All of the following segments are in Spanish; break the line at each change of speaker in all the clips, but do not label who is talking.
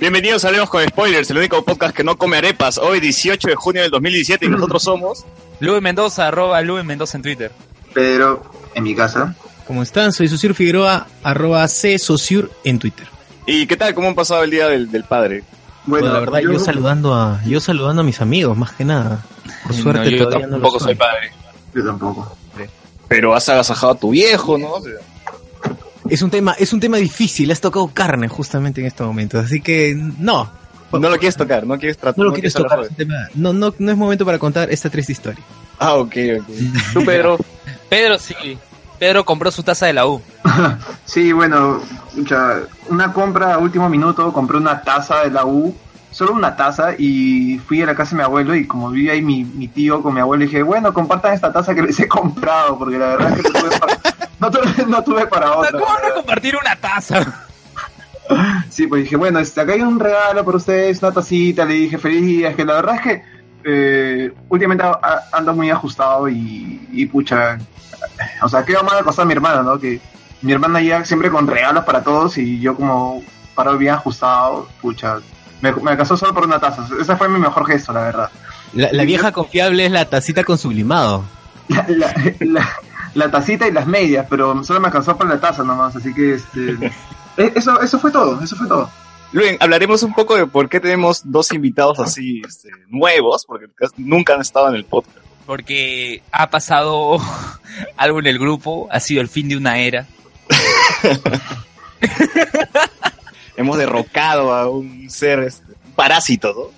Bienvenidos a Hablemos con Spoilers, el único podcast que no come arepas. Hoy, 18 de junio del 2017, y nosotros somos.
Luis Mendoza, arroba Luis Mendoza en Twitter.
Pedro, en mi casa.
¿Cómo están? Soy Sosur Figueroa, arroba C Sosur en Twitter.
¿Y qué tal? ¿Cómo han pasado el día del, del padre?
Bueno, la verdad, yo... saludando a yo saludando a mis amigos, más que nada. Por suerte,
yo
todavía no lo
tampoco soy padre.
Yo tampoco.
Pero has agasajado a tu viejo, ¿no? O sea,
Es un tema, es un tema difícil, has tocado carne justamente en estos momentos, así que no,
No lo quieres tocar, no quieres tratar.
no lo quieres tocar,
hablar
es un tema- no, no, no es momento para contar esta triste historia.
de- Ah, ok, ok. Tú, Pedro.
Pedro sí. Pedro compró su taza de la U.
Sí, bueno, escucha, una compra a último minuto, compré una taza de la U, solo una taza, y fui a la casa de mi abuelo, y como vi ahí mi, mi tío con mi abuelo, dije, bueno, compartan esta taza que les he comprado, porque la verdad es que no tuve para, no tuve, no tuve para otra.
¿Cómo no compartir una taza?
Sí, pues dije, bueno, este, acá hay un regalo para ustedes, una tacita, le dije, feliz día, es que la verdad es que eh, últimamente a- a- ando muy ajustado y, y pucha, eh, o sea, qué mala cosa mi hermana, ¿no? Que mi hermana ya siempre con regalos para todos y yo como paro bien ajustado, pucha, me, me casó solo por una taza, ese fue mi mejor gesto, la verdad.
La, la vieja confiable es la tacita con sublimado.
La, la- la- la tacita y las medias, pero solo me alcanzó para la taza nomás, así que este... eh, Eso, eso fue todo, eso fue todo.
Luen, hablaremos un poco de por qué tenemos dos invitados así este, nuevos, porque casi nunca han estado en el podcast.
Porque ha pasado algo en el grupo, ha sido el fin de una era.
Hemos derrocado a un ser este, parásito,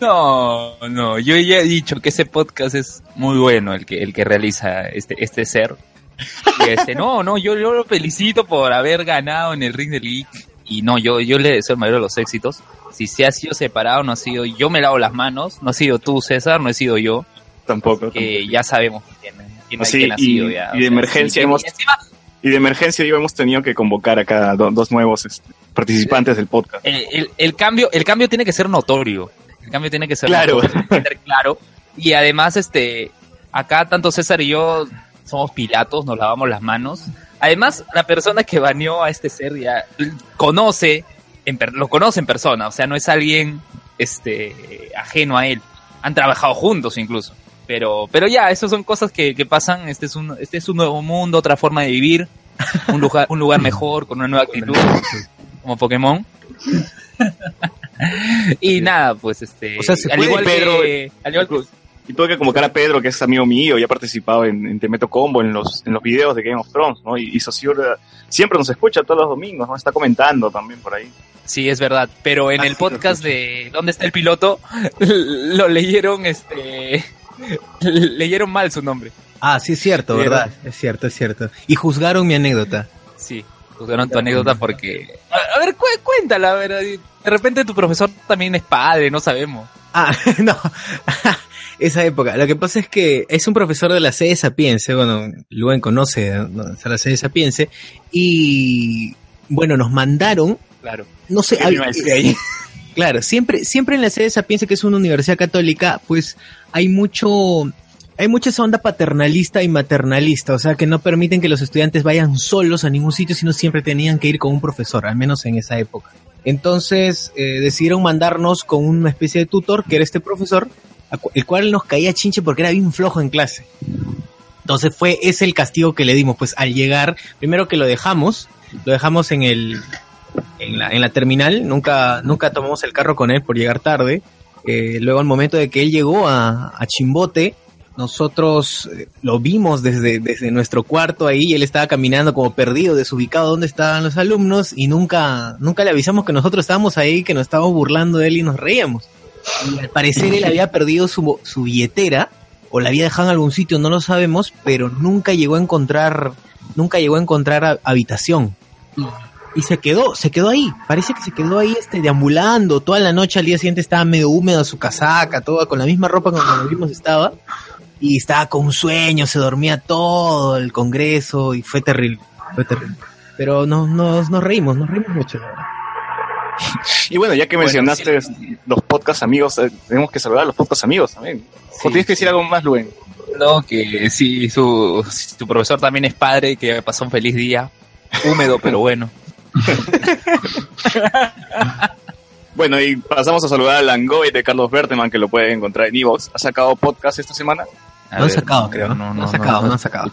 ¿no?
No, no, yo ya he dicho que ese podcast es muy bueno el que, el que realiza este, este ser. Y este, no, no, yo, yo lo felicito por haber ganado en el Ring del Geek. Y no, yo, yo le deseo el mayor de los éxitos. Si se ha sido separado, no ha sido, yo me lavo las manos, no ha sido tú, César, no he sido yo,
Tampoco. tampoco. Ah,
que ya sabemos quién, quién,
Sí,
quién ha
y-
sido ya.
y de
O sea,
emergencia
sí,
hemos-
y encima,
Y de emergencia yo hemos tenido que convocar acá do- dos nuevos este, participantes del podcast.
el, Eh, el- el cambio el cambio tiene que ser notorio el cambio tiene que ser
Claro.
notorio, tiene que ser claro y además este acá tanto César y yo somos pilatos nos lavamos las manos además la persona que baneó a este ser ya l- conoce en per- lo conoce en persona o sea no es alguien este ajeno a él han trabajado juntos incluso pero pero ya esas son cosas que, que pasan este es un este es un nuevo mundo otra forma de vivir un lugar un lugar mejor con una nueva actitud como Pokémon y nada, pues este.
O sea, se
al
puede,
igual
Pedro.
que- al igual que-
Y tuve que convocar a Pedro, que es amigo mío y ha participado en, en Te Meto Combo, en los, en los videos de Game of Thrones, ¿no? Y, y Saussure, eh, siempre nos escucha todos los domingos, ¿no? Está comentando también por ahí.
Sí, es verdad. Pero en
Ah,
el
sí,
podcast de ¿Dónde está el piloto? lo leyeron, este. Leyeron mal su nombre.
Ah, sí es cierto,
Sí,
¿verdad? Es cierto, es cierto. Y juzgaron mi anécdota.
Sí, juzgaron tu anécdota porque. A, a ver, cu- cuéntala, a ver. De repente tu profesor también es padre, no sabemos.
Ah, no. Esa época. Lo que pasa es que es un profesor de la sede Sapiense, bueno, Luen conoce ¿no? Está la sede Sapiense, y bueno, nos mandaron,
Claro.
no sé,
¿Qué me iba a decir ahí?
Claro, siempre, siempre en la sede Sapiense, que es una universidad católica, pues hay mucho, hay mucha esa onda paternalista y maternalista, o sea que no permiten que los estudiantes vayan solos a ningún sitio, sino siempre tenían que ir con un profesor, al menos en esa época. Entonces eh, decidieron mandarnos con una especie de tutor, que era este profesor, a cu- el cual nos caía chinche porque era bien flojo en clase. Entonces fue ese el castigo que le dimos, pues al llegar, primero que lo dejamos, lo dejamos en el en la, en la terminal, nunca, nunca tomamos el carro con él por llegar tarde. Eh, luego al momento de que él llegó a, a Chimbote, nosotros eh, lo vimos desde, desde nuestro cuarto ahí, y él estaba caminando como perdido, desubicado donde estaban los alumnos, y nunca, nunca le avisamos que nosotros estábamos ahí, que nos estábamos burlando de él y nos reíamos. Y al parecer él había perdido su, bo- su billetera, o la había dejado en algún sitio, no lo sabemos, pero nunca llegó a encontrar, nunca llegó a encontrar ha- habitación y se quedó, se quedó ahí. Parece que se quedó ahí este deambulando toda la noche. Al día siguiente estaba medio húmeda su casaca, toda con la misma ropa con la que lo vimos estaba. Y estaba con sueño, se dormía todo el congreso y fue terrible, fue terrible. Pero no, nos, nos reímos, nos reímos mucho. la verdad.
Y bueno, ya que mencionaste los podcasts amigos, eh, tenemos que saludar a los podcasts amigos también.
Sí,
o tienes que decir algo más, Luen.
No, que sí, su, si tu profesor también es padre y que pasó un feliz día. Húmedo, pero bueno.
Bueno, y pasamos a saludar a Langoy de Carlos Berteman, que lo pueden encontrar en Evox. ¿Ha sacado podcast esta semana?
No han sacado, creo. No, han sacado, no, han sacado.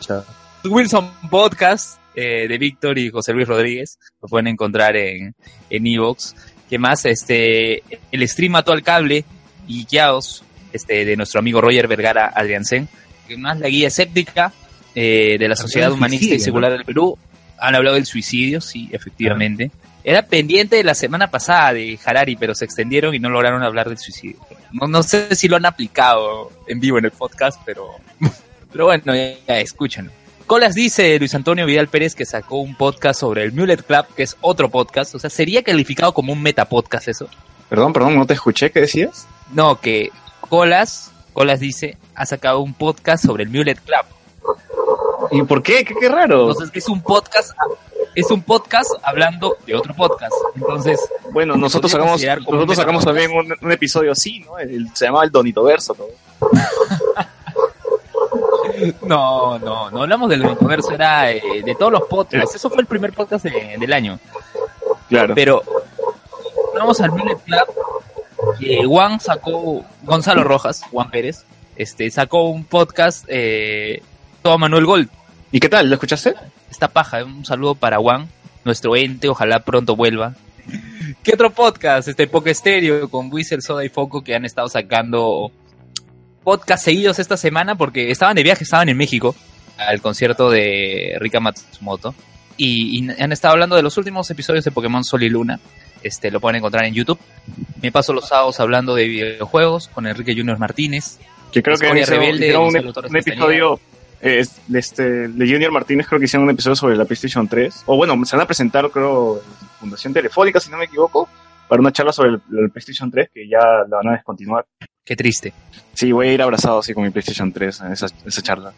Wilson Podcast eh, de Víctor y José Luis Rodríguez. Lo pueden encontrar en en Evox. ¿Qué más? Este, el stream mató al cable y guiados este, de nuestro amigo Roger Vergara Adriansen. ¿Qué más? La guía escéptica eh, de la Sociedad
del
Humanista y
suicidio,
Secular del Perú. Han hablado del suicidio, sí, efectivamente. Era pendiente de la semana pasada de Harari, pero se extendieron y no lograron hablar del suicidio. No, no sé si lo han aplicado en vivo en el podcast, pero, pero bueno, ya, ya, escúchenlo. Colas dice Luis Antonio Vidal Pérez que sacó un podcast sobre el Mueller Club, que es otro podcast. O sea, ¿sería calificado como un metapodcast eso?
Perdón, perdón, no te escuché, ¿qué decías?
No, que Colas, Colas dice, ha sacado un podcast sobre el Mulet Club.
¿Y por qué? Qué, qué raro.
Entonces es un podcast, es un podcast hablando de otro podcast. Entonces,
bueno, nosotros
podría
sacamos,
considerar como
nosotros
un
sacamos también un, un episodio así, ¿no? El- se llamaba El Donito Verso.
no, no, no hablamos del universo, era eh, de todos los podcasts. Eso fue el primer podcast de- del año.
Claro.
Pero vamos al Bullet Club. que Juan sacó, Gonzalo Rojas, Juan Pérez, este, sacó un podcast, eh, todo Manuel Gold.
¿Y qué tal? ¿Lo escuchaste?
Esta paja, ¿eh? un saludo para Juan, nuestro ente, ojalá pronto vuelva. ¿Qué otro podcast? Este Pokestereo con Whistle, Soda y Foco que han estado sacando podcast seguidos esta semana porque estaban de viaje, estaban en México al concierto de Rika Matsumoto y, y han estado hablando de los últimos episodios de Pokémon Sol y Luna. Este, lo pueden encontrar en YouTube. Me paso los sábados hablando de videojuegos con Enrique Junior Martínez.
Que creo que
Escoria
hicieron-
Rebelde,
hicieron un,
Gonzalo Torres
un episodio eh, es- de, este, de Junior Martínez, creo que hicieron un episodio sobre la PlayStation 3. O bueno, se van a presentar, creo, en Fundación Telefónica, si no me equivoco, para una charla sobre el, el PlayStation 3, que ya la van a descontinuar.
Qué triste.
Sí, voy a ir abrazado así con mi PlayStation 3 en esa, esa charla.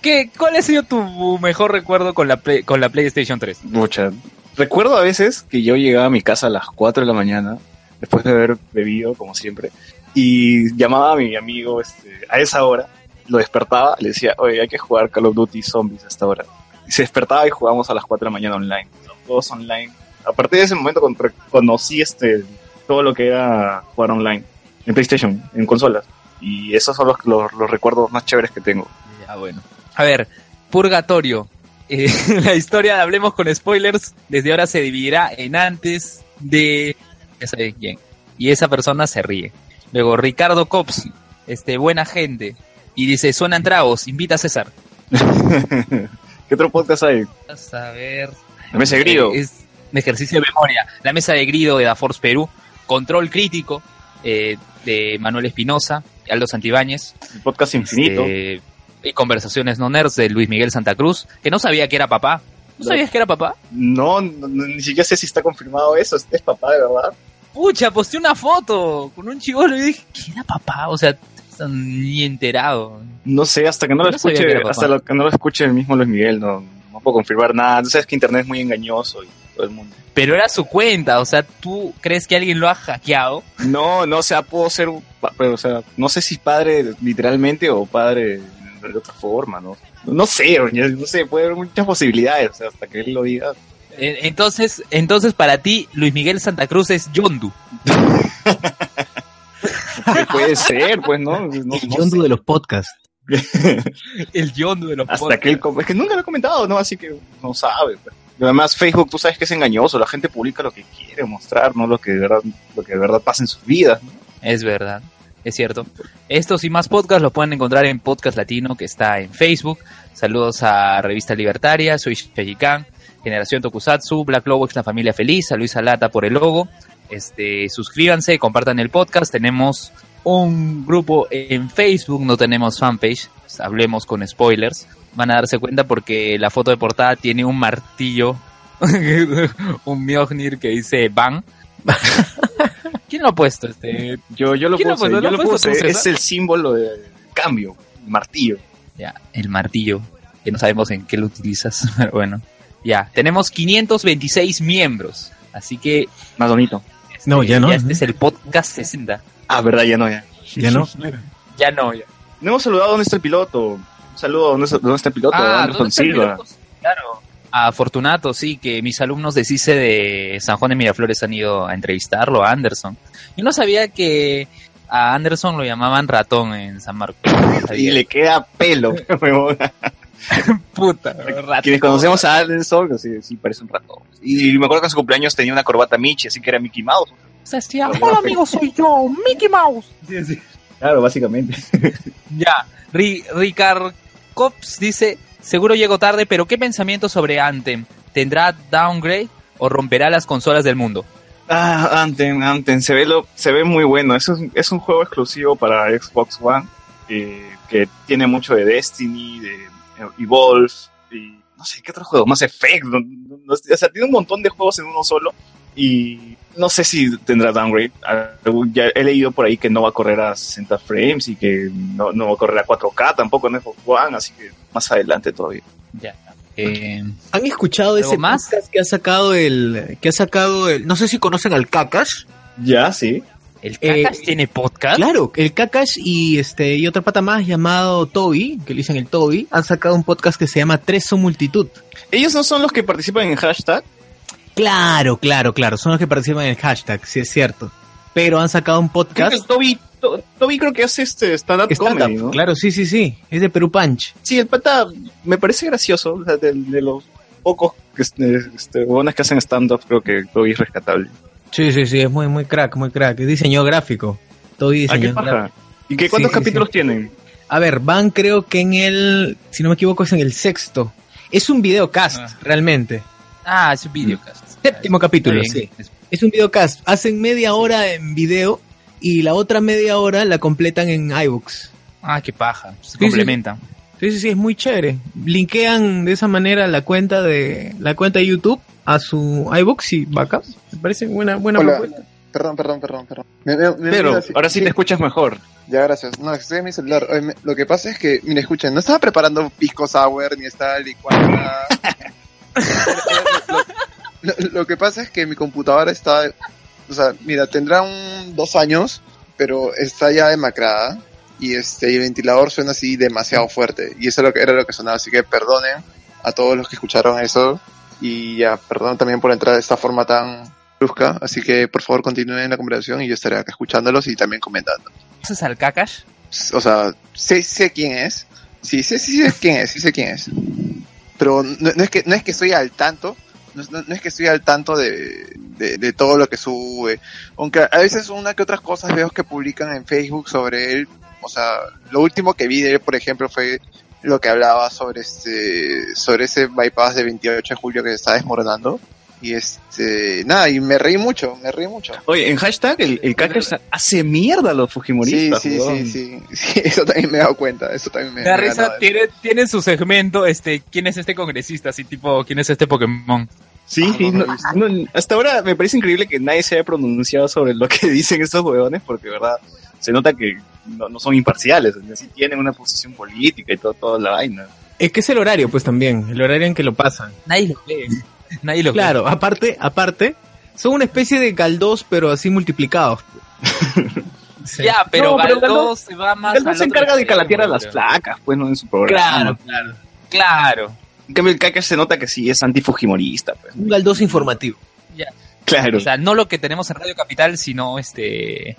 ¿Qué, ¿Cuál ha sido tu mejor recuerdo con la, Play- con la PlayStation 3?
Mucha. Recuerdo a veces que yo llegaba a mi casa a las 4 de la mañana, después de haber bebido, como siempre, y llamaba a mi amigo este, a esa hora, lo despertaba, le decía, oye, hay que jugar Call of Duty Zombies hasta ahora. Y se despertaba y jugábamos a las 4 de la mañana online. Los juegos online. A partir de ese momento con- conocí este, todo lo que era jugar online, en PlayStation, en consolas. Y esos son los, los- los recuerdos más chéveres que tengo.
Ya, Ah, bueno. A ver, Purgatorio. Eh, la historia de Hablemos con Spoilers desde ahora se dividirá en antes de... Ya saben quién. Y esa persona se ríe. Luego, Ricardo Cops, este, buena gente. Y dice, suenan tragos, invita a César.
¿Qué otro podcast hay?
Vas a ver...
Me se grido.
Eh, Es un ejercicio de memoria. La mesa de grido de Da Force Perú. Control crítico eh, de Manuel Espinosa, Aldo Santibáñez.
El podcast infinito.
Este, y conversaciones no nerds de Luis Miguel Santa Cruz, que no sabía que era papá.
No.
¿No sabías que era papá?
No, no, no, ni siquiera sé si está confirmado eso. Es, es papá, de verdad.
Pucha, posté una foto con un chivolo y dije, ¿qué era papá? O sea, ni enterado.
No sé, hasta que no lo
Yo no sabía
escuche,
que era papá.
hasta lo- que no lo escuche el mismo Luis Miguel, no, no puedo confirmar nada. Tú sabes que internet es muy engañoso y todo el mundo.
Pero era su cuenta, o sea, ¿tú crees que alguien lo ha hackeado?
No, no, o sea, puedo ser, un pa- pero, o sea, no sé si padre literalmente o padre de otra forma, ¿no? No sé, oye, no sé, puede haber muchas posibilidades, o sea, hasta que él lo diga.
Eh, Entonces, entonces para ti, Luis Miguel Santa Cruz es Yondu.
Porque puede ser, pues, ¿no? No- no
El Yondu
sé.
de los podcasts.
El Yondu de los
Hasta
podcasts.
que él, com- es que nunca lo ha comentado, ¿no? Así que no sabe. pues. Y Además, Facebook, tú sabes que es engañoso, la gente publica lo que quiere mostrar, no lo que de verdad, lo que de verdad pasa en sus vidas. ¿no?
Es verdad, es cierto. Estos y más podcasts los pueden encontrar en Podcast Latino, que está en Facebook. Saludos a Revista Libertaria, soy Shayikan, Generación Tokusatsu, Black Lobo, La Familia Feliz, a Luis Alata por el logo. Este, suscríbanse, compartan el podcast. Tenemos un grupo en Facebook, no tenemos fanpage. Hablemos con spoilers. Van a darse cuenta porque la foto de portada tiene un martillo, un Mjolnir que dice Bang. ¿Quién lo ha puesto? Este,
Eh, Yo, yo lo
¿Quién lo
puse,
puso?
yo
¿Lo
lo
puso
puse,
tú, César?
es el símbolo de cambio, martillo.
Ya, el martillo, que no sabemos en qué lo utilizas, pero bueno. Ya, tenemos 526 miembros, así que...
Más bonito.
este,
No, ya no. ¿eh?
Este es el podcast 60.
Ah, verdad, ya no, ya.
¿Ya no?
Ya no, ya.
No hemos saludado a dónde está el piloto. Un saludo a dónde, está- dónde está el piloto, a Anderson
Ah, ¿dónde está el
Silva.
piloto? Claro. A Fortunato, sí, que mis alumnos de CICE E de San Juan de Miraflores han ido a entrevistarlo, a Anderson. Yo no sabía que a Anderson lo llamaban ratón en San Marcos. No
Y
sabía.
le queda pelo, pe, huevón.
Puta, ratón.
Quienes conocemos a Anderson, sí, sí, parece un ratón. Y me acuerdo que en su cumpleaños tenía una corbata Michi, así que era Mickey Mouse.
Se hacía, hola amigos, soy yo, Mickey Mouse.
Claro, básicamente.
Ya, Ri Ricard Cops dice, seguro llego tarde, pero ¿qué pensamiento sobre Anthem? ¿Tendrá downgrade o romperá las consolas del mundo?
Ah, Anthem, Anthem, se ve, lo, se ve muy bueno. Es un, es un juego exclusivo para Xbox One eh, que tiene mucho de Destiny, de eh, Evolve y no sé qué otro juego, Mass Effect. no- no- no- o sea, tiene un montón de juegos en uno solo y no sé si tendrá downgrade. Algún- Ya he leído por ahí que no va a correr a 60 frames y que no, no va a correr a 4K tampoco en Xbox One, así que más adelante todavía.
Ya. eh,
¿Han escuchado de
¿Algo
ese
más?
podcast que ha sacado el que ha sacado el no sé si conocen al Kakash?
Ya, sí.
¿El
Eh,
Cacas tiene
¿Ah?
podcast?
Claro, el Kakash y este y otra pata más llamado Toby, que le dicen el Toby, han sacado un podcast que se llama Tres son multitud.
Ellos no son los que participan en hashtag.
Claro, claro, claro, son los que participan en el hashtag, sí es cierto. Pero han sacado un
Creo
podcast
que el Toby, To- Toby creo que hace este stand-up
Stand-up,
comedy, ¿no?
Claro, sí, sí, sí. Es de Perú Punch.
Sí, el pata me parece gracioso, o sea, de, de los pocos que, este, este, huevones que hacen stand-up, creo que Toby es rescatable.
Sí, sí, sí. Es muy, muy crack, muy crack. Es diseño gráfico. Todo
Ah, ¿qué
diseño
paja?
gráfico.
¿Y qué, cuántos
Sí, sí,
capítulos tienen?
A ver, van creo que en el, si no me equivoco, es en el sexto. Es un videocast,
Ah.
realmente.
Ah, es un videocast. Ah,
Séptimo capítulo,
Está
sí.
bien.
Es un videocast. Hacen media hora en video y la otra media hora la completan en iBooks.
Ah, qué paja. Se
sí.
complementan.
Sí, sí, sí, es muy chévere. Linkean de esa manera la cuenta de la cuenta de YouTube a su iBooks y backup. Me parece buena, buena
Hola.
propuesta.
Perdón, perdón, perdón, perdón. Me- me- me-
Pero
mira,
ahora sí te escuchas mejor.
Ya, gracias. No, estoy en mi celular. Oye, me- lo que pasa es que, mira, escuchen, no estaba preparando pisco sour ni estaba licuando nada. lo, lo- lo que pasa es que mi computadora está, o sea, mira, tendrá un dos años, pero está ya demacrada y este y el ventilador suena así demasiado fuerte y eso es lo que- era lo que sonaba, así que perdonen a todos los que escucharon eso y ya, perdón también por entrar de esta forma tan brusca, así que por favor continúen la conversación y yo estaré acá escuchándolos y también comentando
¿Conoces al Cacas?
o sea, sé, sé quién es. Sí, sé, sí sé quién es, sí sé quién es. Pero no, no es, que, no es que estoy al tanto, no, no- no es que estoy al tanto de, de- de todo lo que sube. Aunque a veces una que otras cosas veo que publican en Facebook sobre él. O sea, lo último que vi de él, por ejemplo, fue lo que hablaba sobre este sobre ese bypass de 28 de julio que se está desmoronando. Y este, nada, y me reí mucho, me reí mucho.
Oye, en hashtag el, el caca está- hace mierda a los
Sí,
fujimoristas.
sí,
huevón.
sí, sí, sí, eso también me he dado cuenta, eso también me
Me da
me he
risa,
ganado.
tiene, tiene su segmento, este, ¿quién es este congresista? Así tipo, ¿quién es este Pokémon?
Sí,
Ah,
sí,
no,
no- no, hasta ahora me parece increíble que nadie se haya pronunciado sobre lo que dicen estos huevones, porque verdad se nota que no, no son imparciales, o sea, sí tienen una posición política y todo, toda la vaina.
Es que es el horario, pues también, el horario en que lo pasan.
Nadie lo ve. Nadie lo ve.
Claro, aparte, aparte, son una especie de Galdós, pero así multiplicados. Sí.
Ya, pero,
No, pero
Galdós
Galdós-
se va más
Él no
al
se
otro
encarga de
extremo,
calatear a las
creo.
placas, pues, ¿no? En su programa.
Claro, claro. Claro.
En cambio, el caca se nota que sí es antifujimorista, pues.
Un Galdós informativo.
Claro.
O sea, no lo que tenemos en Radio Capital, sino este.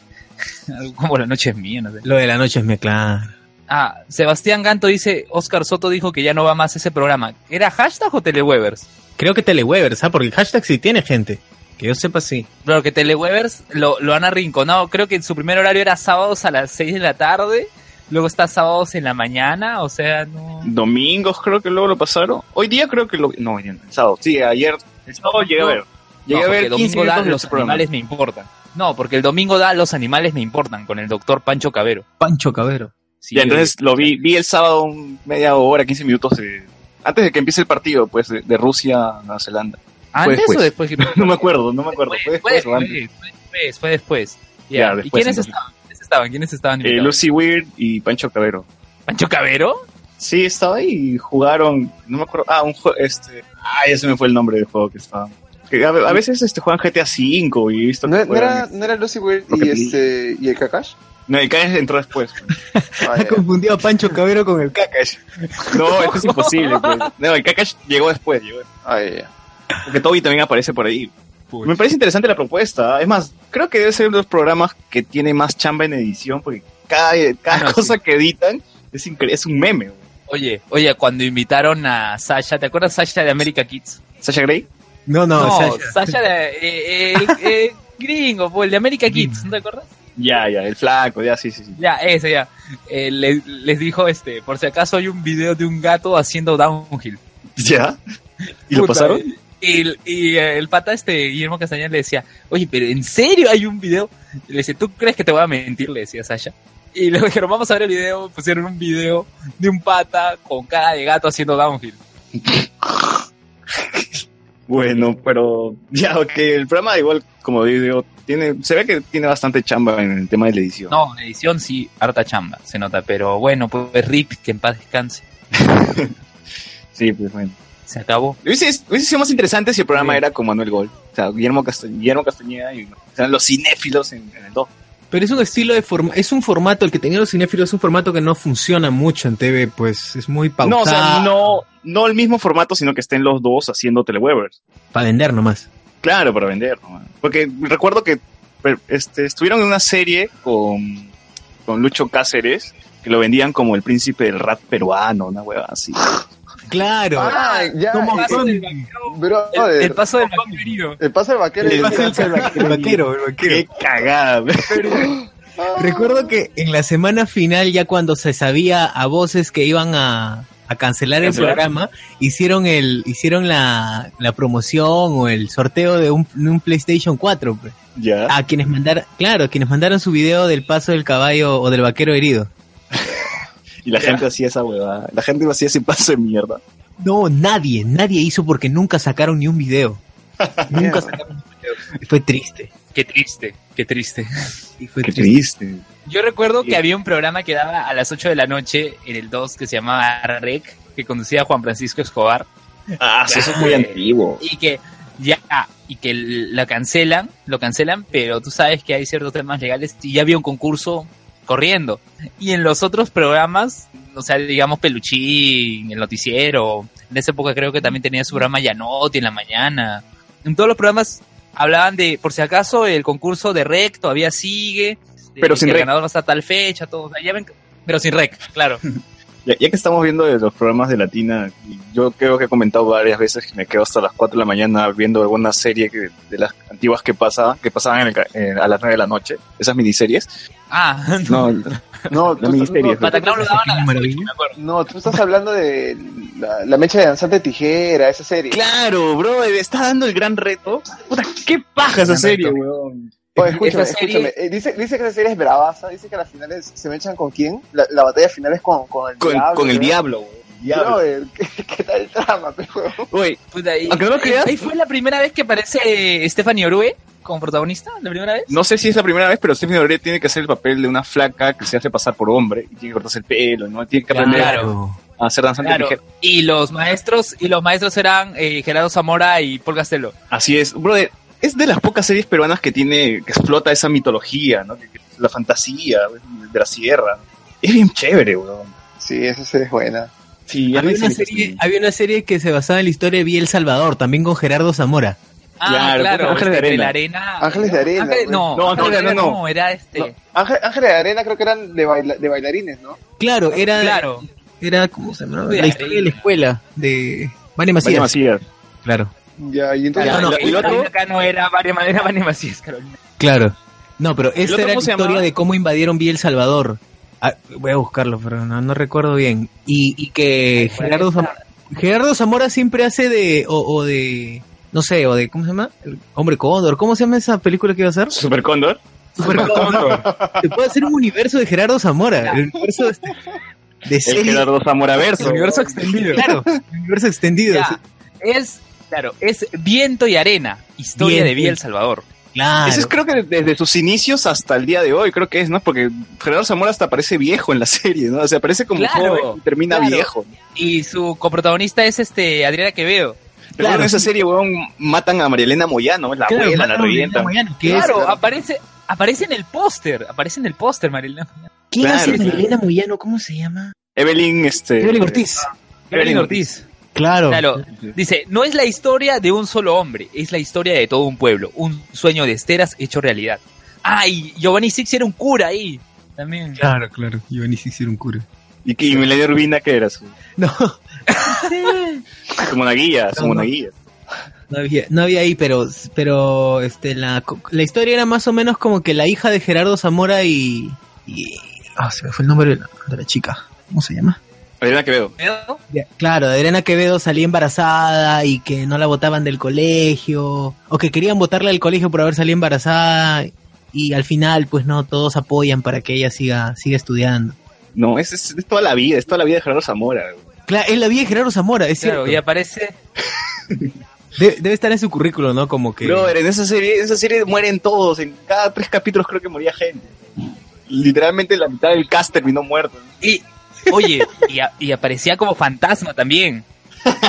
algo como la noche es mía, no sé.
Lo de la noche es mi claro.
Ah, Sebastián Ganto dice: Oscar Soto dijo que ya no va más ese programa. ¿Era hashtag o Telewebers?
Creo que Telewebers, ¿ah? Porque el hashtag sí tiene gente. Que yo sepa, sí.
Claro, que Telewebers lo, lo han arrinconado. Creo que en su primer horario era sábados a las 6 de la tarde. Luego está sábados en la mañana. O sea, no.
Domingos creo que luego lo pasaron. Hoy día creo que lo... No, hoy día no, el sábado. Sí, ayer. El sábado llegué a ver. Llegué
No,
a
porque
ver
el
15
domingo da
minutos de
Los
su programa.
animales me importan. No, porque el domingo da Los animales me importan con el doctor Pancho Cabero.
Pancho Cabero.
Sí,
Ya,
yo-
entonces lo vi. Vi el sábado un- media hora, 15 minutos de... Antes de que empiece el partido, pues, de, de Rusia a Nueva Zelanda.
¿Antes
después.
o después? que-
No me acuerdo, no me acuerdo. Fue
Fue,
después o
fue,
antes. Eh,
fue después, fue después. Ya,
Ya,
¿Y
después,
quiénes
entonces.
estaban? ¿Quiénes estaban? ¿Quiénes estaban
Eh,
invitados?
Lucy Weird y Pancho Cabero.
¿Pancho Cabero?
Sí, estaba ahí y jugaron, no me acuerdo, ah, un juego, este, ah, ya se me fue el nombre del juego que estaba. Que a, a veces este, juegan GTA V y he visto que
¿No, no
juegan-
era, ¿No era Lucy Weird
Rocket
y,
League.
este, y el Kakash? Ah,
No, el Kakash entró después.
Vaya.
Ha confundido a Pancho Cabero con el caca.
No, esto es imposible. Pues. No, el Kakash llegó después. Llegó. después.
Ay,
Porque Toby también aparece por ahí. Me parece interesante la propuesta. Es más, creo que debe ser uno de los programas que tiene más chamba en edición porque cada, cada
Ah, no,
cosa que editan es, incre- es un meme. güey.
Oye, oye, cuando invitaron a Sasha, ¿te acuerdas Sasha de America Kids?
Sasha Grey.
No, no,
No,
Sasha.
Sasha, de, eh, eh, el eh, gringo, pues, el de America Kids, ¿no te acuerdas?
Ya, ya, el flaco, ya, sí, sí, sí.
Ya, ese ya. Eh, les, les dijo, este, por si acaso hay un video de un gato haciendo downhill.
¿Ya? ¿Y lo
Puta,
pasaron?
Y, el- y eh, el pata, este, Guillermo Castañeda le decía, oye, pero ¿en serio hay un video? Y le decía, ¿tú crees que te voy a mentir? Le decía Sasha. Y luego dijeron, vamos a ver el video. Pusieron un video de un pata con cara de gato haciendo downhill.
Bueno, pero ya, ok, el programa igual, como digo, tiene, se ve que tiene bastante chamba en el tema de la edición.
No, en edición sí, harta chamba, se nota. Pero bueno, pues Rip, que en paz descanse.
Sí, pues bueno.
Se acabó.
Hubiese, hubiese sido más interesante si el programa
Sí.
era con Manuel Gol. O sea, Guillermo, Casta- Guillermo Castañeda y o sea, los cinéfilos en, en el 2.
Pero es un estilo de forma, es un formato, el que tenían los cinéfilos es un formato que no funciona mucho en TV, pues es muy pautado.
No, o sea, no, no el mismo formato, sino que estén los dos haciendo telewebers.
Para vender nomás.
Claro, para vender. ¿no? Porque recuerdo que per- este, estuvieron en una serie con, con Lucho Cáceres, que lo vendían como el príncipe del rap peruano, una hueva así.
Claro.
Ah, ya.
Como
eh,
son-
del
bro,
El,
el,
el paso del vaquero herido.
paso del vaquero.
el
y-
paso del-
el vaquero, el vaquero.
Qué cagada.
Ah.
Recuerdo que en la semana final, ya cuando se sabía a voces que iban a, a cancelar el
Cancelar.
programa, hicieron el, hicieron la, la promoción o el sorteo de un, de un PlayStation 4. pues.
ya.
A quienes mandaron, claro, a quienes mandaron su video del paso del caballo o del vaquero herido.
Y la gente hacía esa huevada. La gente lo hacía ese paso de mierda.
No, nadie, nadie hizo porque nunca sacaron ni un video. nunca sacaron un video. Fue triste.
Qué triste, qué triste.
Y fue
Qué
triste.
triste.
Yo recuerdo que
Sí.
había un programa que daba a las 8 de la noche en el 2 que se llamaba Rec, que conducía Juan Francisco Escobar,
Ah, sí, eso es muy antiguo.
y que ya, y que la cancelan, lo cancelan, pero tú sabes que hay ciertos temas legales y ya había un concurso corriendo. Y en los otros programas, o sea, digamos Peluchín, el noticiero, en esa época creo que también tenía su programa Yanotti en la mañana. En todos los programas hablaban de, por si acaso, el concurso de rec todavía sigue, de
Pero sin
que el
rec.
ganador hasta tal fecha, todo, o sea, ya ven- pero sin rec, claro.
Ya, ya que estamos viendo de los programas de Latina, y yo creo que he comentado varias veces que me quedo hasta las 4 de la mañana viendo alguna serie que- de las antiguas que pasaba, que pasaban en el ca- eh, a las 9 de la noche, esas miniseries.
Ah,
No,
No,
la
tú-
miniserie.
no,
Pataclown lo daban a las ocho, me acuerdo.
No, tú estás hablando de la, la mecha de danzante tijera, esa serie.
Claro, bro, está dando el gran reto. Puta, qué paja esa serie, weón.
Oye, Oh, escúchame,
Esa serie-
escúchame. Eh, dice, dice que esa serie es bravaza, dice que las finales se me echan con quién. La, la batalla final es con, con el
Con,
diablo.
con el
¿no?
diablo, weón. Diablo.
Brother, ¿qué, qué tal el trama, pe, huevón?
Uy,
Puta, y-
Aunque no lo creas.
Pues Ahí fue la primera vez que aparece Stephanie Orue como protagonista, la primera vez.
No sé si es la primera vez, pero Stephanie Orell tiene que hacer el papel de una flaca que se hace pasar por hombre y tiene que cortarse el pelo, ¿no? Tiene que aprender
Claro.
a hacer danzante
Claro.
ligera.
Y los maestros y los maestros eran eh, Gerardo Zamora y Paul Castelo.
Así es, brother. Es de las pocas series peruanas que tiene, que explota esa mitología, ¿no? Que- que- La fantasía de la sierra. Es bien chévere, weón.
Sí, esa serie es buena.
Sí,
Había
hay
una,
series
serie,
así.
había una serie que se basaba en la historia de Biel Salvador, también con Gerardo Zamora.
Ah,
Claro,
claro.
Ángeles de
este,
Arena.
la arena.
Ángeles de Arena,
Ángeles-
güey.
no,
No,
Ángeles de Arena no, era este.
No, Ángel, Ángeles de Arena creo que eran de, baila- de bailarines, ¿no?
Claro, era,
Claro.
era ¿cómo se llamaba?
Uy,
La historia de la escuela de Vane
Vale,
Macías.
Macías.
Claro,
Ya, y entonces.
Ya,
Claro,
no,
el,
el otro-
acá no era Vania Madera, Vania Macías, Carolina.
claro. No, pero esa
otro
era la
cómo se
historia
llamaba?
de cómo invadieron Biel Salvador. Ah, voy a buscarlo, pero no, no recuerdo bien. Y, y que Gerardo Zamora, Gerardo Zamora siempre hace de, o, o de, no sé, o de, ¿cómo se llama? El Hombre Cóndor. ¿Cómo se llama esa película que iba a hacer?
Super Cóndor.
Super Cóndor. Se puede hacer un universo de Gerardo Zamora. El universo de, este, de
El
serie.
Gerardo Zamora
El
Verso.
universo extendido.
Claro, el universo extendido. sí.
Ya, es, claro, es Viento y Arena, historia de
Viento y-
Biel Salvador.
Claro.
Eso es creo que desde sus inicios hasta el día de hoy, creo que es, ¿no? Porque Gerardo Zamora hasta parece viejo en la serie, ¿no? O sea, parece como
Claro,
joven y termina
claro.
viejo.
Y su coprotagonista es este Adriana Quevedo.
Pero
Claro,
en esa
sí.
serie, weón, matan a Marielena Moyano, la
Claro,
abuela, la
matan a Mariana
revientan.
Moyano, que es-
Claro, aparece Aparece en el póster, aparece en el póster, Marilena.
¿Quién
Claro,
hace
claro.
Marilena Moyano? ¿Cómo se llama?
Evelyn, este.
Evelyn Ortiz.
Evelyn Ortiz.
Claro.
Claro, dice, no es la historia de un solo hombre, es la historia de todo un pueblo, un sueño de esteras hecho realidad. Ay, Giovanni Six era un cura ahí. También.
Claro, claro. Yo ni si hicieron cura.
Y, que- y Melania Urbina, que era su,
No,
su monaguilla, su
No, no.
monaguilla.
no había, no había ahí, pero, pero este, la, co- la historia era más o menos como que la hija de Gerardo Zamora y. y- Ah, se me fue el nombre de la, de la chica. ¿Cómo se llama?
Elena Quevedo.
¿No?
Ya, Claro, Adriana Quevedo salía embarazada y que no la votaban del colegio, o que querían votarla del colegio por haber salido embarazada, y al final, pues no, todos apoyan para que ella siga, siga estudiando.
No, es, es, es toda la vida, es toda la vida de Gerardo Zamora. güey.
Claro, es la vida de Gerardo Zamora, es
Claro, y
cierto.
aparece
De- debe estar en su currículo, ¿no? Como que...
Brother, en esa serie, en esa serie mueren todos. En cada tres capítulos creo que moría gente. Literalmente la mitad del cast terminó muerto.
y oye, y, a- y aparecía como fantasma también.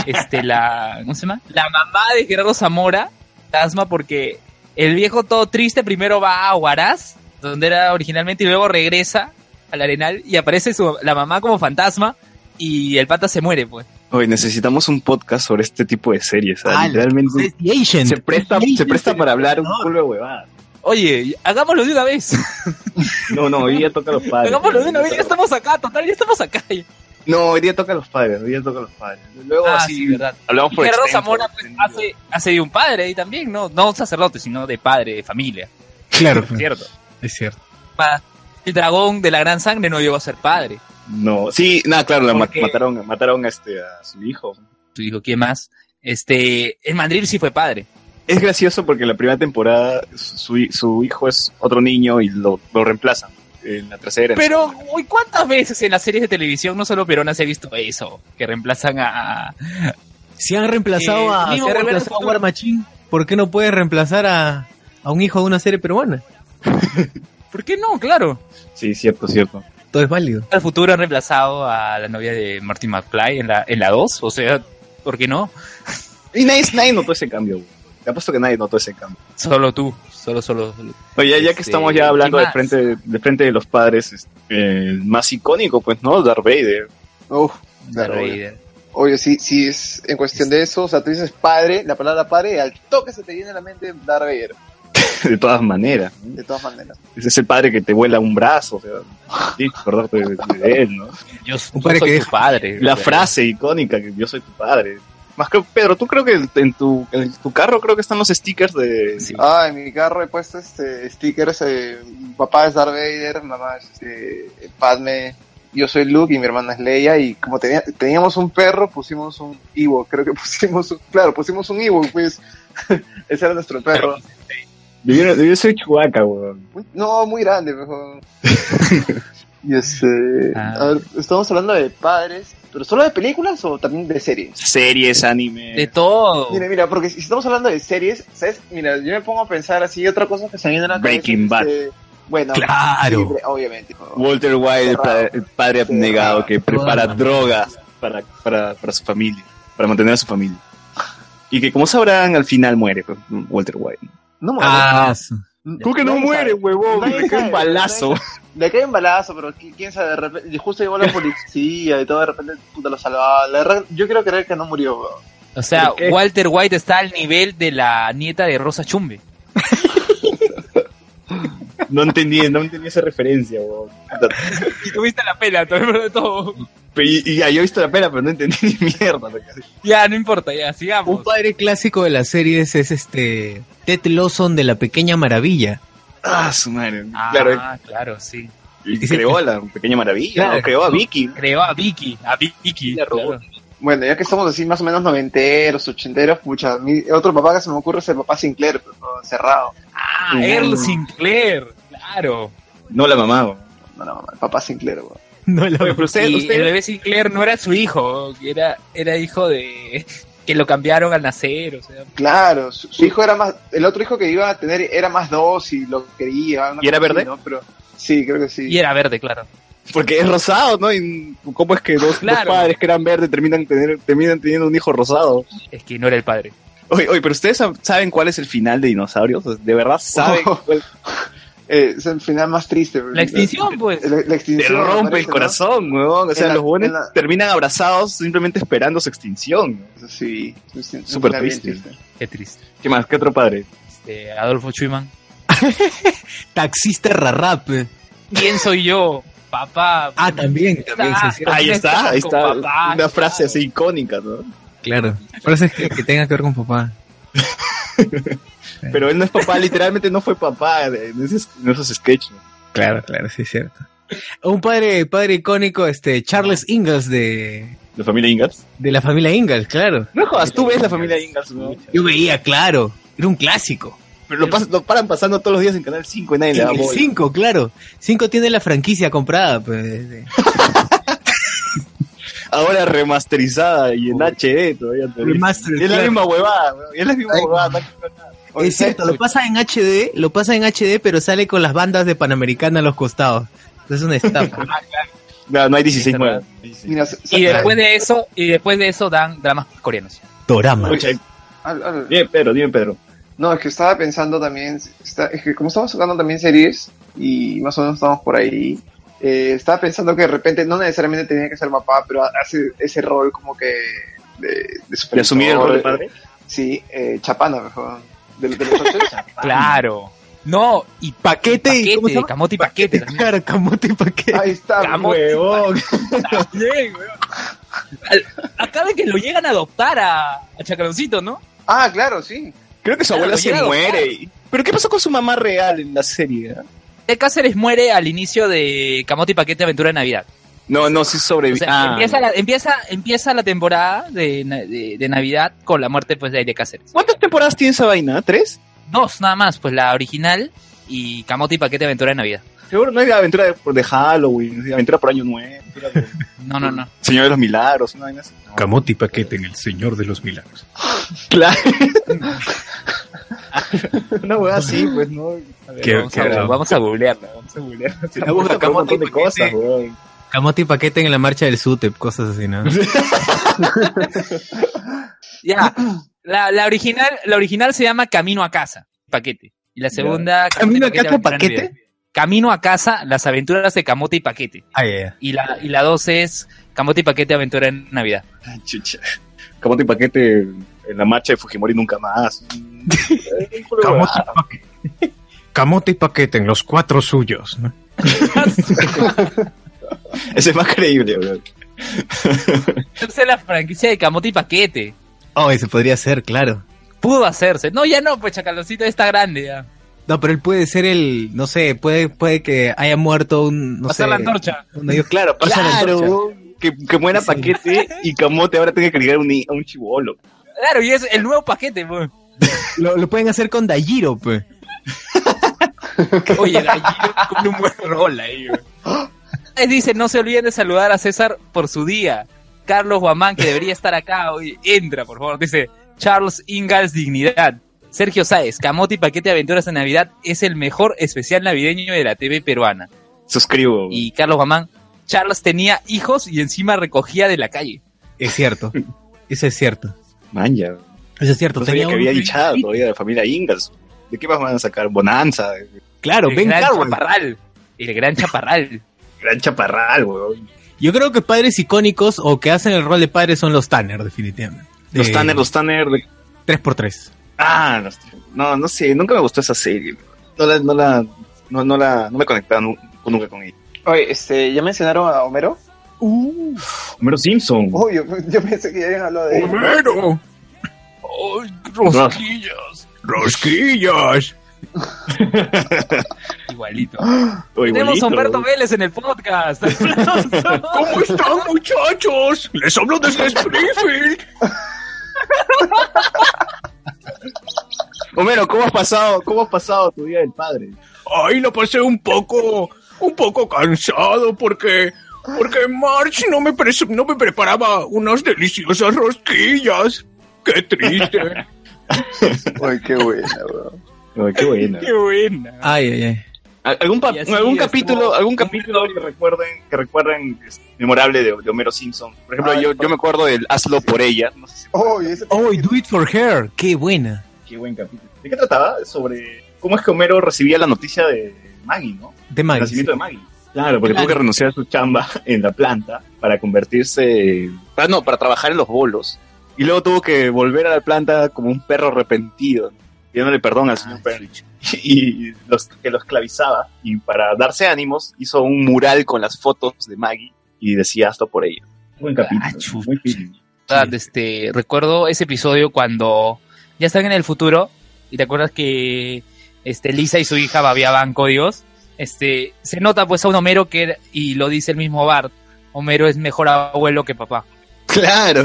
Este la ¿cómo se llama? La mamá de Gerardo Zamora, fantasma porque el viejo todo triste primero va a Huaraz, donde era originalmente y luego regresa al Arenal y aparece su, la mamá como fantasma y el pata se muere, pues.
Hoy necesitamos un podcast sobre este tipo de series. ¿sabes?
Ah,
Literalmente
es The Agent.
se presta,
Sí,
se presta
sí,
para hablar un
no.
culo de huevadas.
Oye, hagámoslo de una vez.
No, no, hoy día toca a los padres.
hagámoslo de una vez, ya estamos acá, total, ya estamos acá.
No, hoy día toca a los padres, hoy día toca a los padres. Luego
Ah,
así
sí, verdad.
hablamos
Y
por
Gerardo
extenso,
Zamora pues,
extendido.
hace, hace de un padre ahí también, ¿no? No un sacerdote, sino de padre, de familia,
Claro,
¿cierto?
es cierto.
Pa- El dragón de la gran sangre no llegó a ser padre.
No, sí, nada, claro, la ma-
Porque-
mataron, mataron a, este, a su hijo.
Tú dijo, ¿quién más? Este, el mandril sí fue padre.
Es gracioso porque en la primera temporada su, su hijo es otro niño y lo, lo reemplazan en la tercera. en la
Pero,
segunda.
uy, ¿cuántas veces en las series de televisión no solo Perona se ha visto eso? Que reemplazan a... a-
Si han reemplazado
Eh, mismo
a, si han
Volver al
reemplazado a
Futuro.
War Machine, ¿por qué no puedes reemplazar a, a un hijo de una serie peruana?
¿Por qué no? Claro.
Sí, cierto, cierto.
Todo es válido.
Al futuro han reemplazado a la novia de Martin McFly en la, en la 2, o sea, ¿por qué no?
Y nadie, nadie notó ese cambio. güey. Te apuesto que nadie notó ese cambio.
Solo tú, solo, solo. solo.
Oye, ya que
Este,
estamos ya hablando
¿qué
de
más?
frente, de frente de los padres, este, el más icónico, pues, ¿no? Darth Vader.
Uf,
Darth
obvio.
Vader.
Obvio, sí, sí es en cuestión de eso, o sea, tú dices padre, la palabra padre, y al toque se te viene a la mente Darth Vader,
De todas maneras. ¿no?
de todas maneras.
Ese es el padre que te vuela un brazo. O sea, tienes que acordarte de, de él, ¿no?
Yo, yo
padre
soy
que
tu
deja-
padre.
La
Pero-
frase icónica que yo soy tu padre. Más que Pedro, tú creo que en tu, en tu carro creo que están los stickers de
Sí.
Ah, en mi carro he puesto este stickers, eh, papá es Darth Vader, mamá es este, Padme, yo soy Luke y mi hermana es Leia, y como tenía- teníamos un perro, pusimos un Ivo, creo que pusimos, un- claro, pusimos un Ivo, pues, ese era nuestro perro.
Yo, soy Chubaca, weón.
Muy- No, muy grande, mejor. y este,
Ah.
a ver, estamos hablando de padres, pero solo de películas o también de series.
Series, anime.
De todo.
Mira, mira, porque si estamos hablando de series, ¿sabes? Mira, yo me pongo a pensar así, otra cosa que se me viene a la cabeza.
Breaking Bad.
este, bueno,
Claro.
sí, obviamente.
Walter White, el, pa- el padre abnegado que prepara
Todas
drogas para, para, para su familia, para mantener a su familia. Y que como sabrán, al final muere pues, Walter White.
No muere.
Ah, su-
¿Cómo que no
Nadie
muere,
sabe.
huevón?
Nadie
Le cae un
sabe,
balazo.
nadie Le cae un balazo, pero qui- quién sabe, de repente, justo llegó la policía y todo, de repente, puta, lo salvaba. La verdad, yo quiero creer que no murió, weón.
O sea,
¿Por qué?
Walter White está al nivel de la nieta de Rosa Chumbe.
No entendí, no entendí esa referencia, huevón. Puta,
Y tuviste la pela, todo, todo.
Y, y ya, yo he visto la pena, pero no entendí ni mierda. lo que-
Ya, no importa, ya, sigamos.
Un padre clásico de las series es este Ted Lawson de La Pequeña Maravilla.
Ah, su madre.
Ah,
Claro, eh.
claro, sí.
y creó a la pequeña maravilla,
Claro.
¿no? creó a Vicky.
Creó a Vicky, a Vicky.
La robó.
claro.
Bueno, ya que estamos así más o menos noventeros, ochenteros, pucha, mi- otro papá que se me ocurre es el papá Sinclair, pues, pero no, cerrado.
Ah,
Mm.
Earl Sinclair, claro.
No la mamá. huevón.
No, no, el papá Sinclair, weón.
No la
Oye, pero usted-
y
usted-
el bebé Sinclair no era su hijo, era, era hijo de... que lo cambiaron al nacer, o sea...
Claro, su, su hijo era más, el otro hijo que iba a tener era más dos y lo quería. una
¿Y era
cosa así,
verde?
¿no? Pero, sí, creo que sí.
Y era verde, claro.
Porque es rosado, ¿no? Y ¿Cómo es que dos, dos
Claro.
padres que eran verdes terminan, tener, terminan teniendo un hijo rosado?
Es que no era el padre.
Oh, Oye, oye, pero ustedes sab- saben cuál es el final de Dinosaurios. O sea, ¿De verdad saben cuál?
Oh. eh, es el final más triste.
La extinción, pues.
La, la
Te
extinción. me
rompe
parece,
el
¿no?
corazón, weón. O sea,
En la-
los buenos
en la-
terminan abrazados simplemente esperando su extinción.
Sí. es un- un
Súper
final bien
triste.
Qué triste.
¿Qué más? ¿Qué otro padre?
Este, Adolfo Schumann.
Taxista rarrap.
¿Quién soy yo? Papá.
Ah, también, también.
Ah,
sí, sí,
Ahí
También
está, ahí
con
está.
papá,
Una frase
claro.
así icónica, ¿no?
claro. Frases que, que tenga que ver con papá.
Pero él no es papá, literalmente no fue papá de- en, esos- en esos sketches.
Claro, claro, sí es cierto.
Un padre, padre icónico, este, Charles Ingalls de,
La familia Ingalls.
de la familia Ingalls, claro.
No jodas, tú ves la familia Ingalls, ¿no?
Yo veía, claro. Era un clásico.
Pero lo, pas- lo paran pasando todos los días en Canal 5 y nadie le da
El
bola.
5, claro. 5 tiene la franquicia comprada. Pues, desde-
Ahora remasterizada y en HD todavía. te lo
Remastered,
dicen. Y es la
claro.
misma huevada, weón. Y es la misma
Ay.
huevada. no hay que hacer nada.
Oye,
es cierto, lo
escucha.
pasa en HD, lo pasa en HD, pero sale con las bandas de Panamericana a los costados. Es una estafa.
No, no hay 16
Está
nuevas.
Mira, sa- sa-
Y después de eso, y después de eso dan dramas coreanos.
Dorama.
Escucha,
al- al-
Bien, Pedro, dime, Pedro.
No, es que estaba pensando también, está- es que como estamos tocando también series y más o menos estamos por ahí, eh, estaba pensando que de repente no necesariamente tenía que ser papá, pero hace ese rol como que de, de supervisor,
¿Le asumí el rol de padre?
Sí, eh, Chapana, mejor. De, de los ocho,
Claro. No, y
Paquete y- ¿cómo se
paquete,
llama?
camote y paquete. también.
Claro, camote y paquete.
Ahí está.
Camo-
Huevón.
Bien, weón. Al- Acá de que lo llegan a adoptar a, a Chacaloncito, ¿no?
Ah, claro, sí.
Creo que su
Claro,
abuela
lo
se
llega a
muere. y- ¿Pero qué pasó con su mamá real en la serie? ah?
Ted Cáceres muere al inicio de Camote y Paquete Aventura de Navidad.
No, no, sí Ah.
O
sobrevivió.
sea, empieza, la, empieza, empieza la temporada de, na- de- de Navidad con la muerte pues, de Aide Cáceres.
¿Cuántas temporadas tiene esa vaina? ¿Tres?
Dos nada más, pues la original y Camote y Paquete Aventura de Navidad.
Seguro no hay aventura de, de Halloween, sí, aventura por Año Nuevo, aventura por-
No, no, no.
Señor de los Milagros, una vaina así. No.
Camote y paquete en el Señor de los Milagros.
Claro. una hueá así, pues, ¿no? A ver,
Qué-
vamos a
qué-
ver,
Vamos a googlearla.
vamos a googlear. Se
Me
saca
gusta
un
Camote y
montón de cosas,
Paquete.
weón.
Camote y paquete en la marcha del SUTEP, cosas así, ¿no?
Ya. La, la original, la original se llama Camino a casa, paquete. Y la segunda Camote y
¿Camino a casa,
Aventura de
paquete?
Navidad. Camino a casa, las aventuras de Camote y Paquete.
Ah, ya, ya.
Y la, y la dos es Camote y Paquete Aventura en Navidad.
Ah, Chucha. Camote y paquete en la marcha de Fujimori nunca más. Eh, pura hueá.
Camote y paquete. Camote y paquete en los cuatro suyos. ¿no?
Ese es más creíble, weón.
Entonces es la franquicia de Camote y Paquete.
Oh, eso podría ser, claro.
Pudo hacerse. No, ya no, pues Chacaloncito está grande ya.
No, pero él puede ser el, no sé, puede, puede que haya muerto un, no
Pasar
sé.
la antorcha.
uno de ellos, claro, pasa la antorcha.
Claro, que, que muera paquete y Camote ahora tenga que ligar un, ni- a un chivolo.
Claro, y es el nuevo paquete, pues.
Lo, lo pueden hacer con Dayiro, pues.
Oye, Dayiro cumple un buen rol ahí, güey. Él Dice, no se olviden de saludar a César por su día. Carlos Guamán, que debería estar acá hoy, entra, por favor. Dice, Charles Ingalls, dignidad. Sergio Sáez, Camote y Paquete de Aventuras de Navidad es el mejor especial navideño de la TV peruana.
Suscribo. weón.
Y Carlos Guamán, Charles tenía hijos y encima recogía de la calle.
Es cierto. Eso es cierto.
Manja. weón.
Eso es cierto.
No sabía que
un-
había hinchada todavía de familia Ingalls. ¿De qué más van a sacar? Bonanza,
Claro,
el
Ben
gran
Carroll.
chaparral. El gran chaparral.
Gran Chaparral, weón.
Yo creo que padres icónicos o que hacen el rol de padres son los Tanner, definitivamente.
Los
Eh,
Tanner, los Tanner. de-
3x3.
Ah, los- no, no sé, nunca me gustó esa serie. weón. No la, no la, no, no la, no me conectaba nu- nunca con ella.
Oye, este, ¿ya mencionaron a Homero?
Homero Simpson.
Oh, yo, yo pensé que ya habían hablado de él.
¡Homero!
¡Ay, rosquillas!
¡Rosquillas!
Igualito.
O
Tenemos
igualito,
a Humberto
weón.
Vélez en el podcast.
¿Cómo están, muchachos? Les hablo desde Springfield.
Homero, ¿cómo has pasado, cómo has pasado tu día del padre?
Ay, lo pasé un poco, un poco cansado porque, porque March no me, pres- no me preparaba unas deliciosas rosquillas. Qué triste.
Ay, qué buena, weón.
Ay, qué bueno.
¡Qué buena!
Ay, ay, ay.
Al- algún pa-
Y así
algún
estuvo
capítulo algún
un
capítulo que recuerden que recuerden es memorable de, de Homero Simpson por ejemplo
Ah,
yo,
el-
yo me acuerdo del hazlo por ella no sé si
Oh, y ese
Oh, y Do It For Her. Qué buena.
qué buen capítulo de qué trataba sobre cómo es que Homero recibía la noticia de Maggie, ¿no?
De
El
Maggie.
nacimiento de Maggie. Claro, porque
Claro.
tuvo que renunciar a su chamba en la planta para convertirse. Ah, no, para trabajar en los bolos. Y luego tuvo que volver a la planta como un perro arrepentido, pidiéndole
Ah,
perdón al señor Perlich. Y los, que lo esclavizaba. Y para darse ánimos, hizo un mural con las fotos de Maggie y decía hasta por ella. Buen capítulo.
Ah, chucha.
muy bien.
verdad, este, recuerdo ese episodio cuando ya están en el futuro y te acuerdas que este, Lisa y su hija babiaban códigos. Este, se nota pues a un Homero que, era- y lo dice el mismo Bart, Homero es mejor abuelo que papá.
Claro.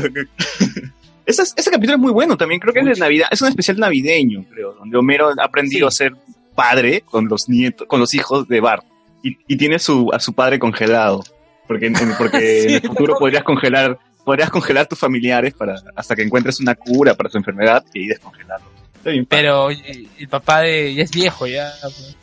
Ese, es- ese capítulo es muy bueno también, creo que es de Navidad, es un especial navideño, creo, donde Homero ha aprendido a ser padre con los nietos, con los hijos de Bart. Y, y tiene su, a su padre congelado. Porque, en- en- porque en el futuro podrías congelar, podrías congelar tus familiares para, hasta que encuentres una cura para tu enfermedad y descongelarlo. Está bien, padre.
Pero y- el papá de, ya es viejo, ya. pues.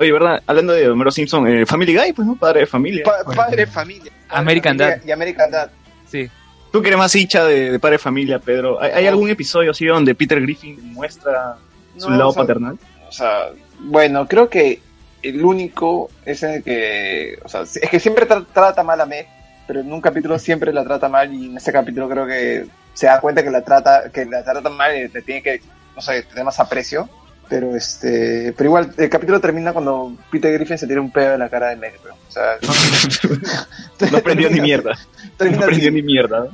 Oye, ¿verdad? Hablando de Homero Simpson, eh, Family Guy, pues no, padre de familia.
Pa- padre, familia. Padre,
American
familia Y American Dad.
Sí.
Tú que eres más hincha de, de padre de familia, Pedro, ¿hay, hay algún episodio así donde Peter Griffin muestra su
No,
lado
o sea,
paternal?
O sea, bueno, creo que el único es el que. O sea, es que siempre tra- trata mal a Meg, pero en un capítulo siempre la trata mal y en este capítulo creo que se da cuenta que la trata, que la trata mal y te tiene que, no sé, tener más aprecio. Pero este, pero igual el capítulo termina cuando Peter Griffin se tira un pedo en la cara de Meg, pero, o sea,
No aprendió ni
termina-
mierda. No
Termina
aprendió
así,
ni mierda.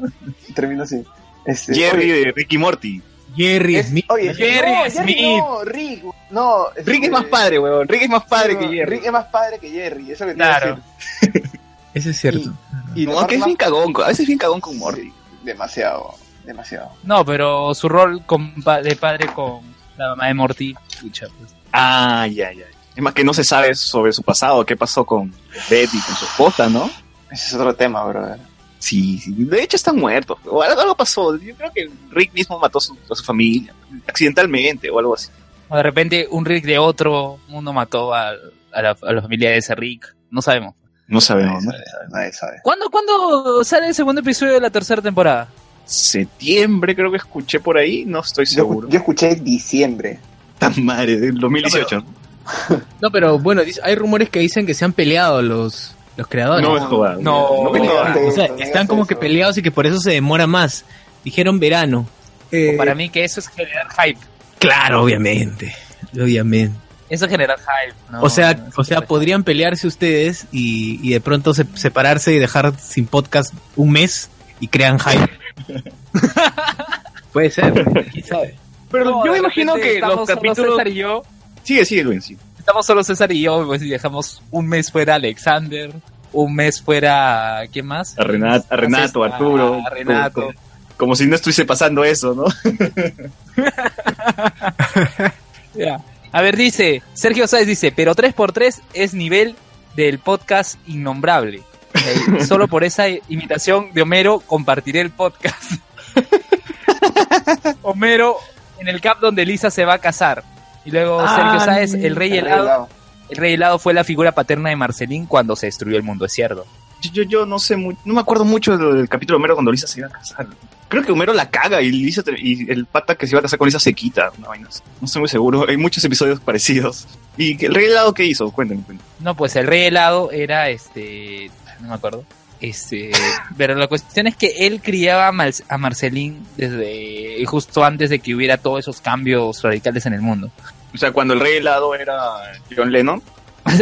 termina así. Este,
Jerry
oye,
de Ricky Morty.
Jerry
es-
Smith.
oye,
Jerry
no, Jerry,
Smith.
no, Rick, no,
Rick es más
este,
padre, weón. Rick es más padre que Jerry.
Rick es más padre que Jerry, eso que te
Claro.
iba a decir.
Ese es cierto.
Y
No, aunque es
Norma-
bien cagón. A veces es bien cagón con Morty.
Sí, demasiado, demasiado.
No, pero su rol con pa- de padre con la mamá de Morty, chucha, pues.
Ah, ya, ya. Es más que no se sabe sobre su pasado, qué pasó con Betty, con su esposa, ¿no?
Ese es otro tema, brother.
Sí, sí. de hecho están muertos. O algo, algo pasó. Yo creo que Rick mismo mató su- a su familia. Accidentalmente o algo así.
O de repente un Rick de otro, uno mató a, a la, a la familia de ese Rick, no sabemos.
No
Nadie
sabemos, ¿no?
sabe, nadie sabe.
¿Cuándo, ¿Cuándo sale el segundo episodio de la tercera temporada?
Septiembre creo que escuché por ahí. No estoy
Yo,
seguro.
yo escuché diciembre.
Tan madre, del 2018.
No, pero bueno, dice- hay rumores que dicen que se han peleado los, los creadores.
No, es jugada.
No.
no me jodas.
O sea,
Eso,
están
eso,
como
eso.
que peleados y que por eso se demora más. Dijeron verano. Eh,
O para mí que eso es generar hype.
Claro, obviamente. Obviamente.
Eso es generar hype. ¿no?
o sea,
No,
o sea,
no.
podrían pelearse ustedes y, y de pronto se- separarse y dejar sin podcast un mes y crean hype. Puede ser, quién sabe.
Pero
No,
yo
de
me imagino
repente
que los
estamos
capítulos...
solo César y yo,
Sigue, sigue, Luis. sigue.
estamos solo César y yo, pues, y dejamos un mes fuera a Alexander, un mes fuera, ¿quién más?
A Renato, a Renato, a
Entonces,
Arturo.
A Renato.
Como, como si no estuviese pasando eso, ¿no?
Ya. A ver, dice, Sergio Sáez dice, pero 3x3 es nivel del podcast innombrable. Eh, Solo por esa imitación de Homero compartiré el podcast. Homero en el cap donde Lisa se va a casar. Y luego
Ah,
Sergio Sáez, el rey helado.
Arreglado.
El rey helado fue la figura paterna de Marcelín cuando se destruyó el mundo, es cierto.
Yo, yo, yo no sé, mu- no me acuerdo mucho del, del capítulo de Homero cuando Lisa se iba a casar. Creo que Homero la caga y, Lisa te- y el pata que se iba a casar con Lisa se quita. una vaina así. No, estoy muy seguro, hay muchos episodios parecidos. ¿Y que- el rey helado qué hizo? Cuéntame, cuéntame.
No, pues el rey helado era este. No me acuerdo. Este. pero la cuestión es que él criaba a, Mal- a Marcelín desde. justo antes de que hubiera todos esos cambios radicales en el mundo.
O sea, cuando el rey helado era John Lennon.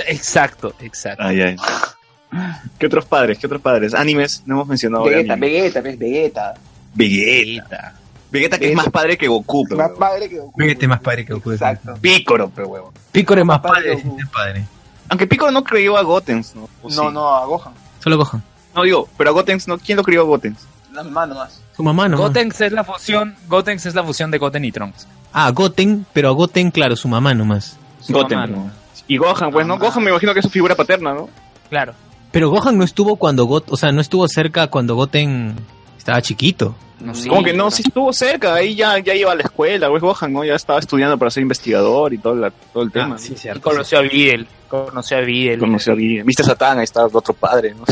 exacto, exacto.
Ay, ay. ¿Qué otros padres? ¿Qué otros padres? Animes, no hemos mencionado. de
Vegeta,
anime.
Vegeta, ves, Vegeta.
Vegeta. Vegeta que es más padre que Goku, pero
Más
huevón.
padre que Goku.
Vegeta es más padre que Goku.
Exacto.
Pícoro, pero huevo.
Pícore más padre,
padre,
sí,
Goku.
es padre.
Aunque Pícoro no creyó a Gotenks, ¿no? ¿O
No,
Pues sí?
no, a Gohan.
Solo cojan.
No digo, pero a Gotenks, no, ¿quién lo crió a Gotenks?
Las manos más.
Su mamá no.
Gotenks es la fusión. Gotenks es la fusión de Goten y Trunks.
Ah, Goten, pero a Goten, claro, su mamá nomás.
Su
Goten,
mamá,
¿no? Y Gohan, pues, ¿no?
Mamá.
Gohan me imagino que es su figura paterna, ¿no?
Claro.
Pero Gohan no estuvo cuando Goten, o sea, no estuvo cerca cuando Goten estaba chiquito.
No,
Sí,
Como que no,
pero-
sí estuvo cerca, ahí ya, ya iba a la escuela, pues Gohan, ¿no? Ya estaba estudiando para ser investigador y todo, la- todo el tema. ¿no?
Y conoció a Videl. Conoció a Videl.
Conoció a Guille. Viste a Satán, ahí está otro padre, ¿no?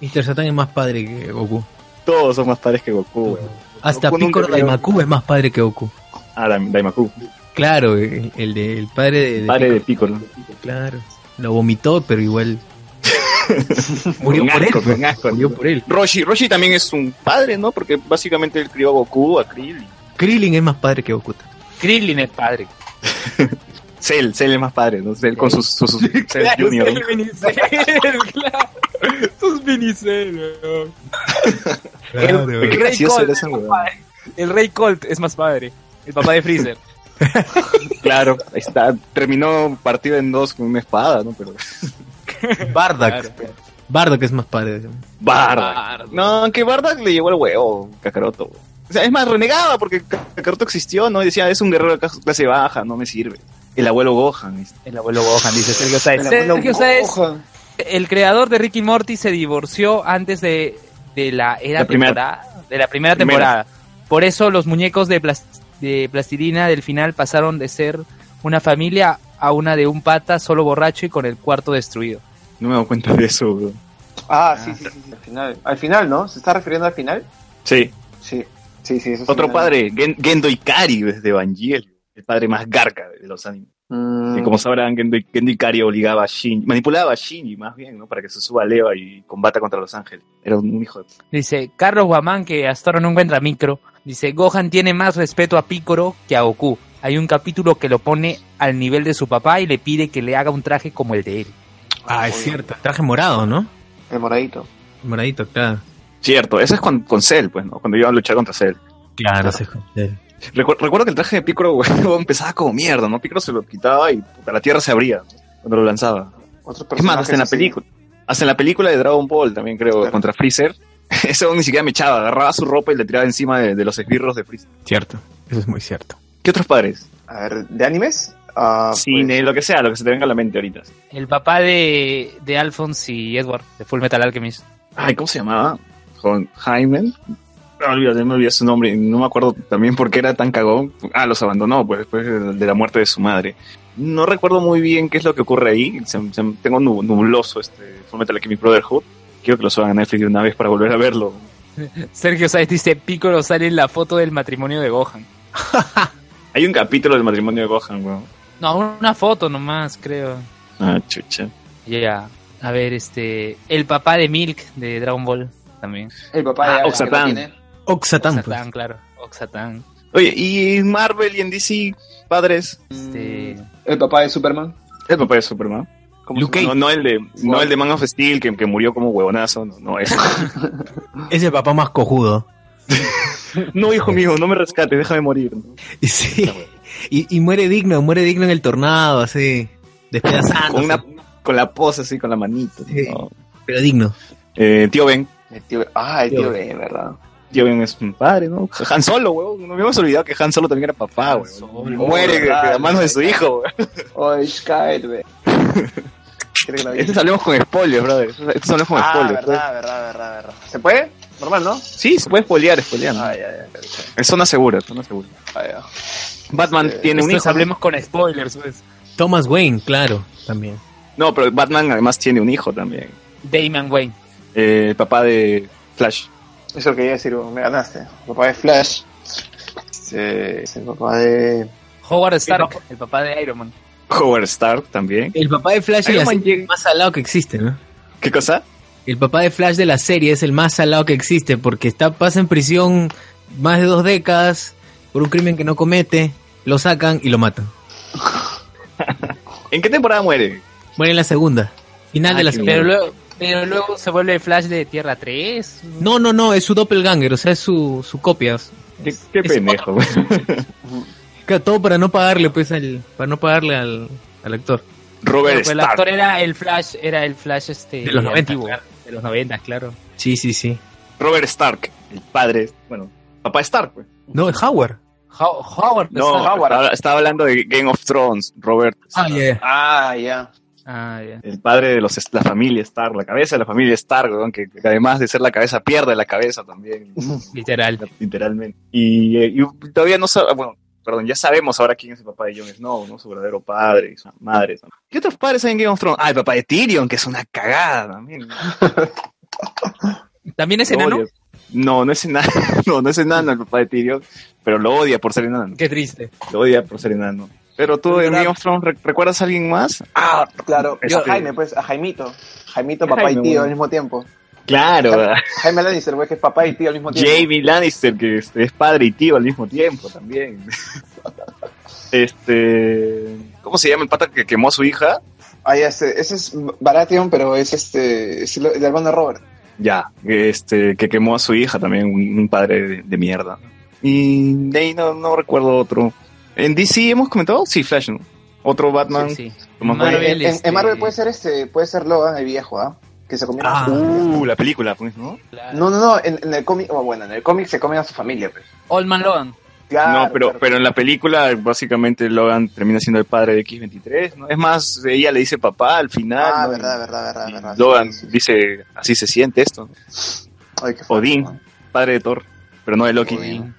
Mr. Satan es más padre que Goku.
Todos son más padres que Goku, weón.
Hasta
Goku nunca
Piccolo
creyó-
Daimaku es más padre que Goku.
Ah, Daim- Daimaku.
Claro, el, el de- el padre de, de
Padre de Piccolo.
Pico, claro. Lo vomitó, pero igual murió
Con
por
asco,
él.
con asco.
Murió por él.
Roshi, Roshi también es un padre, ¿no? Porque básicamente él crió a Goku, a Krillin.
Krillin es más padre que Goku.
Krillin es padre.
Cell, Cell es más padre, ¿no? Cell con sus, sus, sus- Cell
Claro,
Junior.
es el minicel, claro. Sus minicel, weón.
Qué
Rey
gracioso
Colt
era esa
es
huevada.
más padre. El Rey Colt es más padre. El papá de Freezer.
Claro, ahí está. Terminó partido en dos con una espada, ¿no? Pero.
Bardock. Bardock es más padre.
Barda.
Bardock.
No, aunque Barda le llevó el huevo, Kakaroto. O sea, es más, renegaba porque Kakaroto existió, ¿no? Y decía, es un guerrero de clase baja, no me sirve. El abuelo Gohan. este.
El abuelo Gohan, dice Sergio Sáez.
El abuelo
Sergio Sáez,
Gohan.
el creador de Ricky Morty, se divorció antes de, de la era
La primera.
temporada. De la primera,
Primera.
temporada. Por eso los muñecos de, plas- de plastilina del final pasaron de ser una familia a una de un pata solo borracho y con el cuarto destruido.
No me he dado cuenta de eso, bro.
Ah, sí, sí, sí, sí, al final. Al final, ¿no? ¿Se está refiriendo al final?
Sí.
Sí. Sí, sí, eso sí
Otro
me-
padre, Gen- Gendo Ikari, desde Evangelion. El padre más garca de los animes.
Mm,
Y como sabrán, Gendo, Gendo Ikari obligaba a Shinji, manipulaba a Shinji más bien, ¿no? Para que se suba a leva y combata contra los ángeles. Era un un hijo de...
Dice Carlos Guamán, que hasta ahora no encuentra micro. Dice Gohan tiene más respeto a Picoro que a Goku. Hay un capítulo que lo pone al nivel de su papá y le pide que le haga un traje como el de él.
Ah, es cierto. Traje morado, ¿no?
El moradito.
Moradito, claro.
Cierto, eso es con, con Cell, pues, ¿no? Cuando iban a luchar contra Cell.
Claro, eh,
Recu- recuerdo que el traje de Piccolo weón, empezaba como mierda, ¿no? Piccolo se lo quitaba y puta, la tierra se abría ¿no? cuando lo lanzaba.
Otro
Es más,
personaje
hasta en la
así.
película. Hasta en la película de Dragon Ball también, creo,
Claro.
contra Freezer. Ese weón ni siquiera me echaba, agarraba su ropa y la tiraba encima de, de los esbirros de Freezer.
Cierto. Eso es muy cierto.
¿Qué otros padres?
A ver, ¿de animes? Ah,
Cine, lo que sea, lo que se te venga a la mente ahorita.
El papá de, de Alphonse y Edward, de Full Metal Alchemist.
Ay, ¿cómo se llamaba? Con Jaime. No, olvídate, me olvidé su nombre. y No me acuerdo también por qué era tan cagón. Ah, los abandonó, pues, después de de la muerte de su madre. No recuerdo muy bien qué es lo que ocurre ahí. Se- se- tengo nu- nubloso este Fullmetal Alchemist Brotherhood. Quiero que lo suban a Netflix de una vez para volver a verlo.
Sergio Sáez dice Piccolo sale en la foto del matrimonio de Gohan.
Hay un capítulo del matrimonio de Gohan, weón.
No, una foto nomás, creo.
Ah, chucha.
Ya. A ver, este. El papá de Milk de Dragon Ball también.
pues, El papá de
Ah,
Aang,
Oxatán.
que no tiene.
Oxatán, pues.
Oxatán, claro. Oxatán.
Oye, y en Marvel y en DC, padres.
Este.
Mm, El papá de Superman.
El papá de Superman.
¿Cómo
Luke
se
No,
llama?
no el de, no el de Man of Steel, que, que murió como huevonazo. No, no ese. pues.
Es el papá más cojudo.
no, hijo mío, no me rescates, déjame morir. ¿no?
Y Sí. Y, y muere digno, muere digno en el tornado, así. Despedazando.
con, una, con la pose así, con la manito.
Ah, Sí.
¿no?
Pero digno.
Eh, tío Ben.
El tío- Ah, el
Tío
tío B, ¿verdad?
Tío Ben es un padre, ¿no? Han Solo, weón. No habíamos olvidado que Han Solo también era papá, weón.
Solo.
Muere de- de
¿verdad?
la mano de su hijo, weón.
Oye, Skype, güey. Creo que la vi.
Estos hablemos Este con spoilers, brother. Estos estos hablemos con
Ah,
spoilers.
verdad, verdad, verdad, verdad. ¿Se puede? Normal, ¿no?
Sí, se puede spoilear, spoilear. ¿no?
Ah, ya, ya.
Es zona segura, es zona segura. Eh,
Ah, ya.
Batman
Este,
tiene un
Esto
hijo.
es hablemos con spoilers, pues.
Thomas Wayne, claro, también.
No, pero Batman además tiene un hijo también.
Damon Wayne.
Eh, el papá de Flash.
Eso es lo que quería decir, me ganaste. El papá de Flash. Este, es el papá de.
Howard Stark, el papá de Iron Man.
Howard Stark también.
El papá de Flash es
Iron
la
Man
serie
llega-
más salado que existe, ¿no?
¿Qué cosa?
El papá de Flash de la serie es el más salado que existe porque está, pasa en prisión más de dos décadas por un crimen que no comete, lo sacan y lo matan.
¿En qué temporada muere?
Muere en la segunda, final
Ah,
de la
qué
segunda.
Pero luego, pero luego se vuelve Flash de Tierra 3.
No, no, no, es su doppelganger, o sea, es su, su copia.
Qué, qué
es
pendejo, weón.
Claro, todo para no pagarle, pues, al, para no pagarle al, al actor.
Robert
Pues el
Stark.
actor era el Flash, era el Flash este
De los 90,
antiguo, de los 90, claro.
Sí, sí, sí.
Robert Stark. El padre, bueno, papá Stark, pues.
No, es Howard.
How- Howard
No,
Stark.
estaba, estaba hablando de Game of Thrones, Robert.
Ah, ya, ya.
Ah, ya.
Ah, ya.
El padre de los, la familia Stark, la cabeza de la familia Stark, weón, que, que además de ser la cabeza, pierde la cabeza también,
Literal.
literalmente. Y, eh, y todavía no sabemos, bueno, perdón, ya sabemos ahora quién es el papá de Jon Snow, ¿no? Su verdadero padre y su madre. ¿no? ¿Qué otros padres hay en Game of Thrones? Ah, el papá de Tyrion, que es una cagada también.
¿También es
Lo
enano?
odio. No, no es enano, no, no es enano el papá de Tyrion, pero lo odia por ser enano.
Qué triste.
Lo odia por ser enano. Pero tú en Game of Thrones, ¿re- ¿recuerdas a alguien más?
Ah, claro. Yo,
Este-
Jaime, pues, a Jaimito. Jaimito,
¿Qué
papá
Jaime,
y tío
weón?
al mismo tiempo.
Claro, ¿verdad?
Jaime Lannister, güey, que es papá y tío al mismo tiempo.
Jamie Lannister, que es, es padre y tío al mismo tiempo también. este. ¿Cómo se llama el pata que quemó a su hija?
Ah, ya, este, ese es Baratheon, pero es este, es el, el hermano de Robert.
Ya, este, que quemó a su hija también, un, un padre de, de mierda. Y de ahí no, no recuerdo otro. ¿En DC hemos comentado? Sí, Flash, ¿no? Otro Batman.
Sí, sí.
Tomás
Marvel,
Wayne.
En- en, en
este-
Marvel puede ser este, puede ser Logan, el viejo, ¿ah? Que se comió.
Ah.
Uh, la película, pues, ¿no?
No, no, no, en, en el cómic, oh, bueno, en el cómic se comen a su familia, pues.
Old Man Logan.
Claro,
no, pero,
Ah, claro.
pero en la película, básicamente Logan termina siendo el padre de X23, ¿no? Es más, ella le dice papá al final.
Ah,
¿no?
verdad, verdad, verdad,
Y
verdad.
Logan
Sí, sí.
dice, así se siente esto, ¿no?
Ay, qué fuerte,
Odín,
man.
padre de Thor, pero no de Loki.
Odín.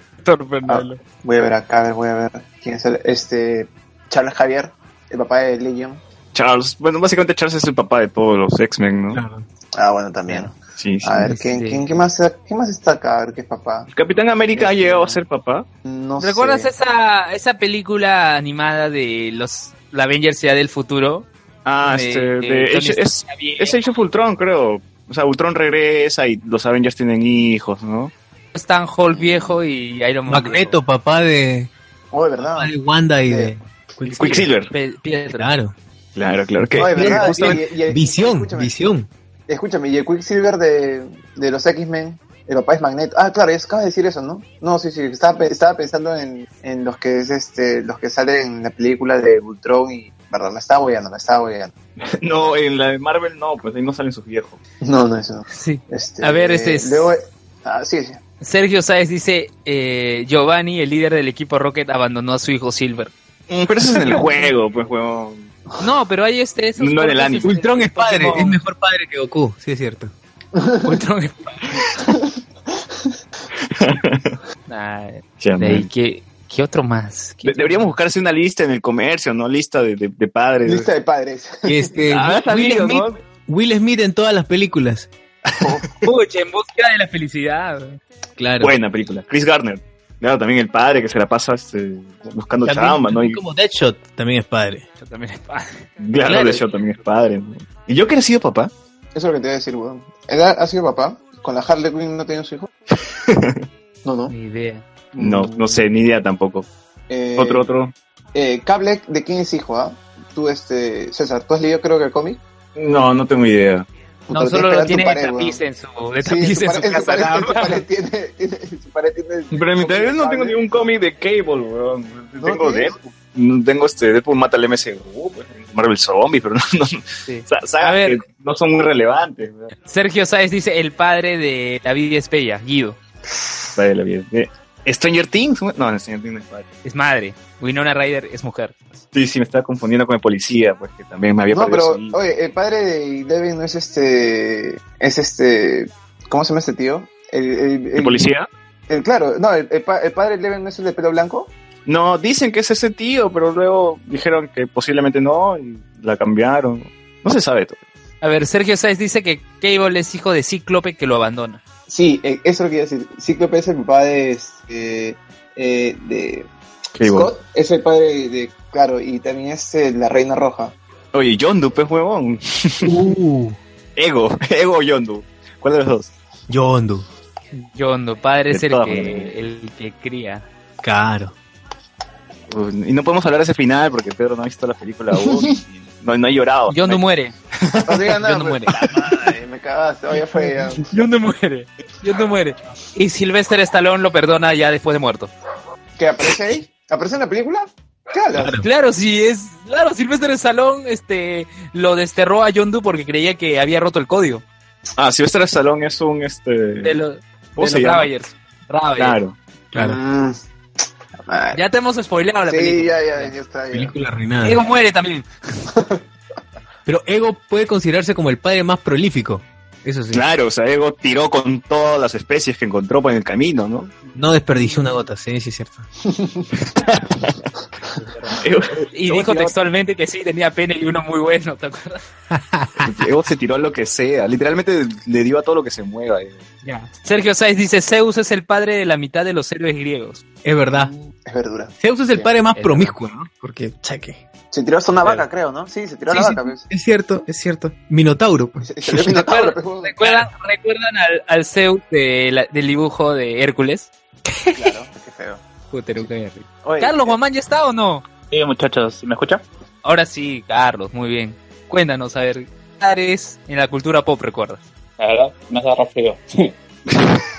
Ah, Voy a ver acá, a ver, voy a ver. ¿Quién es el, este, Charles Javier, el papá de Legion?
Charles, bueno, básicamente Charles es el papá de todos los X-Men, ¿no?
Ah, bueno, también.
Sí, sí.
A ver, ¿quién,
Sí.
quién, qué más, ¿quién más está acá? A ver, ¿qué es papá?
¿El Capitán América
Este,
ha llegado a ser papá?
No sé.
¿Recuerdas esa, esa película animada de los la Avengers Ciudad del Futuro?
Ah,
De-
este,
de
de
Tony
Age- es,
Stark.
es Age of Ultron, creo. O sea, Ultron regresa y los Avengers tienen hijos, ¿no?
Stan Hall viejo y Iron Man.
Magneto, papá de,
Oh, de verdad.
papá de Wanda y
Sí.
de
Quicksilver. Ah,
Pe- Pietro.
Claro.
Claro, claro. que
No, Oh, de verdad.
justamente-
Eh,
Y- y- y-
Visión,
escúchame,
visión.
Escúchame, y el Quicksilver de, de los X-Men, el papá es Magneto. Ah, claro, es- acabas de decir eso, ¿no? No, sí, sí, estaba, pe- estaba pensando en, en los que es este, los que salen en la película de Ultron y, verdad, la estaba boyando, la estaba boyando.
No, en la de Marvel no, pues ahí no salen sus viejos.
No, no, eso no.
Sí.
Este,
A ver, este es-
Luego, ah, sí, sí.
Sergio Sáez dice, eh, Giovanni, el líder del equipo Rocket, abandonó a su hijo Silver.
Eh,
Mm, Pero eso es en el juego, pues, huevón.
No, pero hay este... esos
No en el
cortes,
anime.
este,
Ultron es padre,
Pokémon.
es mejor padre que Goku, sí es cierto.
Ultron es padre. Nah, de ahí, ¿qué, qué otro más? ¿Qué
De- deberíamos buscarse una lista en el comercio, ¿no? Lista de, de- de padres.
Lista de padres.
Y este,
Ah, ha
Will,
salido,
Smith,
¿no?
Will Smith en todas las películas.
Pucha, en búsqueda de la felicidad.
Claro.
Buena película. Chris Garner. Claro, también el padre que se la pasa este, buscando
También-
chamba, ¿no? Y
también Como Deadshot también es padre.
Yo también es padre.
claro,
claro.
de hecho también es padre. ¿no? ¿Y yo que he sido papá?
Eso es lo que te iba a decir, weón. ¿Él ha, ha sido papá? ¿Con la Harley Quinn no tiene su hijo? No, no.
Ni idea.
No, no sé, ni idea tampoco.
Eh,
Otro, otro.
Eh, Cable, ¿de quién es hijo, ah? Tú, este, César, ¿tú has leído creo que el cómic?
No, no tengo idea.
No, solo lo tiene de tapiz en su, de
Sí,
tapiz
su
en
pared-
su
en su
casa.
pared-
nada
en su
más.
pared tiene- tiene- su pared tiene-
Pero en mi teléfono no tengo
cable.
ningún cómic de Cable, weón.
¿No
Tengo
tienes?
Deadpool. No Tengo este Deadpool mata al MCU, pues, Marvel Zombies, pero no, no
Sí.
sa- sagas
A ver.
que no son muy relevantes. weón.
Sergio Sáez dice, el padre de David Espella, Guido.
Está de la vida. Eh, Stranger Things, weón. no, Stranger Things no es padre.
Es madre. Winona Ryder es mujer.
Sí, sí, me estaba confundiendo con el policía, pues que también me había
No,
perdido
pero,
su hilo.
oye, el padre de Devin no es este, es este, ¿cómo se llama este tío? El, el-
¿El policía?
el- claro, no, el, el pa- el padre de Devin no es el de pelo blanco.
No, dicen que es ese tío, pero luego dijeron que posiblemente no y la cambiaron. No se sabe todo.
A ver, Sergio Sáez dice que Cable es hijo de Cíclope que lo abandona.
Sí, eh, eso es lo que iba a decir. Cíclope es el papá de, este, eh, de Scott, es el padre de, claro, y también es eh, la reina roja.
Oye, Yondu, pues huevón.
Uh,
Ego, Ego o Yondu. ¿Cuál de los dos?
Yondu,
Yondo, padre es
De
el
todas maneras.
que, el que cría.
claro.
Uh, Y no podemos hablar de ese final porque Pedro no ha visto la película aún. y No, no ha llorado.
Yondo muere.
No digan nada,
Yondo
pues.
muere.
Ay, me cagaste, oye, fue eh, ya.
Yondo muere. Yondo muere. Y Sylvester Stallone lo perdona ya después de muerto.
¿Qué aparece ahí? ¿Aparece en la película? ¿Qué hablas?
Claro, sí, es. Claro, Sylvester Stallone este, lo desterró a Yondu porque creía que había roto el código
Ah, Sylvester Stallone es un este.
de, lo- de
¿Cómo
los
se llama?
Ravagers. Ravagers.
Claro.
Claro.
Ah,
Mm. Madre.
Ya te hemos spoileado la
Sí,
película.
ya, ya, ya está. ya.
Película arruinada.
Ego muere también.
Pero Ego puede considerarse como el padre más prolífico. Eso sí.
Claro, o sea, Ego tiró con todas las especies que encontró por el camino, ¿no?
No desperdició una gota, sí, sí es cierto.
Eh,
Y dijo textualmente que sí, tenía pene y uno muy bueno, ¿te acuerdas?
Ego se tiró a lo que sea, literalmente le dio a todo lo que se mueva. eh.
Sergio Sáez dice, Zeus es el padre de la mitad de los héroes griegos.
Es verdad.
Es verdura.
Zeus es el padre más
Uh, es
promiscuo, ¿no? Porque, cheque.
Se tiró hasta una vaca, creo, ¿no? Sí, se tiró a la
Sí, sí,
vaca. pues.
es cierto, es cierto. Minotauro, pues.
Se- se tiró el minotauro, pues, huevón.
¿Recuerdan, ¿recuerdan al, al Zeus de la- del dibujo de Hércules?
Claro, qué feo.
Puta, nunca me reí.
Oye,
Carlos Guamán ya está o no?
Sí, muchachos, ¿me escuchan?
Ahora sí, Carlos, muy bien. Cuéntanos, a ver, ¿qué eres en la cultura pop, recuerdas?
La verdad, me has agarrado frío.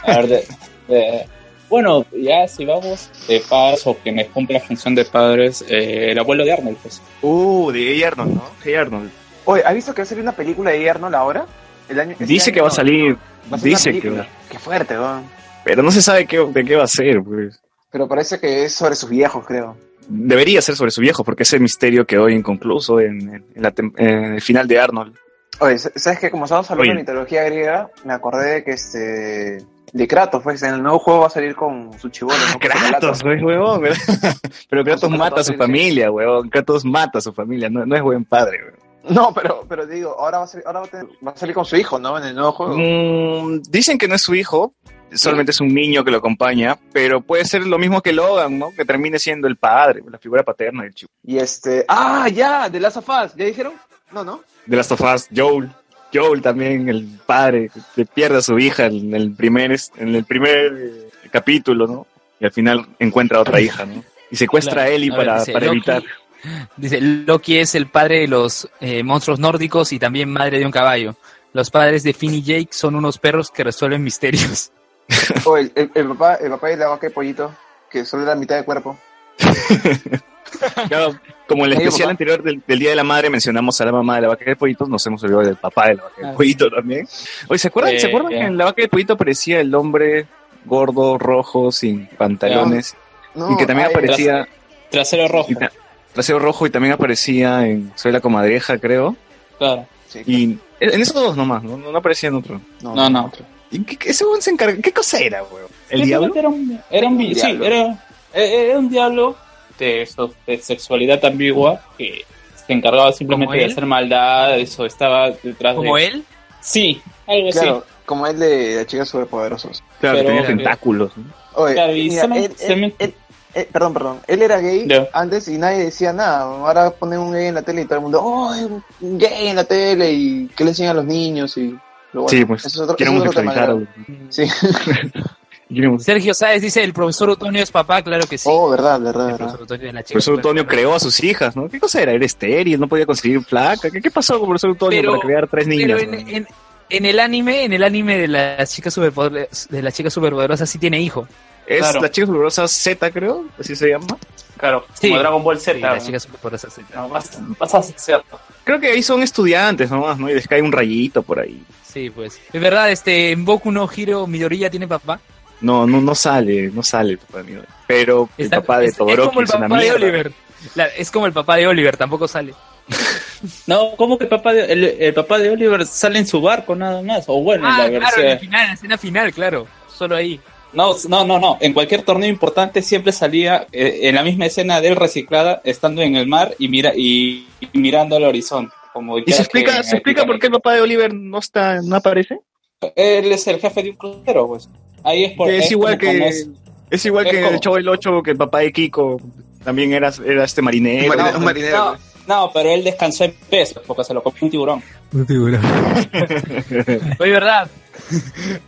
A ver, de- de- bueno, ya si vamos de padres o quienes cumplen función de padres, eh, el abuelo de Arnold, pues.
Uh, de Hey Arnold, ¿no? Hey Arnold.
Oye, ¿has visto que va a salir una película de Arnold ahora? El año, este
Dice
año
que va a
no,
salir,
va a ser una
dice que
película.
va.
Qué fuerte, weón.
Pero no se sabe qué, de qué va a ser, pues.
Pero parece que es sobre sus viejos, creo.
Debería ser sobre su viejo, porque ese misterio quedó inconcluso en, en la tem- en el final de Arnold.
Oye, sa- ¿sabes que Como estamos hablando
Oye.
de mitología griega, me acordé de que este. De Kratos, pues en el nuevo juego va a salir con su chibolo, ¿no? Con
Kratos,
chocolate.
pues, huevón, ¿verdad? Pero Kratos
Con su
mata a su
papá,
familia, huevón. Kratos mata a su familia, no, no es buen padre, huevón.
No, pero, pero digo, ahora va a salir, ahora va a, tener- va a salir con su hijo, ¿no? En el nuevo
Oh.
juego.
Mm, dicen que no es su hijo, solamente es un niño que lo acompaña, pero puede ser lo mismo que Logan, ¿no? Que termine siendo el padre, la figura paterna del chico.
Y este. ¡Ah, ya! De Last of Us, ¿ya dijeron? No, no.
De Last of Us, Joel. Joel también, el padre, que pierde a su hija en el primer, es- en el primer eh, capítulo, ¿no? Y al final encuentra a otra hija, ¿no? Y secuestra a Ellie
A ver,
para,
dice,
para
Loki-
evitar.
Dice, Loki es el padre de los eh, monstruos nórdicos y también madre de un caballo. Los padres de Finn y Jake son unos perros que resuelven misterios.
O el, el- el papá, el papá de la vaca de pollito, que solo era mitad de cuerpo.
Claro, como en el
Oye,
especial
papá.
anterior del, del Día de la Madre mencionamos a la mamá de la vaca de pollito, nos hemos olvidado del papá de la vaca de
Ah,
pollito también. Oye, ¿se acuerdan,
Eh,
¿se acuerdan
eh.
que en la vaca de pollito aparecía el hombre gordo, rojo, sin pantalones?
No,
y que también
ay,
aparecía
Trasero rojo,
y ta- trasero rojo y también aparecía en Soy la comadreja, creo.
claro.
sí,
Y en en esos dos nomás, no, no aparecía en otro.
No, no.
¿Y qué, qué- ese weón se encarga- ¿Qué cosa era, weón? ¿El
Sí,
diablo?
Era un, era un, vi- sí,
diablo.
era, eh, era un diablo de, so- de sexualidad ambigua que se encargaba simplemente
¿Como
de
él?
hacer maldad, eso estaba detrás
Como
de...
él,
Sí, algo
Claro,
así.
como el de las chicas superpoderosas.
Claro,
pero-
tenía tentáculos. ¿no?
Oye,
Claro, y
mira,
solamente-
él- él-
solamente-
él- él- perdón, perdón. Él era gay
Ya.
antes y nadie decía nada. Ahora ponen un gay en la tele y todo el mundo, oh, hay un gay en la tele y que le enseñan a los niños y lo bueno,
Sí, pues,
eso es otro,
Quiero
eso es otro tema.
homosexualizar,
claro.
weón.
Sí.
Quiero homosexualizar.
Sergio Sáez dice, el profesor Otonio es papá, claro que sí.
Oh, verdad, verdad,
el
verdad.
profesor Otonio de la chica.
El profesor Antonio creó a sus hijas, ¿no? ¿Qué cosa era? Era estéril, no podía conseguir placa. ¿Qué, qué pasó con el profesor Antonio
Pero-
para crear tres
Pero
niñas?
en,
¿no?
en- en el anime, en el anime de las chicas superpoderosas, de las chicas superpoderosas sí tiene hijo.
Es
claro.
la chica dolorosa Z, creo, así se llama.
Claro,
Sí.
como Dragon Ball Z.
Sí, las chicas superpoderosas sí.
No, vas, vas a ser
Creo que ahí son estudiantes nomás, ¿no? Y les cae un rayito por ahí.
Sí, pues. Es verdad, este, en Boku no Hiro Midoriya tiene papá.
No, no, no sale, no sale el papá de Midori. Pero el
Está-
papá de
es- Es
Todoroki
como el
es, una
papá de
mierda.
Oliver. La- es como el papá de Oliver, tampoco sale.
No, ¿cómo que el papá, de, el, el papá de Oliver sale en su barco nada más? O bueno, en
Ah,
la
claro, en la
versión...
final, en la escena final, claro. Solo ahí.
No, no, no, no. En cualquier torneo importante siempre salía eh, en la misma escena de él reciclada, estando en el mar y mira y, y mirando al horizonte. Como
¿Y
ya
se
que
explica,
en
se
el
explica por qué el papá de Oliver no está, no aparece?
Titanic. Él es el jefe de un crucero, pues. Ahí es por
Que es,
es
igual
como- como
que,
es-
es igual
es
que
como-
el Chavo el 8, que el papá de Kiko también era, era este marinero.
Un marinero,
¿no?
un marinero,
no,
pues.
no, pero él descansó en pez porque se lo comió un tiburón.
Un tiburón.
Oye, verdad.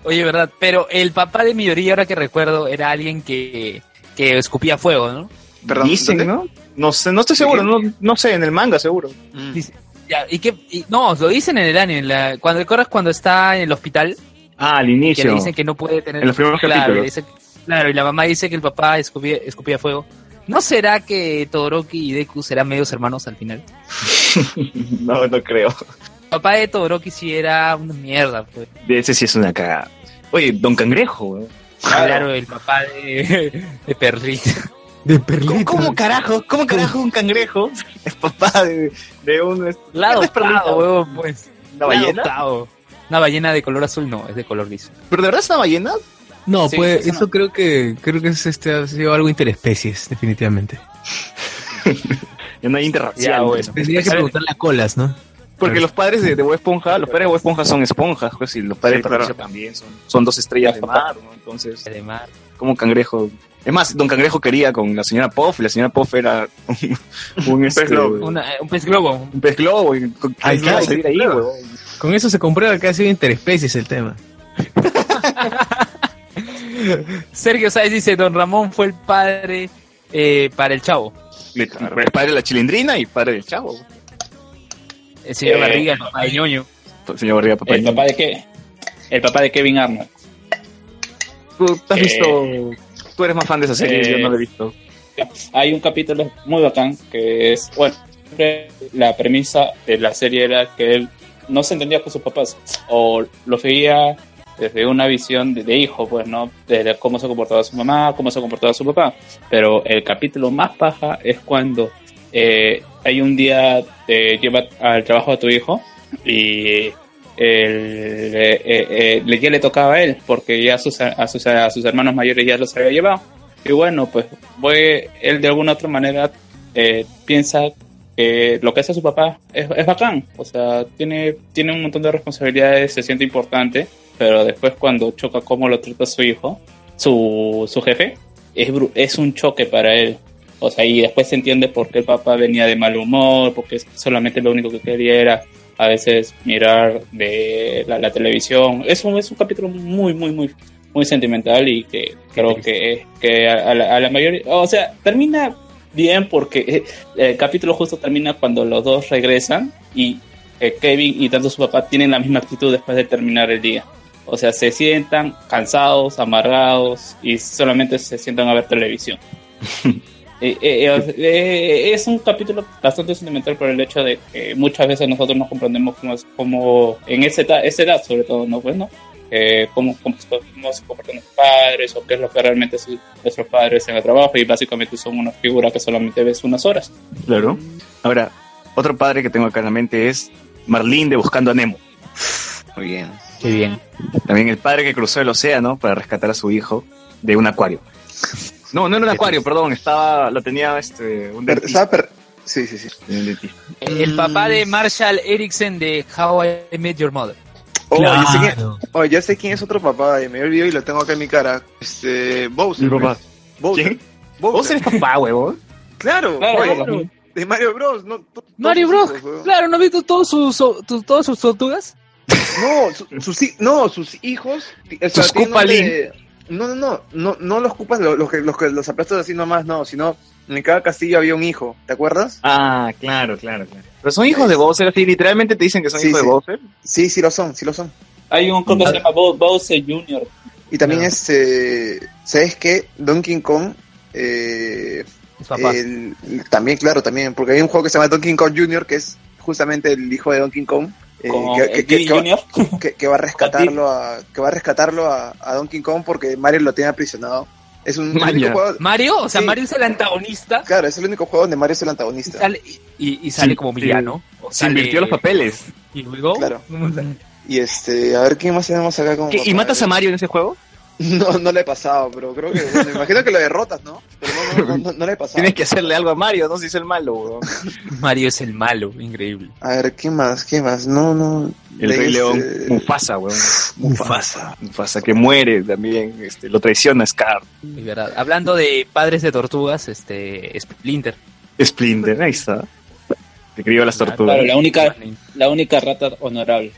Oye, verdad. Pero el papá de Midoriya, ahora que recuerdo, era alguien que, que escupía fuego, ¿no?
Perdón,
Dicen,
¿dónde?
¿no? No sé, no estoy seguro, no, no sé, en el manga seguro.
Mm.
Dice- Ya, y que y- no, lo dicen en el anime, en la- cuando recuerdas cuando está en el hospital,
Ah, al
que
inicio.
le dicen que no puede tener
En los primeros
claro,
capítulos.
le dicen- claro, y la mamá dice que el papá escupía, escupía fuego. ¿No será que Todoroki y Deku serán medios hermanos al final?
No, no creo.
El papá de Todoroki sí era una mierda, pues.
De ese sí es una cagada. Oye, Don Cangrejo. ¿eh?
Claro, el papá de, de Perlita.
De perlita.
¿Cómo, cómo carajo? ¿Cómo carajo un cangrejo es papá de, de un...
La
¿Qué es Perlita?
adoptado, huevón, pues.
¿Una
La
ballena?
adoptado. Una ballena de color azul no, es de color gris.
¿Pero de verdad es una ballena?
No,
Sí,
pues
eso no.
eso creo que creo que es este ha sido algo interespecies, definitivamente.
Ya no hay interracial.
Ya,
pues.
bueno.
Tendría que preguntarle a colas, ¿no?
Porque los padres de, de Bob Esponja, los padres de Bob Esponja son esponjas, pues, y los padres de Patricio también son, son dos estrellas de mar, ¿no? Entonces,
Además,
como Cangrejo. Es más, Don Cangrejo quería con la señora Puff, y la señora Puff era un, un, este,
globo.
una- eh, un pez globo.
un pez globo. y con- ¿qué
Ahí
iba a
está,
salir ahí,
claro.
huevón?
Con eso se comprueba que ha sido interespecies el tema.
Sergio Sáez dice, Don Ramón fue el padre eh, para el chavo.
Le- El padre de la chilindrina y padre del chavo.
El señor
Eh,
Barriga, el papá de ñoño.
Señor Barriga, papá.
¿El papá de qué? El papá de Kevin Arnold.
¿Tú, tú has
Eh,
visto? Tú eres más fan de esa serie,
eh,
yo no la he visto.
Hay un capítulo muy bacán que es, bueno, siempre la premisa de la serie era que él no se entendía con sus papás o los veía desde una visión de, de hijo, pues, ¿no? De cómo se comportaba su mamá, cómo se comportaba su papá. Pero el capítulo más paja es cuando eh, hay un día te lleva al trabajo a tu hijo y el- eh, eh, eh, le- ya le tocaba a él porque ya a sus, a sus, a sus hermanos mayores ya los había llevado. Y bueno, pues voy, él de alguna otra manera eh, piensa que lo que hace su papá es, es bacán. O sea, tiene, tiene un montón de responsabilidades, se siente importante, pero después cuando choca cómo lo trata su hijo, su, su jefe, es, bru- es un choque para él. O sea, y después se entiende por qué el papá venía de mal humor, porque solamente lo único que quería era a veces mirar de la, la televisión. Es un, es un capítulo muy, muy, muy, muy sentimental y que creo que, que a, a la, a la mayoría... O sea, termina bien porque eh, el capítulo justo termina cuando los dos regresan y eh, Kevin y tanto su papá tienen la misma actitud después de terminar el día. O sea, se sientan cansados, amargados y solamente se sientan a ver televisión. Eh, eh, eh, eh, es un capítulo bastante sentimental por el hecho de que muchas veces nosotros no comprendemos cómo, es- cómo en esa edad, esa edad sobre todo, ¿no? Pues, ¿no? Eh, cómo, cómo se- cómo se comportan los padres o qué es lo que realmente son nuestros padres en el trabajo y básicamente son una figura que solamente ves unas horas.
Claro. Ahora, otro padre que tengo acá en la mente es Marlene de Buscando a Nemo.
Muy bien.
Qué bien.
También el padre que cruzó el océano para rescatar a su hijo de un acuario. No, no era un acuario, perdón, estaba, lo tenía este, un
Per-
dentista.
estaba per- sí, sí, sí.
tenía un dentista.
El papá de Marshall Erickson de How I Met Your Mother.
Oh, yo,
Ah.
sé quién, oh, ya sé quién es otro papá, y me olvidó y lo tengo acá en mi cara. Este, Bowser.
Mi papá.
Bowser.
¿Quién?
Bowser.
Vos eres papá, huevón.
Claro,
Claro,
Mario,
claro.
de Mario Bros. No, to-
Mario
todos
Bros.
sus hijos, weón.
Claro, ¿no has visto todos sus, tu- todas sus tortugas?
No, su- sus, hi- no, sus hijos. ti- o sea,
Sus
tienen
Koopalin.
de- No, no, no, no, no los cupas, los, los que los, que los aplastas así nomás, no, sino en cada castillo había un hijo, ¿te acuerdas?
Ah, claro, claro, claro. Pero son hijos de Bowser, así literalmente te dicen que son
Sí,
hijos
sí.
de Bowser.
Sí, sí lo son, sí lo son.
Hay un creo que se llama Bo- Bowser Jr.
Y también
Ya.
este, ¿sabes qué? Donkey Kong, eh,
Sus papás.
el- el- también, claro, también, porque hay un juego que se llama Donkey Kong Jr., que es justamente el hijo de Donkey Kong, eh,
con
que, que-
Jimmy
que- que va-
Jr.
que- que va a rescatarlo, a, que va a, rescatarlo a, a Donkey Kong porque Mario lo tiene aprisionado. Es un el
Maña.
único juego,
Mario, o sea,
Sí.
Mario es el antagonista
claro, es el único juego donde Mario es el
y
antagonista.
sale, y, y sale
Sí,
como
sí.
villano. O
Se
sale-
invirtió los papeles.
Y luego...
Claro. Y este, a ver quién más tenemos acá como
¿Qué, ¿Y
papá?
matas a Mario en ese juego?
No, no le he pasado, pero creo que, bueno, me imagino que lo derrotas, ¿no? Pero no, no, no, no- no le he pasado.
Tienes que hacerle algo a Mario, no si es el malo, huevón.
Mario es el malo, increíble.
A ver, ¿qué más? ¿Qué más? No, no.
El
de
Rey
este-
León, Mufasa, weón.
Mufasa.
Mufasa que muere también, este, lo traiciona Scar,
Es verdad. Hablando de padres de tortugas, este Splinter.
Splinter, ahí está. Te crió las tortugas.
Claro, la única, la única rata honorable.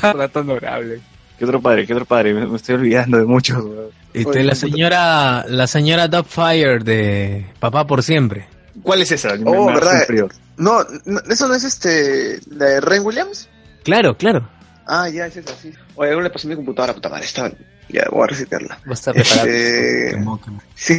Rato honorable.
¿Qué otro padre? ¿Qué otro padre? Me, me estoy olvidando de muchos. weón.
Este,
Oye,
la
puta.
señora, la señora Dubfire de Papá por siempre.
¿Cuál es esa? Me-
Oh,
me hace
¿verdad?
un frío.
No, no, ¿eso no es este. la de Ren Williams?
Claro, claro.
Ah, ya, es esa, sí. Oye, algo le pasó a mi computadora, puta madre. Está... Ya, voy a resetearla.
Va a estar preparado.
Este.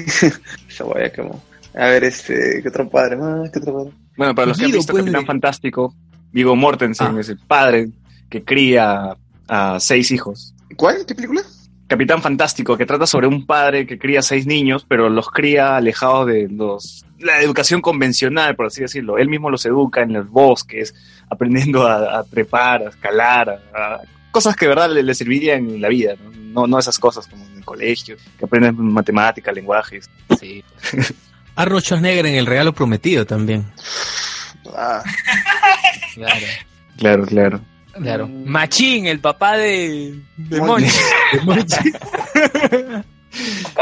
Sí, esa guaya quemó. A ver, este. ¿Qué otro padre más? ¿Qué otro padre?
Bueno, para los que han
Guido,
visto
pues,
Capitán
de-
Fantástico, Vigo Mortensen
Ah.
es el padre que cría a seis hijos.
¿Cuál? ¿Qué película?
Capitán Fantástico, que trata sobre un padre que cría seis niños, pero los cría alejados de los la educación convencional, por así decirlo. Él mismo los educa en los bosques, aprendiendo a, a trepar, a escalar, a, a cosas que de verdad le, le servirían en la vida, ¿no? ¿no? no esas cosas como en el colegio, que aprendes matemática, lenguajes.
Sí.
Arnold Schwarzenegger en El Regalo Prometido también.
Ah,
Claro,
Claro, claro.
claro. Machín, el papá de, de
Muy
Monchi.
Carlos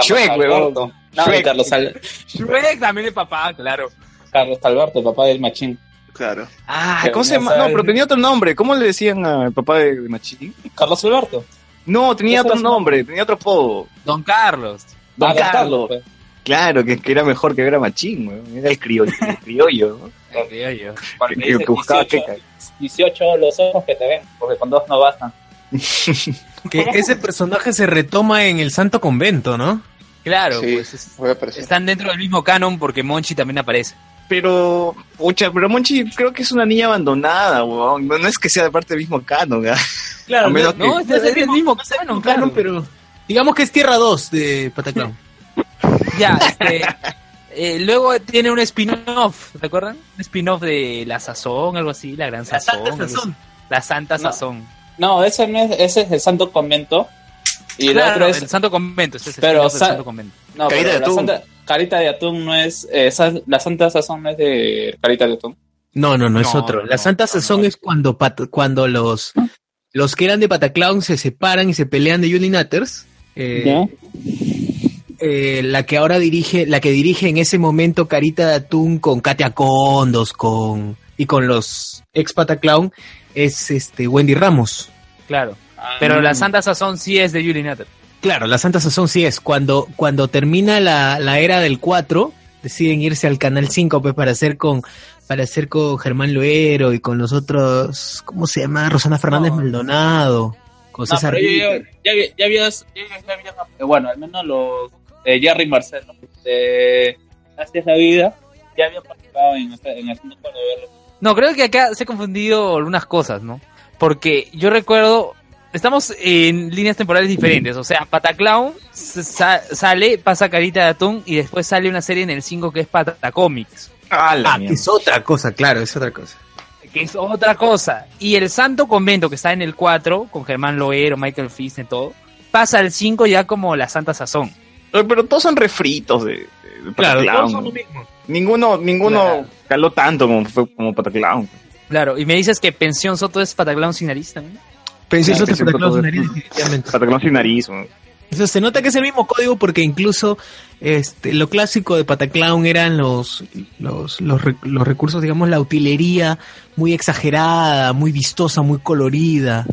Shrek, huevón.
Alberto. No,
Shrek.
Carlos, Al-
Shrek también es papá, claro.
Carlos Alberto, papá del machín.
claro.
Ah,
Pero
¿cómo se
no
llama? No,
saben.
pero tenía otro nombre. ¿Cómo le decían al papá de, de Machín?
Carlos Alberto.
No, tenía
Ese
otro
era su nombre.
nombre, tenía otro apodo.
Don Carlos.
Don
Ah,
Carlos.
pues.
Claro, que, que era mejor que era Machín, weón. Era el criollo. El criollo ¿no?
Ay, creo yo.
que,
Porque
que
dice
buscaba
18,
queca.
18 los ojos que te ven, porque con dos no bastan.
Que ese personaje se retoma en El Santo Convento, ¿no?
Claro,
Sí.
pues es-
Voy a aparecer.
están dentro del mismo canon porque Monchi también aparece.
Pero, pucha, pero Monchi creo que es una niña abandonada, weón. No, no es que sea de parte del mismo canon, ¿ah?
Claro,
A menos
no,
que-
es del mismo, canon, claro.
pero... Digamos que es Tierra 2 de Pataclown.
Ya, este, eh, luego tiene un spin-off, ¿se acuerdan? Un spin-off de La Sazón, algo así, La Gran Sazón. algo así. La Santa
No.
Sazón.
No, ese, no es, ese es el Santo Convento. Y
Claro,
el otro es.
el Santo Convento, ese es el
Pero,
spin-off del
sa-
Santo Convento.
No,
Carita
pero
de
la
atún.
Santa- Carita de Atún no es. eh, sa- la Santa Sazón no es de Carita de Atún.
No, no, no, es
No,
otro.
no,
La Santa
no,
Sazón
no.
es cuando, Pat- cuando los, los que eran de Pataclown se separan y se pelean de Julie Natters. Eh, eh, la que ahora dirige, la que dirige en ese momento Carita de Atún con Katia Condos con, y con los ex Pataclown es este Wendy Ramos.
Claro,
Ah,
pero La
mm.
Santa Sazón sí es de Julie Nutter.
Claro, la Santa Sazón sí es. Cuando, cuando termina la, la era del 4, deciden irse al Canal 5 pues, para hacer con para hacer con Germán Luero y con los otros, ¿cómo se llama? Rosana Fernández
No.
Maldonado, con
No,
César
pero ya,
Ritter.
ya, ya- ya habías- ya- ya habías- eh, bueno, al menos los eh, Jerry y Marcelo, de Gracias la Vida, ya habían participado en, esta- en el Santo Convento.
No, creo que acá se han confundido algunas cosas, ¿no? Porque yo recuerdo, estamos en líneas temporales diferentes, o sea, Pataclown s- sa- sale, pasa Carita de Atún y después sale una serie en el 5 que es Patacomics,
Ah, la
Ah, que
mierda.
es otra cosa, claro, es otra cosa.
que es otra cosa. Y el Santo Convento que está en el 4, con Germán Loero, Michael Fist y todo, pasa al 5 ya como la Santa Sazón.
Oye, Pero todos son refritos de, de- de Pataclown, ¿no?
mismo.
Ninguno, ninguno
Claro.
caló tanto como, fue como Pataclown.
Claro, y me dices que Pensión Soto es Pataclown sin nariz también.
Pensé
Claro,
es otra
pensé
Pataclown,
todo
nariz,
esto.
definitivamente.
Pataclown sin nariz, weón.
Eso se nota que es el mismo código porque incluso este, lo clásico de Pataclown eran los, los, los, re- los recursos, digamos, la utilería muy exagerada, muy vistosa, muy colorida.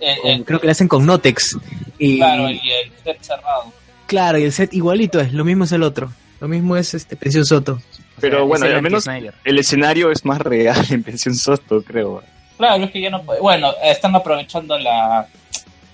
Eh,
con-
eh,
creo que la hacen con Notex. Y,
Claro, y el set cerrado.
claro, y el set igualito es, lo mismo es el otro. Lo mismo es este Precioso Soto.
O
Pero
sea, es
bueno,
el
al menos
anti-Snyder.
el escenario es más real en Pensión Soto, creo.
Claro, es que ya no puede- Bueno, están aprovechando la,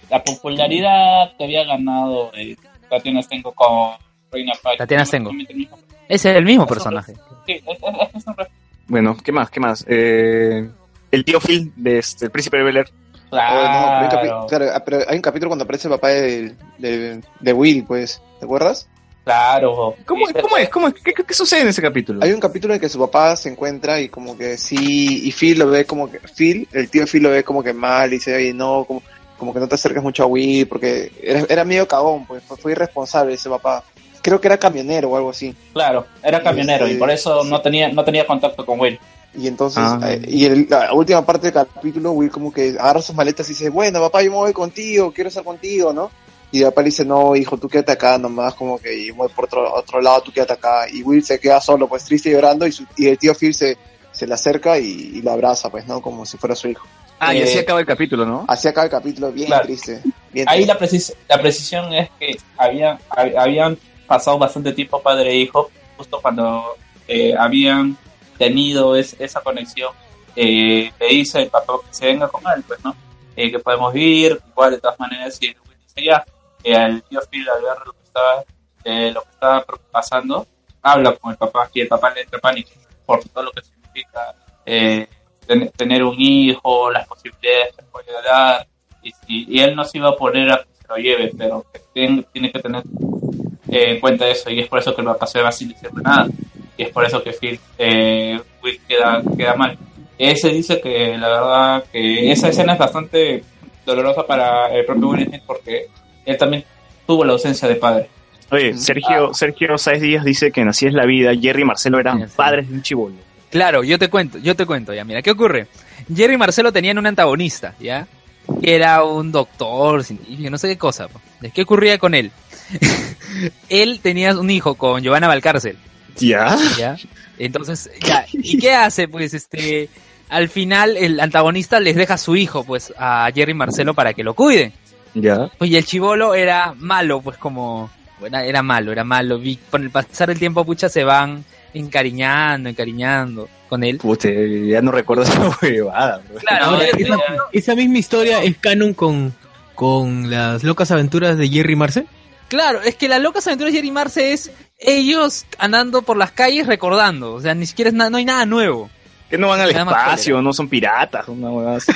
la popularidad que había ganado eh, Tatiana Stenko con Reina Paz.
Tatiana Stenko.
Sí,
Ese es el mismo personaje.
es, es- es un reflejo.
Bueno, ¿qué más? ¿Qué más? Eh, el tío Phil de este, el príncipe de Bel Air.
Oh, no, pero hay un
Claro,
capi- claro, ah, pero hay un capítulo cuando aparece el papá del- del- de Will, pues. ¿Te acuerdas?
claro.
¿Cómo, cómo es? ¿Cómo es? ¿Qué, qué- qué sucede en ese capítulo?
Hay un capítulo en que su papá se encuentra y como que sí, y Phil lo ve como que, Phil, el tío Phil lo ve como que mal y dice, oye, no, como, como que no te acerques mucho a Will, porque era, era medio cagón, pues fue, fue irresponsable ese papá. Creo que era camionero o algo así.
Claro, era camionero y por eso
Sí.
no tenía no tenía contacto con Will.
Y entonces,
Ah.
eh, y el- la última parte del capítulo, Will como que agarra sus maletas y dice, bueno, papá, yo me voy contigo, quiero estar contigo, ¿no? Y el papá le dice, no, hijo, tú quédate acá nomás, como que y voy por otro, otro lado, tú quédate acá. Y Will se queda solo, pues triste y llorando, y, su- y el tío Phil se, se le acerca y, y lo abraza, pues, ¿no? Como si fuera su hijo.
ah, y así
eh,
acaba el capítulo, ¿no?
Así acaba el capítulo, bien
Claro.
triste. Bien
Ahí
triste.
la, precis- la precisión es que habían, hab- habían pasado bastante tiempo padre e hijo, justo cuando eh, habían tenido es- esa conexión. Eh, le dice el papá que se venga con él, pues, ¿no? Eh, que podemos ir, igual de todas maneras, y él dice ya, eh, el tío Phil al ver lo que estaba, eh, lo que estaba pasando, habla con el papá y el papá le entra pánico por todo lo que significa eh, ten- tener un hijo, las posibilidades que puede dar, y, y- y él no se iba a poner a que se lo lleve, pero que ten- tiene que tener eh, en cuenta eso, y es por eso que el papá se va sin decirle nada. y es por eso que Phil eh, Will queda, queda mal. Ese dice que la verdad que esa escena es bastante dolorosa para el propio Will Smith porque él también tuvo la ausencia de padre.
Oye, Sergio, Sergio Sáez Díaz dice que en Así es la vida, Jerry y Marcelo eran
Ya sé.
padres de un chibolo.
Claro, yo te cuento, yo te cuento, ya mira, ¿qué ocurre? Jerry y Marcelo tenían un antagonista, ¿ya? Que era un doctor, científico, no sé qué cosa. po. ¿Qué ocurría con él? él tenía un hijo con Giovanna Valcárcel,
¿Ya?
¿ya? Entonces, ya, ¿y qué hace? Pues este, al final el antagonista les deja a su hijo, pues, a Jerry y Marcelo para que lo cuiden.
¿Ya?
Pues, y el chivolo era malo, pues como... Bueno, era malo, era malo. Vi, con el pasar del tiempo, pucha, se van encariñando, encariñando con él.
Puta, ya no recuerdo esa huevada. bro.
Claro,
Ahora,
él-
esa, esa misma historia es canon con, con las locas aventuras de Jerry Marcel.
Claro, es que las locas aventuras de Jerry Marce es ellos andando por las calles recordando. O sea, ni siquiera es nada, no hay nada nuevo.
Que no van al
Nada más
espacio, no son piratas, una huevada así.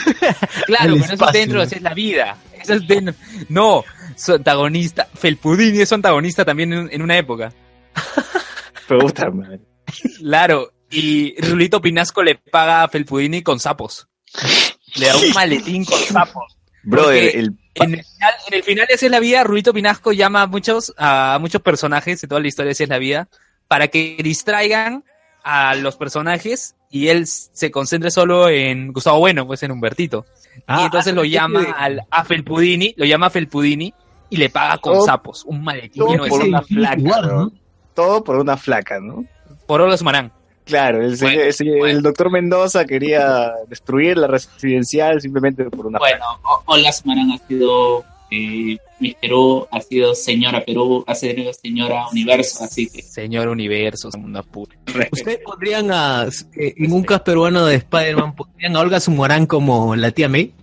Claro,
El
pero eso es
espacio.
dentro, esa es la vida. Eso es dentro. No, su antagonista, Felpudini es su antagonista también en, en una época.
Pero puta madre.
Claro, y Rulito Pinasco le paga a Felpudini con sapos. Le da un maletín con sapos.
Brother,
Porque-
el
En el final, en el final de Así es la vida, Rulito Pinasco llama a muchos, a muchos personajes de toda la historia de Así es la vida para que distraigan a los personajes y él s- se concentre solo en Gustavo Bueno, pues en Humbertito.
Ah,
y entonces lo llama al, a Felpudini, lo llama a Felpudini y le paga con
Todo-
sapos, un maletín
todo
lleno de
Oh, por
sapos.
una flaca,
Igual,
bro.
¿no?
todo por una flaca, ¿no?
por Oro Sumarán.
Claro, el, señor-
Bueno,
el señor-
bueno.
el doctor Mendoza quería destruir la residencial simplemente por una
Bueno, o- Olga Sumarán ha sido eh, Miss Perú, ha sido Señora Perú, ha sido Señora Universo, así que
Señor Universo, mundo puro.
Ustedes pondrían a, eh, en un cast peruano de Spider-Man, pondrían a Olga Zumorán como la tía May.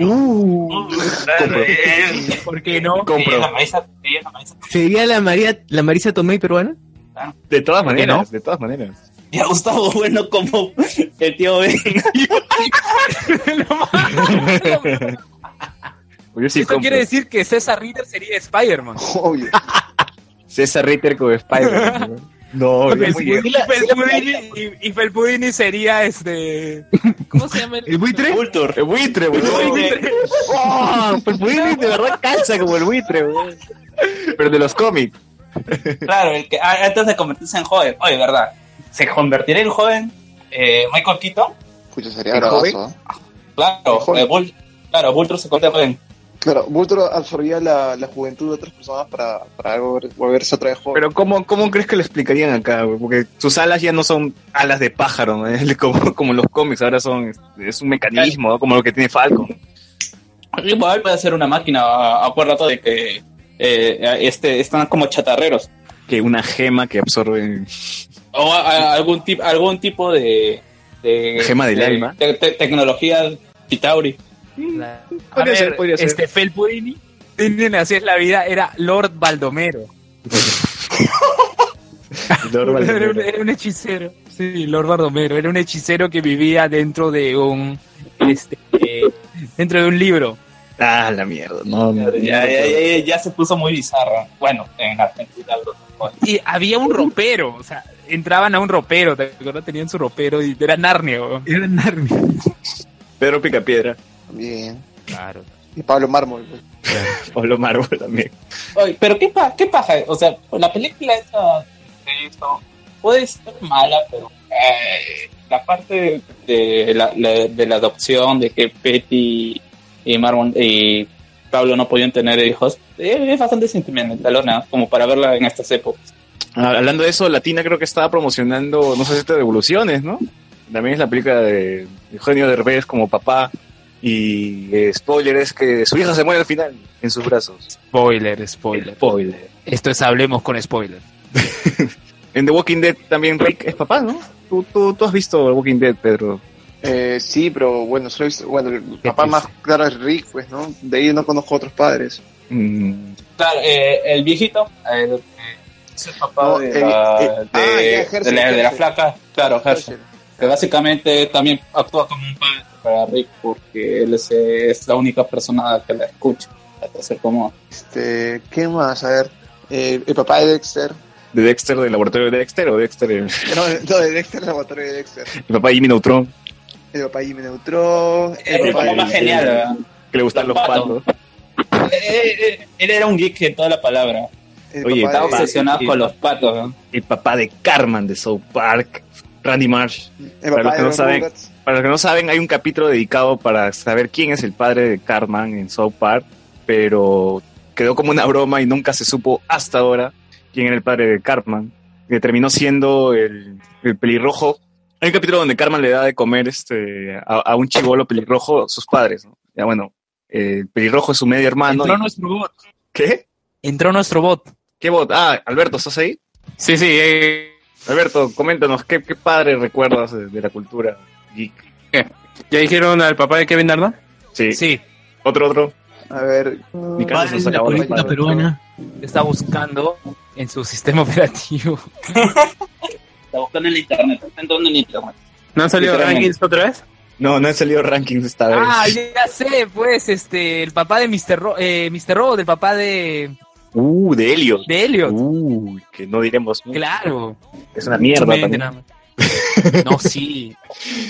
Uh. Compro.
eh,
¿Por qué no?
Compro.
Ella es la Marisa- ella es la Marisa.
¿Sería la María, la Marisa Tomei peruana?
De todas
¿Por qué
maneras, de todas maneras.
Y a Gustavo Bueno como el tío Ben.
pues Yo sí
Esto
compro.
quiere decir que César Ritter sería Spider-Man.
Obvio.
César Ritter como Spider-Man. No, no
Fel-
Pues muy bien.
y Felpudini- y- y Felpudini sería este. ¿Cómo se llama el?
¿El buitre?
Vulture.
El buitre,
El
weón.
buitre.
Oh, el buitre de verdad calza como el buitre, weón. Pero de los cómics.
Claro, el que a- antes de convertirse en joven. Oye, ¿verdad? ¿Se convertirá en joven eh, Michael Keaton?
Pucha, sería
¿El
bravazo. ¿eh?
Claro,
Joven.
eh, Vul- claro, Vulture se convierte en joven.
Claro, Vulture absorbía la, la juventud de otras personas para, para volver- volverse otra vez joven.
Pero ¿cómo, ¿cómo crees que lo explicarían acá? weón? Porque sus alas ya no son alas de pájaro, ¿no? Es como, como los cómics, ahora son es un mecanismo, ¿no? como lo que tiene Falcon.
Igual puede ser una máquina, a- acuérdate de que eh, este, están como chatarreros.
Que una gema que absorbe
O a- a- algún, tip, algún tipo de, de-
Gema del
de-
alma.
te- te- tecnología Chitauri.
La- A
Podría
ver,
ser, podría ser.
este Felpudini, en así es la vida, era Lord Baldomero. Era un, era un hechicero. Sí, Lord Baldomero. Era un hechicero que vivía dentro de un. Este, eh, dentro de un libro.
Ah, la mierda. No, no,
Ya, ya, ya, ya- ya se puso muy bizarra. Bueno, en la película.
Y había un ropero. O sea, entraban a un ropero. ¿Te acuerdas? Tenían su ropero y era Narnia, weón.
Era Narnia.
Pedro Picapiedra.
Bien.
Claro.
Y Pablo Mármol. pues.
Pablo Marvel también.
Oye, pero ¿qué, pa- qué paja? O sea, la película esta que hizo puede ser mala, pero eh, la parte de la, la- de la adopción, de que Petty y Marmon y Pablo no podían tener hijos, eh, es bastante sentimentalona, como para verla en estas épocas.
Ah, Hablando de eso, Latina creo que estaba promocionando, no sé si esta de Evoluciones, ¿no? También es la película de Eugenio Derbez como papá. Y eh, spoiler es que su hija se muere al final en sus brazos.
Spoiler, spoiler.
Spoiler.
Esto es Hablemos con Spoiler.
En The Walking Dead también Rick es papá, ¿no? Tú, tú, tú has visto The Walking Dead, Pedro.
Eh, sí, pero bueno, solo he visto- bueno, el
Qué
papá más claro es Rick, pues, ¿no? De ahí no conozco otros padres.
Mm,
Claro, eh, el viejito, el, eh, es el papá
No,
de,
eh, eh,
la, de-
ah, ya,
de
Herschel,
la- de la
Herschel.
flaca, claro, Herschel. que básicamente también actúa como un padre para Rick porque él es, eh, es la única persona que la escucha. Hasta ser como
Este, ¿qué más? A ver, eh, el papá de Dexter,
de Dexter, del laboratorio de Dexter, o Dexter, el,
No, no, de Dexter, el laboratorio de Dexter.
el papá de Jimmy Neutron,
El papá Jimmy Neutron.
Era
Eh,
el papá más
eh,
genial,
eh,
¿verdad?
que le gustan los patos.
Eh, eh, eh, Él era un geek en toda la palabra.
el
Oye,
papá
Estaba
de-
obsesionado
sí.
con los patos. ¿no?
El papá de Carman de South Park, Randy Marsh.
el
para los
papá
que
de
no
los
saben.
Rugrats.
Para los que no saben, hay un capítulo dedicado para saber quién es el padre de Cartman en South Park, pero quedó como una broma y nunca se supo hasta ahora quién era el padre de Cartman, que terminó siendo el, el pelirrojo. Hay un capítulo donde Cartman le da de comer este, a, a un chivolo pelirrojo sus padres. ¿no? Ya bueno, el pelirrojo es su medio hermano.
Entró
y-
nuestro bot.
¿Qué?
Entró nuestro bot.
¿Qué bot? Ah, Alberto, ¿estás ahí?
Sí, sí. eh,
Alberto, coméntanos, ¿qué, qué padre recuerdas de, de la cultura geek?
¿Ya dijeron al papá de Kevin Nardo?
Sí.
sí.
Otro, otro.
A ver.
Mi
mm,
Carlos
Padre
nos
de la
acabó los
política
padres.
peruana.
Está buscando en su sistema operativo.
Está buscando en el internet. Está entrando en internet.
¿No han salido
Literalmente.
rankings otra vez?
No, no han salido rankings esta vez.
Ah, ya sé, pues, este, el papá de Mr. Ro eh, Mr. Robot, el papá de,
Uh, de Helios.
de Elliot.
Uh, que no diremos.
Claro.
Es una mierda.
Mente
también.
nada más. No, sí.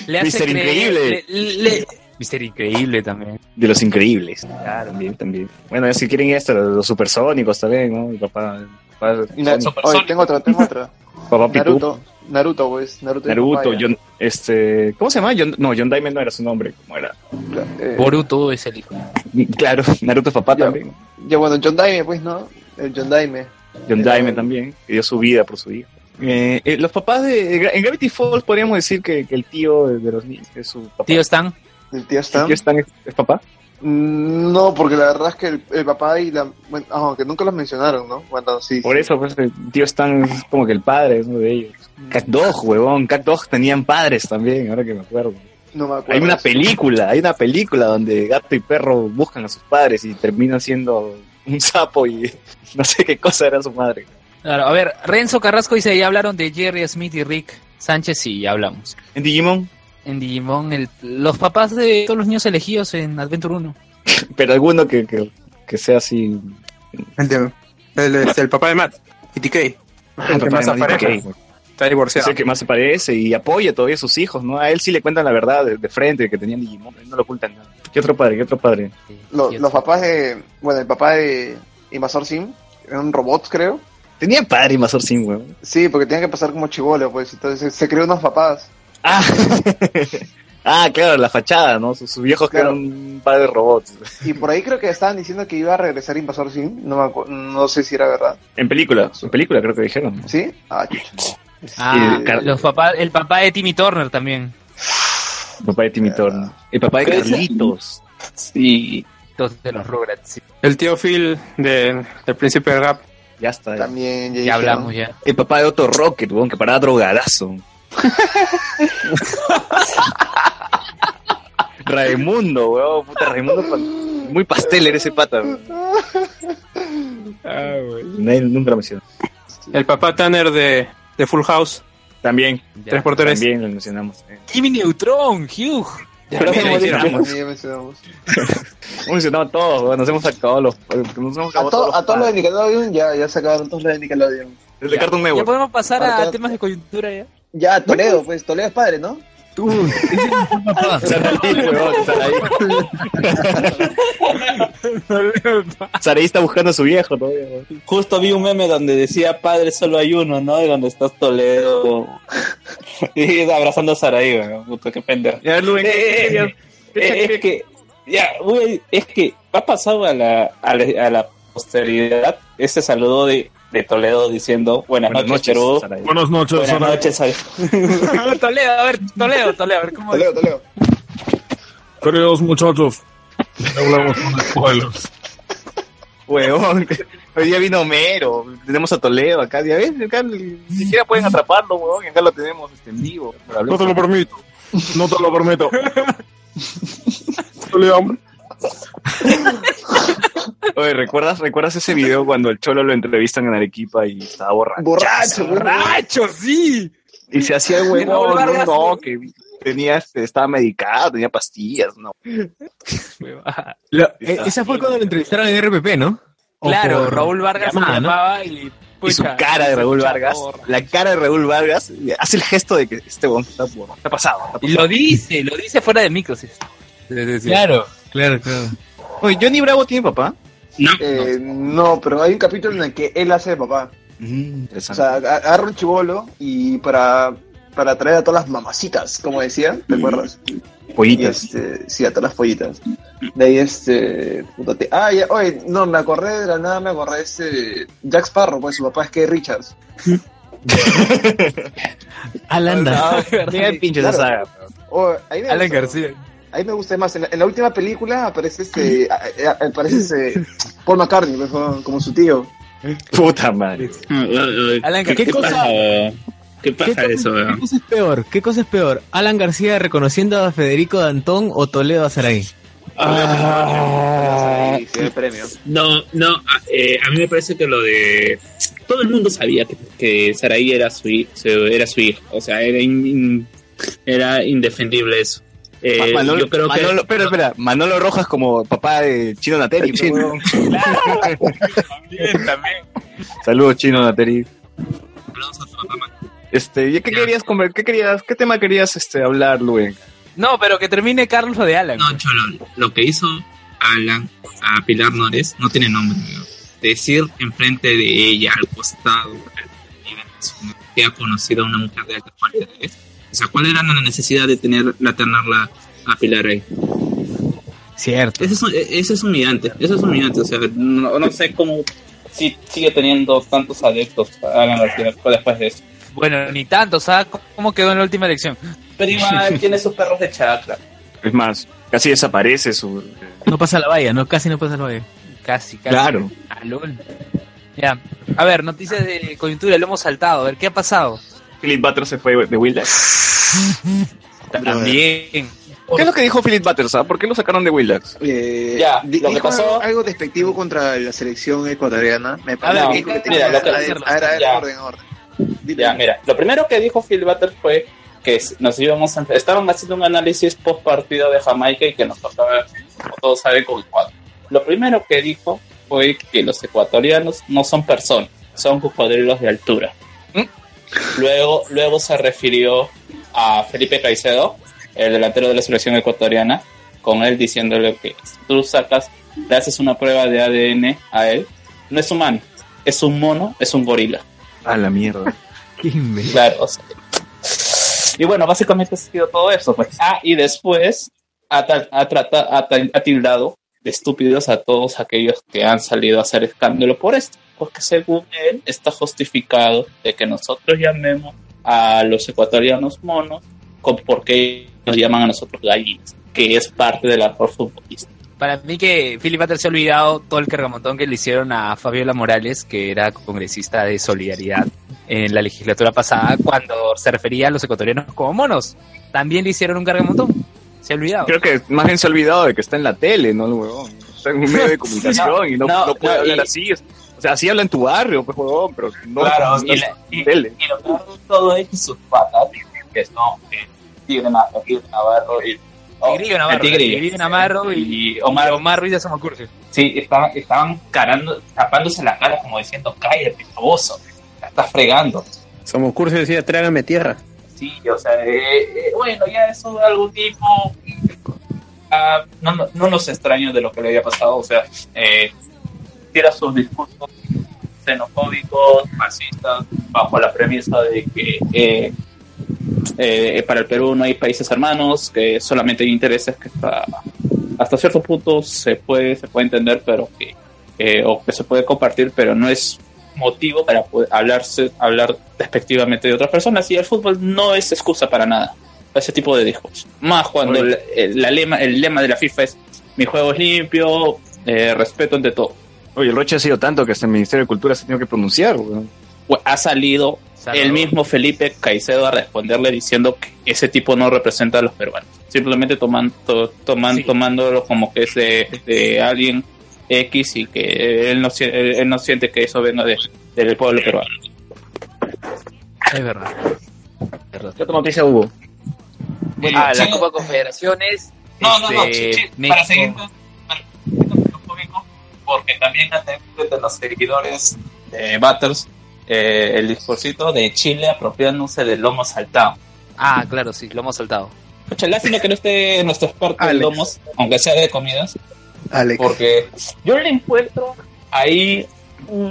Le hace
Mister
creer-
Increíble.
le- le- Mister Increíble también.
De los increíbles. Ah, también, también. Bueno, si quieren esto, los, los supersónicos también, ¿no? Mi papá. mi papá
Na-
Sonic,
Oye, tengo otra, tengo otra.
papá Pitú,
Naruto. Naruto, pues. Naruto. y
Naruto,
papaya.
John, este, ¿cómo se llama? John- no, John Diamond no era su nombre, como era.
Eh,
Boruto es el hijo.
Claro, Naruto es papá
Ya.
también.
Ya bueno, John Daime, pues, ¿no? El John Daime.
John
Era
Diamond
el-
también, que dio su vida por su hijo. Eh, eh, los papás de. En Gravity Falls podríamos decir que, que el tío de, de los niños es su papá.
Tío Stan.
El tío
¿El
Stan.
tío Stan es, es papá?
Mm, No, porque la verdad es que el, el papá y la. Bueno, ah, aunque nunca los mencionaron, ¿no? Bueno, sí.
Por
sí.
eso, pues, el tío Stan es como que el padre es uno de ellos. Cat Dog, huevón. Cat Dog tenían padres también, ahora que me acuerdo.
No me acuerdo.
Hay una película, hay una película donde gato y perro buscan a sus padres y terminan siendo un sapo y no sé qué cosa era su madre.
Claro, a ver, Renzo Carrasco dice, ya hablaron de Jerry Smith y Rick Sánchez, sí, ya hablamos.
En Digimon,
En Digimon, el- los papás de todos los niños elegidos en Adventure 1.
pero alguno que, que, que sea así.
El, de- el, este, el papá de Matt. Y TK. el que
papá
más
de Mazinger
aparece.
K.
Está
Es
divorciado.
el que más se parece y apoya todavía a sus hijos, ¿no? A él sí le cuentan la verdad de, de frente, que tenían Digimon, no lo ocultan nada. ¿Qué otro padre? ¿Qué otro padre?
Lo-
Y
los
otro.
papás de. Bueno, el papá de Invasor Sim. Eran robots, creo.
Tenía padre Invasor Sim, weón.
Sí, porque tenían que pasar como chivolo, pues. Entonces se, se creó unos papás.
Ah. ah, claro, la fachada, ¿no? Sus, sus viejos que
Claro.
eran un par de robots.
Y por ahí creo que estaban diciendo que iba a regresar Invasor Sim. No, me acu- no sé si era verdad.
En película, en película creo que dijeron.
¿Sí? Ah, chucha.
Ah,
Sí.
Car-
los papás, el papá de Timmy Turner también.
El papá de Timmy Turner. El papá de
Pero ese-
Carlitos.
Sí.
Todos de los Rugrats, sí.
El tío Phil de, del Príncipe del Rap.
Ya está. ya.
También
ya hablamos ya.
El papá de Otto Rocket, weón, que paraba drogadazo. Raimundo, weón, puta Raimundo. pa- Muy pastel era ese pata, weón. Ah, Nadie nunca lo mencionó.
El papá Tanner de, de Full House.
También,
Ya.
3x3.
también lo mencionamos. eh.
Jimmy Neutron, Hugh.
Ya lo
También
hicieron.
Ya,
Digamos.
también mencionamos.
Hemos mencionado a todos, weón, nos hemos sacado los. eh, Nos hemos
A,
acabado
to-
los
a todos los de
padres.
Nickelodeon ya, ya se acabaron todos los de Nickelodeon.
Desde
Ya.
Cartoon
Ya
Network.
podemos pasar a
Ahorita-
temas de coyuntura ya.
Ya, Toledo, pues Toledo es padre, ¿no?
Tú, ese es el papá.
Saraí, huevón, Saraí. Saraí está buscando a su viejo todavía, huevón.
Justo vi un meme donde decía padre solo hay uno, ¿no? Y donde estás Toledo. y abrazando a Saraí, weón. Puta, qué pendejo.
Ya, Rubén, ¿qué- qué
Eh,
querías- qué
Eh,
querías-
es que ya güey, es que ha pasado a la a la, a la posteridad ese saludo de, de Toledo diciendo buenas,
Buenas
noches, Perú
Saraí.
Buenas noches,
buenas
Sara.
noches Saraí".
Toledo, a ver, Toledo, Toledo, a ver cómo
Toledo, Toledo.
Queridos muchachos, no hablamos con spoilers.
Huevón, hoy día vino Homero, tenemos a Toledo acá, ya ves, acá ni siquiera pueden atraparlo, huevón, y acá lo tenemos este, en vivo. Pero
No
hablemos-
te lo permito. No te lo permito. Toledo,
Oye, ¿recuerdas, ¿recuerdas ese video cuando el Cholo lo entrevistan en Arequipa y estaba borracho?
Borracho, borracho.
Y se hacía el
No,
huevón, no,
Vargas,
no,
no.
que tenía, este, estaba medicado, tenía pastillas, no.
Eh, Esa fue cuando lo entrevistaron en RPP, ¿no? O
Claro,
por
Raúl Vargas se
llamada, ¿no?
llamaba y
y su
Pucha,
cara de
ese
Raúl
luchador.
Vargas, la cara de Raúl Vargas, hace el gesto de que este weón está, está pasado. está
Y lo dice, lo dice fuera de micros. Sí, sí, sí.
Claro, claro, claro.
pasado. Oye, Johnny Bravo tiene papá.
Eh, no, pero hay un capítulo en el que él hace de papá. O
Mm, interesante.
sea, a- agarra un chivolo y para, para traer a todas las mamacitas, como decía, ¿te acuerdas? Y
Pollitas.
este, sí, a todas las pollitas. De ahí este. puta, te- Ah, ya, oye, no, me acordé de la nada, me acordé de este. Jack Sparrow, pues su papá es Kay Richards.
Alanda.
Tiene pinche esa
claro.
saga.
Oh, ahí me gustó. Ahí me gusta más. En la, en la última película aparece este. a- a- aparece este. Paul McCartney, pues, como- como su tío.
Puta madre.
Alan,
¿Qué,
¿qué
qué
cosa?
pasa? Ah, ¿Qué pasa
¿Qué
eso? weón?
cosa es peor? ¿Qué cosa es peor? ¿Alan García reconociendo a Federico Dantón o Toledo a Saray?
Ah.
Sí, sí, el premio.
No, no, a, eh, a mí me parece que lo de... Todo el mundo sabía que, que Saraí era su, hi- su- era su hija, o sea, era, in- in- era indefendible eso. Eh,
Manolo,
yo creo
Manolo-
que...
espera, espera. Manolo Rojas como papá de Chino Nateri. pues, weón.
También, también.
Saludos, Chino Nateri.
Aplausos a tu mamá.
Este, ¿y ¿qué
Ya.
querías comer? ¿Qué querías? ¿Qué tema querías este hablar, Luen?
No, pero que termine Carlos lo de Alan.
No, Cholo, lo que hizo Alan a Pilar Nores no tiene nombre. weón. Decir enfrente de ella, al costado, al nivel de su madre, que ha conocido a una mujer de alta cualidad. O sea, ¿cuál era la necesidad de tener, de atenderla a Pilar ahí?
Cierto.
Eso es, un- eso es humillante, eso es humillante. O sea, no, no sé cómo... Sí, sigue teniendo tantos adeptos a Alan García después de eso.
Bueno, ni tanto, ¿sabes cómo quedó en la última elección?
Pero igual tiene sus perros de chakra.
Es más, casi desaparece su.
No pasa la valla, no, casi no pasa la valla.
Casi, casi.
Claro.
Ah, lol. Ya. A ver, noticias de coyuntura, lo hemos saltado. A ver, ¿qué ha pasado?
Philip Butters se fue de Willax.
También.
¿Qué es lo que dijo Philip Butters? ah? ¿Por qué lo sacaron de Willax?
Eh,
Ya,
di-
lo que
dijo
pasó-
algo- Algo despectivo contra la selección ecuatoriana. Me
ver,
parece que dijo
mira,
que tenía-
lo que-
a ver, a ver, a ver,
ya.
orden, orden. Dime.
Ya, mira, lo primero que dijo Phil Butter fue que s- nos íbamos a, estaban haciendo un análisis post partido de Jamaica y que nos tocaba, como todos saben, con Ecuador. Lo primero que dijo fue que los ecuatorianos no son personas, son cocodrilos de altura.
¿Mm?
Luego, luego se refirió a Felipe Caicedo, el delantero de la selección ecuatoriana, con él diciéndole que si tú sacas, le haces una prueba de ADN a él, no es humano, es un mono, es un gorila.
A la mierda.
Qué imbécil.
Claro, o sea. Y bueno, básicamente ha sido todo eso, pues. Ah, y después ha, tra- ha trata- ha tra- ha tildado de estúpidos a todos aquellos que han salido a hacer escándalo por esto, porque según él está justificado de que nosotros llamemos a los ecuatorianos monos con porque nos llaman a nosotros gallinas, que es parte del arroz futbolista.
Para mí que Philip Butter se ha olvidado todo el cargamontón que le hicieron a Fabiola Morales, que era congresista de Solidaridad en la legislatura pasada, cuando se refería a los ecuatorianos como monos. También le hicieron un cargamontón. Se ha olvidado.
Creo que más bien se ha olvidado de que está en la tele, ¿no, el huevón? Está en un medio de comunicación y no,
No,
no puede
no,
hablar
y-
así. Es- O sea, así habla en tu barrio, pues, huevón, pero no no
y,
está
la- y-
en tele.
y lo peor de todo es que sus patas, que son eh, Tigre Na- Tigre Navarro y oh,
Tigrillo Navarro.
el Tigrillo.
Tigrillo Navarro y,
y
Omar,
Omar,
Omar Ruiz de Somocurcio.
sí, estaban, estaban carando, tapándose la cara como diciendo, cállate, baboso, la estás fregando.
Somos curso decía, trágame tierra.
Sí, o sea, eh, eh, bueno, ya eso de algún tipo, ah, no, no, no nos extraño de lo que le había pasado, o sea, eh, tira sus discursos xenofóbicos, fascistas, bajo la premisa de que eh, eh, para el Perú no hay países hermanos, que solamente hay intereses que hasta, hasta cierto punto se puede, se puede entender, pero que, eh, o que se puede compartir, pero no es motivo para poder hablarse, hablar despectivamente de otras personas y el fútbol no es excusa para nada, para ese tipo de discursos. Más cuando el, el- la lema, el lema de la FIFA es mi juego es limpio, eh, respeto ante todo.
Oye, el Roche ha sido tanto que hasta el Ministerio de Cultura se ha tenido que pronunciar, huevón.
Pues Ha salido
Salvador.
el mismo Felipe Caicedo a responderle diciendo que ese tipo no representa a los peruanos, simplemente tomando, tomando,
Sí.
tomándolo como que es de, de alguien X y que él no, si- él, él no siente que eso venga de- del pueblo peruano.
Es verdad. Es verdad.
¿Qué otra noticia hubo?
ah, la
sí.
Copa Confederaciones.
No, no, no,
este,
sí, sí, para
México.
seguir con, para seguir con el público, porque también atendemos de los seguidores de Butters eh, el discursito de Chile apropiándose del lomo saltado.
Ah, claro, sí, lo hemos saltado.
Mucha lástima que no esté nuestro experto en
Alex.
lomos, aunque sea de comidas,
Alex.
porque yo le encuentro ahí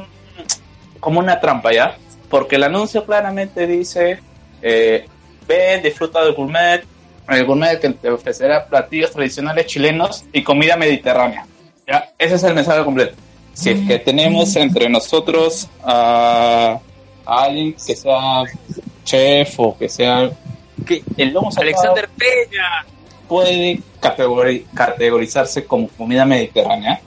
mm, como una trampa, ¿ya? Porque el anuncio claramente dice, eh, ven, disfruta del gourmet, el gourmet que te ofrecerá platillos tradicionales chilenos y comida mediterránea. ¿ya? Ese es el mensaje completo. Si es que tenemos entre nosotros a, a alguien que sea chef o que sea... Que el lomo saltado-
Alexander Peña.
puede categori- categorizarse como comida mediterránea.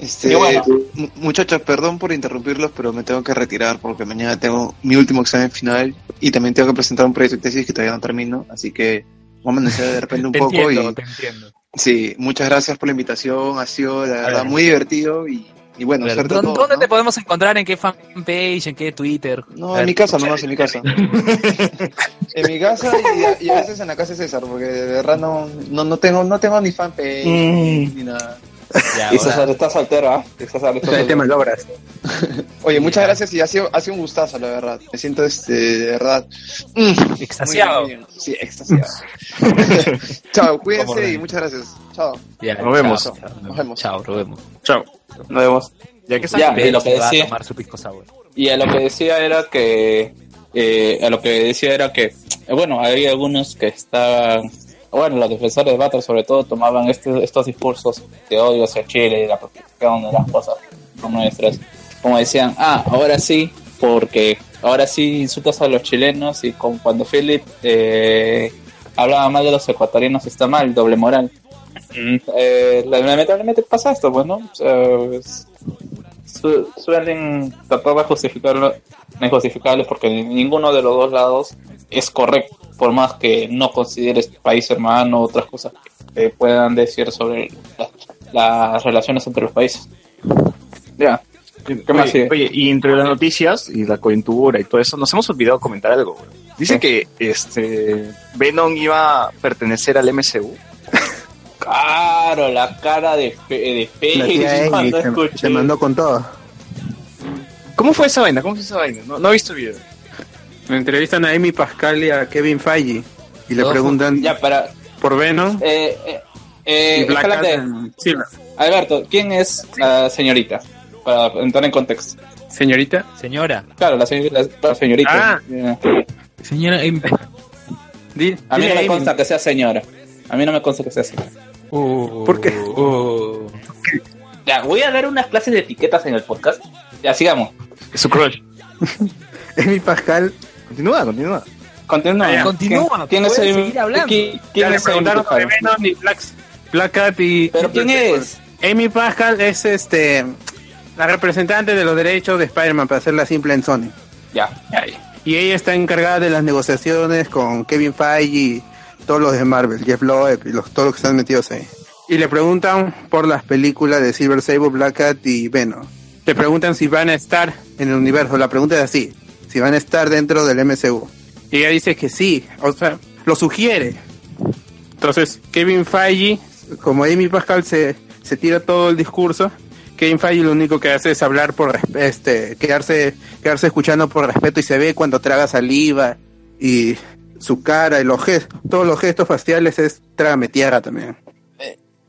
Este,
Y bueno.
mu- Muchachos, perdón por interrumpirlos, pero me tengo que retirar porque mañana tengo mi último examen final y también tengo que presentar un proyecto de tesis que todavía no termino, así que vamos a manejar de repente un
Te
poco.
entiendo,
y,
te entiendo.
sí, muchas gracias por la invitación, ha sido la verdad muy divertido y, y bueno, suerte a
¿Dó-
todos,
¿Dónde
¿no?
te podemos encontrar? ¿En qué fanpage? ¿En qué Twitter?
No,
A
en
ver,
mi casa, nomás en mi casa. en mi casa y a, y a veces en la casa de César, porque de verdad no, no, no tengo, no tengo ni fanpage
Mm.
ni nada.
ya,
Y
ahora.
César está soltero, ¿ah? Y César está
Ahí te
soltero.
malogras.
Oye, muchas gracias y ha sido, ha sido un gustazo, la verdad. Me siento, este, de verdad, mm,
Extasiado.
Muy bien, muy bien. Sí, extasiado. Chao, cuídense y muchas gracias. Chao.
Ya,
Nos vemos.
chao, chao,
Nos vemos.
Chao, nos vemos.
Nos vemos.
Ya que
Ya, y lo que
Se va a
decía,
tomar su pisco sour.
y a lo que decía era que, eh, a lo que decía era que, eh, bueno, hay algunos que estaban, bueno, los defensores de Battle sobre todo tomaban este- estos discursos de odio hacia Chile y la protección de las cosas nuestras, como decían, ah, ahora sí, porque ahora sí insultas a los chilenos y con, cuando Philip eh, hablaba mal de los ecuatorianos está mal, doble moral. Eh, lamentablemente pasa esto, pues, bueno, pues, su- suelen tratar de justificarlo, injustificables porque ninguno de los dos lados es correcto, por más que no consideres país hermano, otras cosas que te puedan decir sobre la- las relaciones entre los países. Ya, ¿Qué más
oye,
sigue?
oye, y entre las noticias y la coyuntura y todo eso, nos hemos olvidado comentar algo. güey. Dice que este Venom iba a pertenecer al MCU.
claro, la cara de, fe- de Page
La tía Amy
cuando
te,
escuché.
te mandó con todo.
¿Cómo fue esa vaina? ¿Cómo fue esa vaina? No, no he visto el video.
Me entrevistan a Amy Pascal y a Kevin Feige y le
Ojo.
preguntan
Ya, para...
por Venom
Eh, eh, eh,
y Black
espérate.
Adam. Sí, la
Alberto, ¿quién es la señorita? Para entrar en contexto.
señorita.
Señora,
Claro, la, señorita- la- la señorita. Eh,
Ah.
Ya.
Señora, em,
Di-
A mí
dile
no me
Amy.
consta que sea señora. A mí no me consta que sea señora.
¿Por qué?
Ya, voy a dar unas clases de etiquetas en el podcast. Ya, sigamos.
Es su crush.
Amy Pascal
Continúa, continúa.
Continúa.
Ah, ya.
¿Quién-
Continúa,
¿Quién es
puedes
el-
seguir hablando.
¿Qui-
ya
¿Quién
le
es el
preguntaron sobre Venom y Black, Black Cat y
¿Pero quién es?
Amy Pascal es este la representante de los derechos de Spider-Man para hacerla simple en Sony.
Ya, ya, ya.
Y ella está encargada de las negociaciones con Kevin Feige y todos los de Marvel, Jeff Loeb y los, todos los que están metidos ahí. Y le preguntan por las películas de Silver Sable, Black Cat y Venom. Le preguntan si van a estar en el universo. La pregunta es así, si van a estar dentro del MCU. Y ella dice que sí, o sea, lo sugiere. Entonces, Kevin Feige, como Amy Pascal se, se tira todo el discurso, Kevin Feige lo único que hace es hablar por resp- este, quedarse, quedarse escuchando por respeto y se ve cuando traga saliva y su cara y los gestos, todos los gestos faciales es trágame tierra también.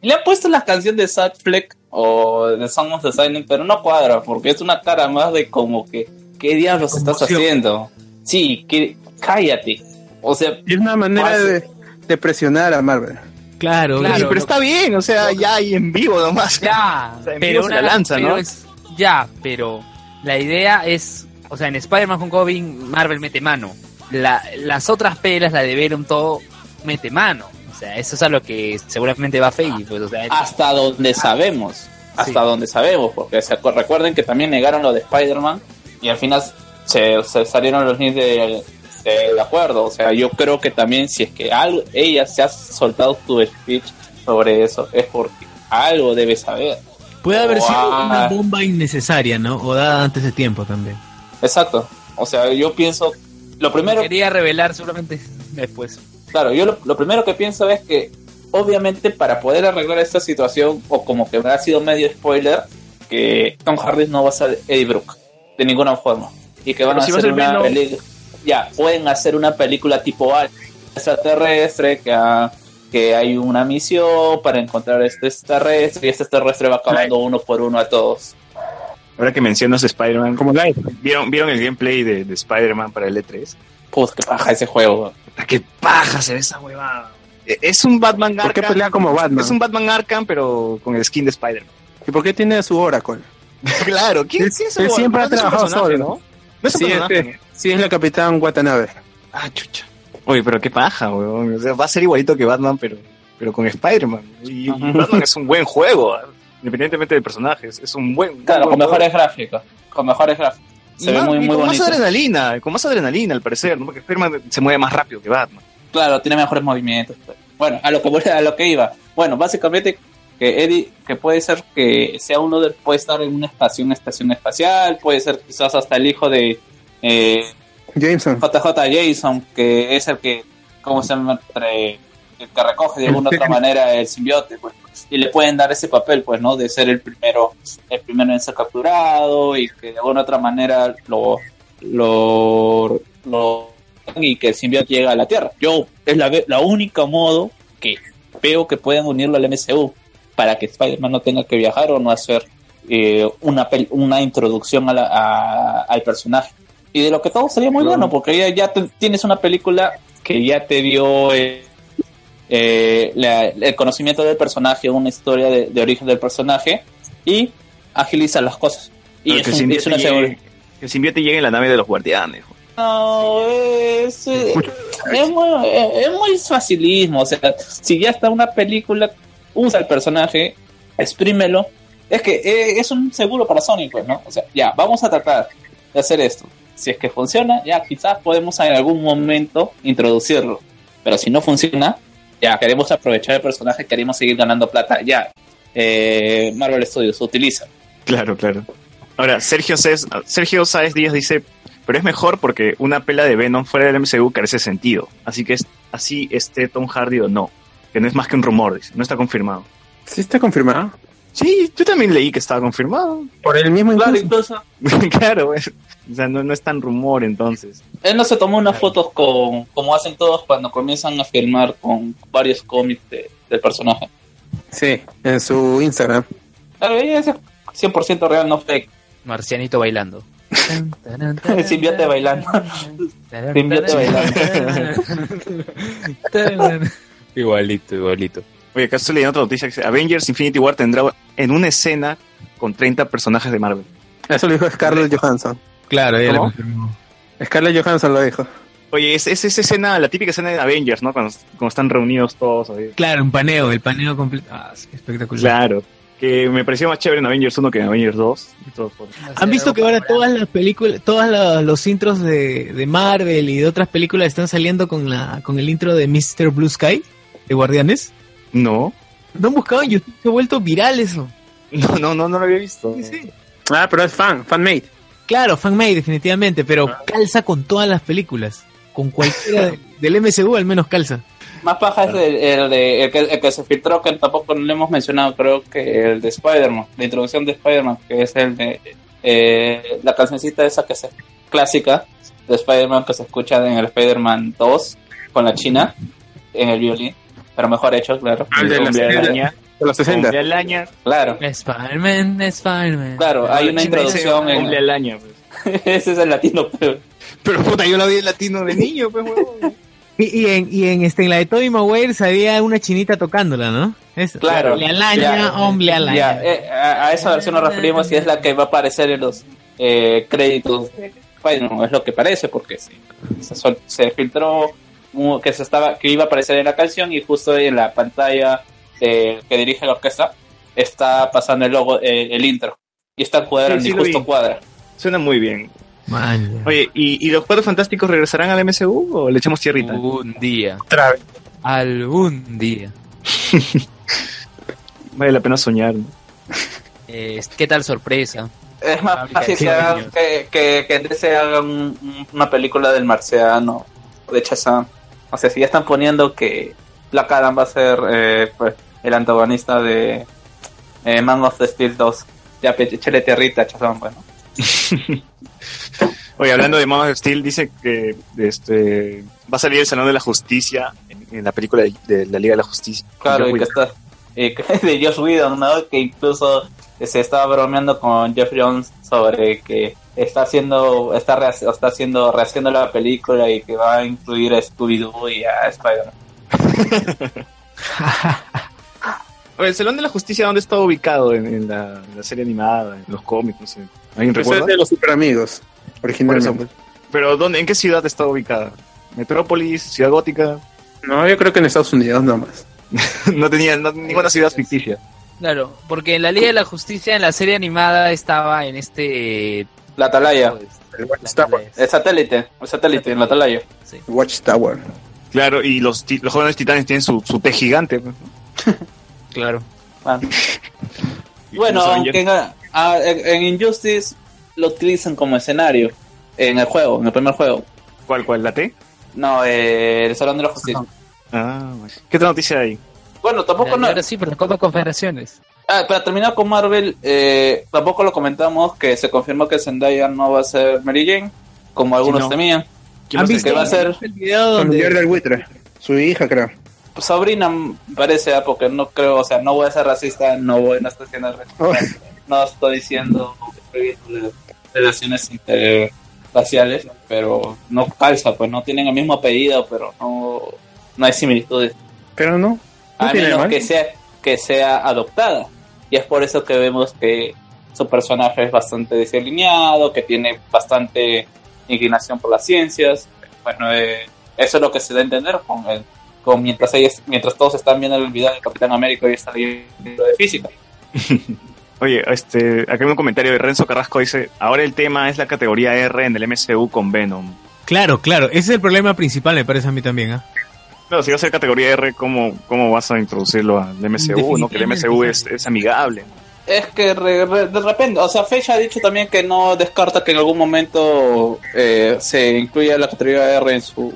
Le han puesto la canción de Sad Fleck o de Song of the Silent, pero no cuadra, porque es una cara más de como que, ¿qué diablos estás haciendo? Sí, que, cállate. O sea,
Y es una manera
Pase.
de, de presionar a Marvel.
claro,
Claro,
Sí, pero
lo-
está bien, o sea, ya ahí en vivo nomás.
ya,
O sea, en
pero
vivo se
una-
la lanza,
pero
¿no?
es- ya, pero la idea es, o sea, en Spider-Man Homecoming Marvel mete mano. La- las otras pelas, la de Venom, todo mete mano. O sea, eso es a lo que seguramente va Feige. Pues, o sea, él-
hasta donde sabemos. Hasta
Sí.
donde sabemos, porque se acu- recuerden que también negaron lo de Spider-Man y al final se, se salieron los niños del, del acuerdo. O sea, yo creo que también si es que algo, ella se ha soltado tu speech sobre eso, es porque algo debe saber.
puede haber sido
Guau.
una bomba innecesaria, ¿no? O dada antes de tiempo también.
Exacto. O sea, yo pienso, lo primero
quería revelar seguramente después.
Claro, yo lo, lo primero que pienso es que, obviamente, para poder arreglar esta situación, o como que ha sido medio spoiler, que Tom Hardy no va a ser Eddie Brook. de ninguna forma. Y que van
Pero
a
si va a
hacer
ser
una
menos-
película. Ya, pueden hacer una película tipo A, extraterrestre, que, ha- que hay una misión para encontrar este extraterrestre y este extraterrestre va acabando uno por uno a todos.
Ahora que mencionas Spider-Man,
Como Light.
¿vieron, ¿vieron el gameplay de, de Spider-Man para el E E3?
Puf, qué paja ese juego.
Puta, ¡Qué paja se ve esa huevada! E- Es un Batman
¿Por qué
Arkham.
pelea como Batman?
Es un Batman Arkham, pero con el skin de Spider-Man.
¿Y por qué tiene su Oracle?
claro, ¿quién,
Él-
quién es
él
el-
siempre
no
ha
es un
trabajado
personaje,
solo.
¿no? No es un
Sí, es,
personaje.
que- sí, es la capitán Watanabe.
Ah, chucha. Oye, pero qué paja, weón. O sea, va a ser igualito que Batman, pero, pero con Spider-Man. Y, y Batman es un buen juego, ¿eh? independientemente de personajes. Es un buen. un buen
Claro, con
juego.
mejores gráficos. Con mejores gráficos.
Y
Se ve
más-
muy,
y
muy
con
bonito.
más adrenalina, con más adrenalina al parecer, ¿no? Porque Spider-Man se mueve más rápido que Batman.
Claro, tiene mejores movimientos. Bueno, a lo que voy- a lo que iba. Bueno, básicamente que Eddie, que puede ser que sea uno de, puede estar en una estación, estación espacial, puede ser quizás hasta el hijo de eh,
Jameson.
JJ Jason, que es el que, ¿cómo se llama? Tre- El que recoge de alguna otra manera el simbiote, pues. Y le pueden dar ese papel, pues, ¿no? De ser el primero, el primero en ser capturado y que de alguna otra manera lo, lo, lo, y que el simbiote llega a la Tierra. Yo, es la, ve- la única modo que veo que pueden unirlo al MCU para que Spider-Man no tenga que viajar o no hacer eh, una, pel- una introducción a la- a- al personaje y de lo que todo sería muy bueno, porque ya, ya te- tienes una película que ya te dio eh, eh, la- el conocimiento del personaje, una historia de, de origen del personaje y agiliza las cosas. Y
Pero
es,
que el
un- es
simbionte
una
llegue-
seguridad.
que el simbionte llegue en la nave de los guardianes. weón.
No, es, es, es muy, es muy facilismo. O sea, si ya está una película, usa el personaje, exprímelo. Es que eh, es un seguro para Sony, pues, ¿no? O sea, ya, vamos a tratar de hacer esto. Si es que funciona, ya quizás podemos en algún momento introducirlo. Pero si no funciona, ya queremos aprovechar el personaje, queremos seguir ganando plata. Ya, eh, Marvel Studios utiliza.
Claro, claro. Ahora, Sergio Sáez, Sergio Sáez Díaz dice, pero es mejor porque una pela de Venom fuera del MCU carece sentido. Así que es, así esté Tom Hardy o no. Que no es más que un rumor, dice. No está confirmado.
Sí está confirmado.
Sí, yo también leí que estaba confirmado.
Ah, Por el mismo
Claro,
incluso.
incluso
claro, es- o sea, no, no es tan rumor entonces.
Él no se tomó unas fotos con, como hacen todos cuando comienzan a firmar con varios cómics de- del personaje.
Sí, en su Instagram.
Claro, ella es 100% real, no fake.
Marcianito bailando.
Simbiote bailando. Simbiote
bailando. igualito, igualito.
Oye, acá estoy leyendo otra noticia que dice, Avengers Infinity War tendrá en una escena con 30 personajes de Marvel.
Eso lo dijo Scarlett Johansson.
Claro, ya lo
¿Cómo?
confirmó.
Scarlett Johansson lo dijo.
Oye, es, es esa escena, la típica escena de Avengers, ¿no? Cuando, cuando están reunidos todos. ahí.
Claro, un paneo, el paneo completo. Ah, sí, espectacular.
Claro. Que me pareció más chévere en Avengers 1 que en Avengers 2. de todas formas.
¿Han visto que ahora todas las películas, todos los intros de, de Marvel y de otras películas están saliendo con la con el intro de Mr. Blue Sky de Guardianes?
No.
No han buscado en YouTube, se ha vuelto viral eso.
No, no, no, no lo había visto.
Sí, sí.
Ah, pero es fan, fanmate.
Claro, fanmade definitivamente, pero calza con todas las películas. Con cualquiera de- del MCU al menos calza.
Más paja es el, el de- el que, el que se filtró, que tampoco le hemos mencionado, creo que el de Spider-Man, la introducción de Spider-Man, que es el de eh, la cancioncita esa que se clásica de Spider-Man que se escucha en el Spider-Man 2 con la China en el violín, pero mejor hecho, claro.
Ah, el de la
Hombre
serie de-
araña,
De los 60.
hombre alaña.
Claro,
Spider-Man, Spider-Man.
claro, hay una introducción en...
Hombre alaña, pues.
Ese es el latino, pero
Pero puta, yo la vi en latino de niño, pues, huevón.
Y, y en, y en, este, en la de Tobey Maguire salía una chinita tocándola, ¿no? Es,
Claro.
Hombre alaña,
Ya.
hombre alaña.
ya, eh, a, a esa versión nos referimos y es la que va a aparecer en los eh, créditos. Bueno, es lo que parece porque sí, se, sol- se filtró un- que se estaba que iba a aparecer en la canción y justo en la pantalla eh, que dirige la orquesta está pasando el logo, eh, el intro y está cuadrando
Sí, sí
y
lo
justo
vi.
cuadra.
Suena muy bien.
Man, ya.
Oye, ¿y, y los cuatro fantásticos regresarán al MCU o le echamos tierrita?
Algún día.
Otra vez.
Algún día.
Vale la pena soñar. ¿no?
Eh, ¿Qué tal sorpresa?
Es más
Fábrica de
fácil que,
sueños.
hagan- que, que, que antes se haga un- un- una película del marciano o de Chazam. O sea, si ya están poniendo que Black Adam va a ser eh, pues, el antagonista de eh, Man of the Steel 2, ya pe- échale tierrita a Chazam, bueno.
Oye, hablando de Man of Steel, dice que este va a salir el Salón de la Justicia en, en la película de, de la Liga de la Justicia.
Claro,
Yo
y
voy-
que está. y que- de Josh Whedon, ¿no? Que incluso se estaba bromeando con Jeff Jones sobre que está haciendo, está, rehac- está haciendo, rehaciendo la película y que va a incluir a Scooby-Doo y a Spider-Man.
Oye, ¿El Salón de la Justicia dónde está ubicado en, en la, en la serie animada, en los cómics? No sé. ¿Alguien
Pues es
recuerda?
de los super amigos, originalmente.
Pero ¿dónde, ¿en qué ciudad está ubicada? ¿Metrópolis? ¿Ciudad Gótica?
No, yo creo que en Estados Unidos nomás.
no tenía no- ninguna ciudad ficticia.
Claro, porque en la Liga de la Justicia, en la serie animada, estaba en este...
La Atalaya,
El Watchtower.
el satélite, el satélite en la Atalaya.
Watchtower.
Claro, y los, ti- los jóvenes titanes tienen su, su pez gigante. pues, ¿no?
Claro.
Ah.
Y
Bueno,
los
aunque
Avengers-
en, ah, en- en Injustice lo utilizan como escenario en el juego, en el primer juego.
¿Cuál, cuál? ¿La T?
No, eh, el Salón de la Justicia.
Ah, bueno. ¿Qué otra noticia hay?
Bueno, tampoco no.
Eh, Ahora sí, pero con confederaciones.
Ah, para terminar con Marvel, eh, tampoco lo comentamos que se confirmó que Zendaya no va a ser Mary Jane, como algunos
no.
temían.
¿Quién
¿Han
va a
visto
ser?
va a ser?
el video
Con
donde
Jordi el buitre. Su hija, creo.
Sabrina m- parece, ah, porque no creo, o sea, no voy a ser racista, no voy, no estoy siendo racista,
Oh,
no estoy diciendo que estoy viendo las relaciones interraciales, pero no calza, pues no tienen el mismo apellido, pero no, no hay similitudes.
pero no. No
a
tiene
menos
mal.
que sea, que sea adoptada. Y es por eso que vemos que su personaje es bastante desalineado, que tiene bastante inclinación por las ciencias. Bueno, eh, eso es lo que se da a entender con el- con mientras, ellas, mientras todos están viendo el video de Capitán América y está viendo de física.
Oye, este, acá hay un comentario de Renzo Carrasco dice, ahora el tema es la categoría R en el MCU con Venom.
Claro, claro, ese es el problema principal, me parece a mí también, ¿ah?
Claro, si va a ser categoría R, ¿cómo, cómo vas a introducirlo al MCU? ¿no? Que el MCU es, es amigable.
Es que re- re- de repente, o sea, Fecha ha dicho también que no descarta que en algún momento eh, se incluya la categoría R en su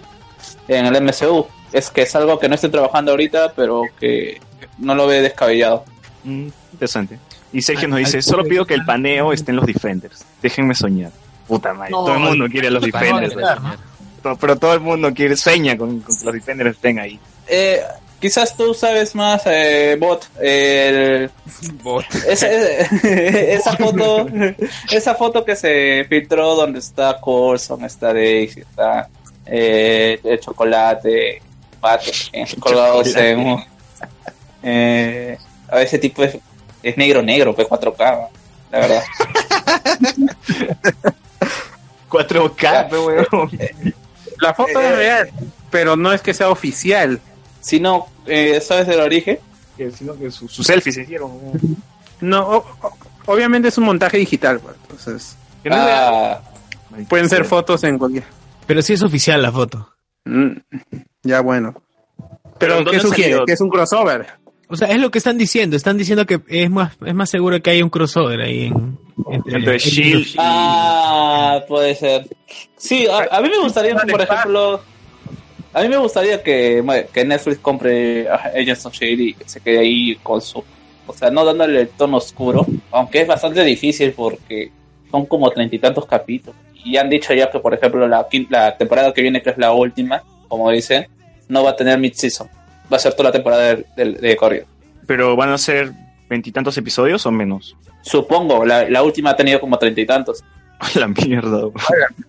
en el MCU. Es que es algo que no esté trabajando ahorita, pero que no lo ve descabellado.
Mm, interesante. Y Sergio
Al-
nos dice,
al-
solo pido que el paneo esté en los Defenders. Déjenme soñar. Puta madre, todo el mundo quiere a los Defenders. To- Pero todo el mundo quiere, sueña con, con que los Defenders estén ahí.
Eh, quizás tú sabes más, eh, Bot. el- esa, esa foto esa foto que se filtró donde está Coulson, está Daisy, está eh, el chocolate, Pato, eh, colgados en un- eh, A ese tipo es, es negro, negro, pues 4K, la verdad.
4K, pe, weón.
La foto es real, pero no es que sea oficial.
Si no, eh, ¿sabes del origen?
Que, sino que su- sus selfies se hicieron. weón.
No, o- o- obviamente es un montaje digital, pues, entonces
Que no es real.
Ah,
pueden ser fotos en cualquier.
Pero sí es oficial la foto.
Mm, ya bueno.
¿Pero
Pero
dónde
¿qué
han
sugiere?
salido?
Que es un crossover.
O sea, es lo que están diciendo, están diciendo que es más es más seguro que hay un crossover ahí en entre,
Entre Shield.
Ah, puede ser. Sí, a, a mí me gustaría, por ejemplo, a mí me gustaría que, que Netflix compre a Agents of Shield E y que se quede ahí con su, o sea, no dándole el tono oscuro, aunque es bastante difícil porque son como treinta y tantos capítulos. Y han dicho ya que, por ejemplo, la, quin- la temporada que viene, que es la última, como dicen, no va a tener mid-season. Va a ser toda la temporada de, de, de corrido.
Pero van a ser veintitantos episodios o menos.
Supongo, la, la última ha tenido como treinta y tantos.
A la mierda, weón.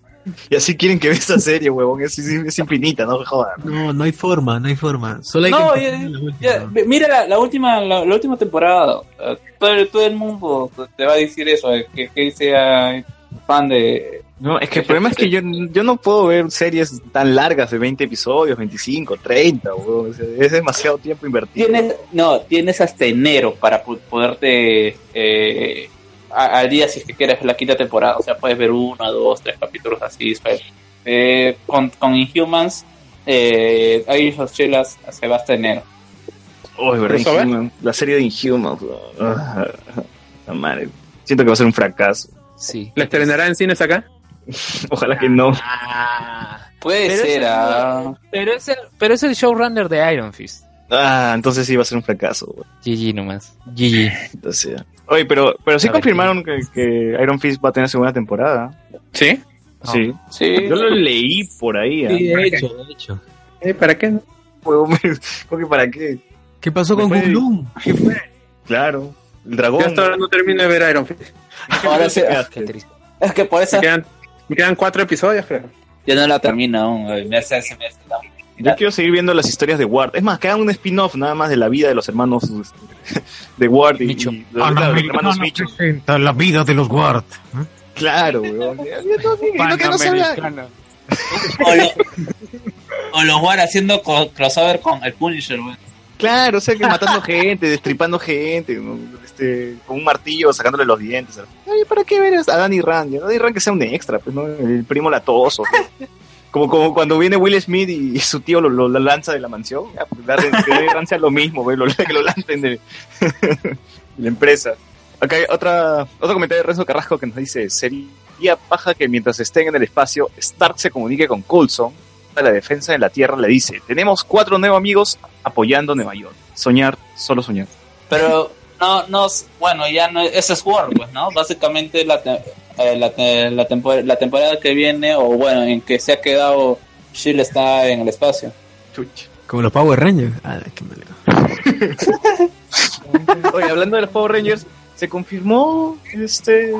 Y así quieren que vea esa serie, huevón. Es, es infinita, no jodan.
No, no hay forma, no hay forma. Solo hay
No,
que
ya- Ya, ve- mira la, la última la, la última temporada. eh, Todo, el- todo el mundo te va a decir eso, eh, que, que sea fan de...
No, es que el problema es que yo, yo no puedo ver series tan largas de 20 episodios, 25, 30, huevón. O sea, Es demasiado tiempo invertido.
Tienes, no, tienes hasta enero para pu- poderte eh, a- al día si es que quieres ver la quinta temporada. O sea, puedes ver uno, dos, tres capítulos así. ¿sabes? Eh, con, con Inhumans, eh, hay chelas, se va hasta enero.
Oh, es verdad,
¿Pero sabe?
Inhuman. La serie de Inhumans, huevón. Ah, la madre. Siento que va a ser un fracaso.
Sí.
¿La estrenará en cines acá?
Ojalá que no.
Puede
Pero
ser,
eso-
ah,
Pero es, el, pero es el showrunner de Iron Fist.
Ah, entonces sí va a ser un fracaso, huevón.
GG nomás. GG.
Entonces, oye, pero, pero sí
A ver,
confirmaron que, que Iron Fist va a tener segunda temporada.
Sí.
Sí.
Sí.
Yo lo leí por ahí. ¿eh?
Sí, de hecho, de hecho.
¿Eh? ¿Para qué?
Porque para qué.
¿Qué pasó con
Después-
Kunlun?
Claro. El dragón.
Yo hasta ahora no termino de ver Iron Fist.
Ahora sí.
Qué triste.
Es que por
Me
eso
quedan, me quedan cuatro episodios, creo.
yo no la termino aún. güey. Me hace, se me hace la-
Yo quiero seguir viendo las historias de Ward. Es más, que hagan un spin-off nada más de la vida de los hermanos este, de Ward y,
Micho.
y de los hermanos Micho.
presenta la vida de los Ward.
Claro, weón.
Lo que no se habla.
O, lo- o los War haciendo co- crossover con el Punisher, güey.
Claro, o sea, que matando gente, destripando gente, ¿no? este, con un martillo sacándole los dientes. Ay, ¿Para qué ver a Danny Rand? Ya, Danny Rand que sea un extra, pues, ¿no? El primo latoso. ¿no? Como, como cuando viene Will Smith y, y su tío lo, lo- lo lanza de la mansión. ya, pues, Darren- que Danny Rand sea lo mismo, güey, lo- que lo lancen de, de la empresa. Acá hay otra, otro comentario de Renzo Carrasco que nos dice, sería paja que mientras estén en el espacio, Stark se comunique con Coulson. A la defensa de la Tierra le dice, tenemos cuatro nuevos amigos apoyando Nueva York. Soñar, solo soñar.
Pero no, no, bueno, ya no, ese es War, pues, ¿no? Básicamente la, te- eh, la, te- la, tempor- la temporada que viene, o bueno, en que se ha quedado, Shield está en el espacio.
Como los Power Rangers. Ah, qué mal.
Oye, hablando de los Power Rangers, ¿se confirmó este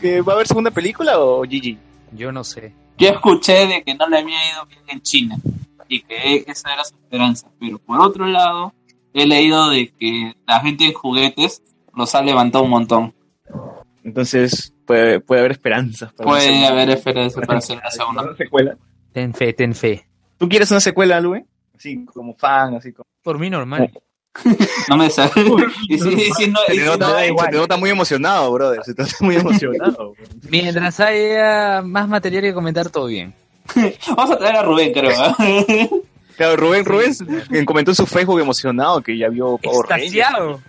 que va a haber segunda película o GG?
Yo no sé.
Yo escuché de que no le había ido bien en China y que esa era su esperanza. Pero por otro lado, he leído de que la gente en juguetes los ha levantado un montón.
Entonces puede, puede haber esperanzas. para una
Puede
segunda-
haber esperanza para hacer una segunda.
una secuela.
Ten fe, ten fe.
¿Tú quieres una secuela, Lue? Así como fan, así como...
Por mí normal.
No me sa- y si, y si no, y si no- eh,
te nota muy emocionado, brother. Se te nota muy emocionado.
Mientras haya más material que comentar, todo bien.
Vamos a traer a Rubén, creo. ¿eh?
claro, Rubén, Rubén eh, comentó en su Facebook emocionado que ya vio Power Rangers.
Extasiado.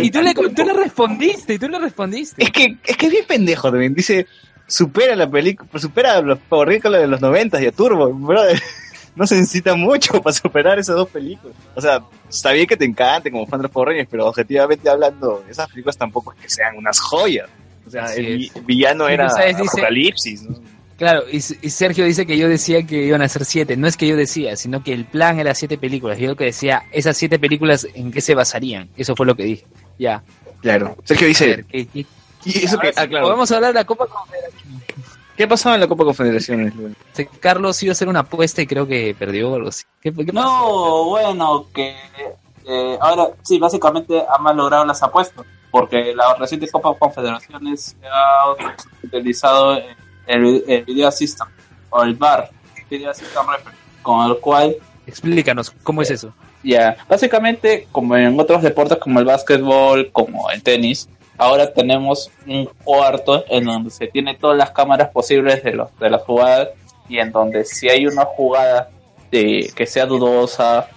Y tú le, tú le respondiste, y tú le respondiste.
Es que es que es bien pendejo también. Dice, supera la película, supera a los Power Rangers de los 90 y a Turbo, brother. No se necesita mucho para superar esas dos películas. O sea, está bien que te encanten como fan de los Power Rangers, pero objetivamente hablando, esas películas tampoco es que sean unas joyas. O sea,
Así
el vi-
es.
villano
Y
era
tú sabes, dice-
Apocalipsis. ¿no?
Claro, y, S- y Sergio dice que yo decía que iban a ser siete. No es que yo decía, sino que el plan era siete películas. Yo lo que decía, esas siete películas, ¿en qué se basarían? Eso fue lo que dije. Ya.
Claro. Sergio
A
dice,
ver, ¿qué- qué-
y eso que,
ahora sí,
ah, claro.
Podemos hablar de la Copa Confederación.
¿Qué ha pasado en la Copa Confederaciones, Luen?
Sí, Carlos iba a hacer una apuesta y creo que perdió o algo así. ¿Qué- qué pasó?
No, bueno, que eh, ahora sí, básicamente han malogrado las apuestas, porque la reciente Copa Confederaciones se ha utilizado el, el video assistant o el VAR, video assistant referee, con el cual
Explícanos, ¿cómo es eso?
ya, básicamente, como en otros deportes como el básquetbol, como el tenis, ahora tenemos un cuarto en donde se tiene todas las cámaras posibles de, los, de las jugadas y en donde si hay una jugada de, que sea dudosa,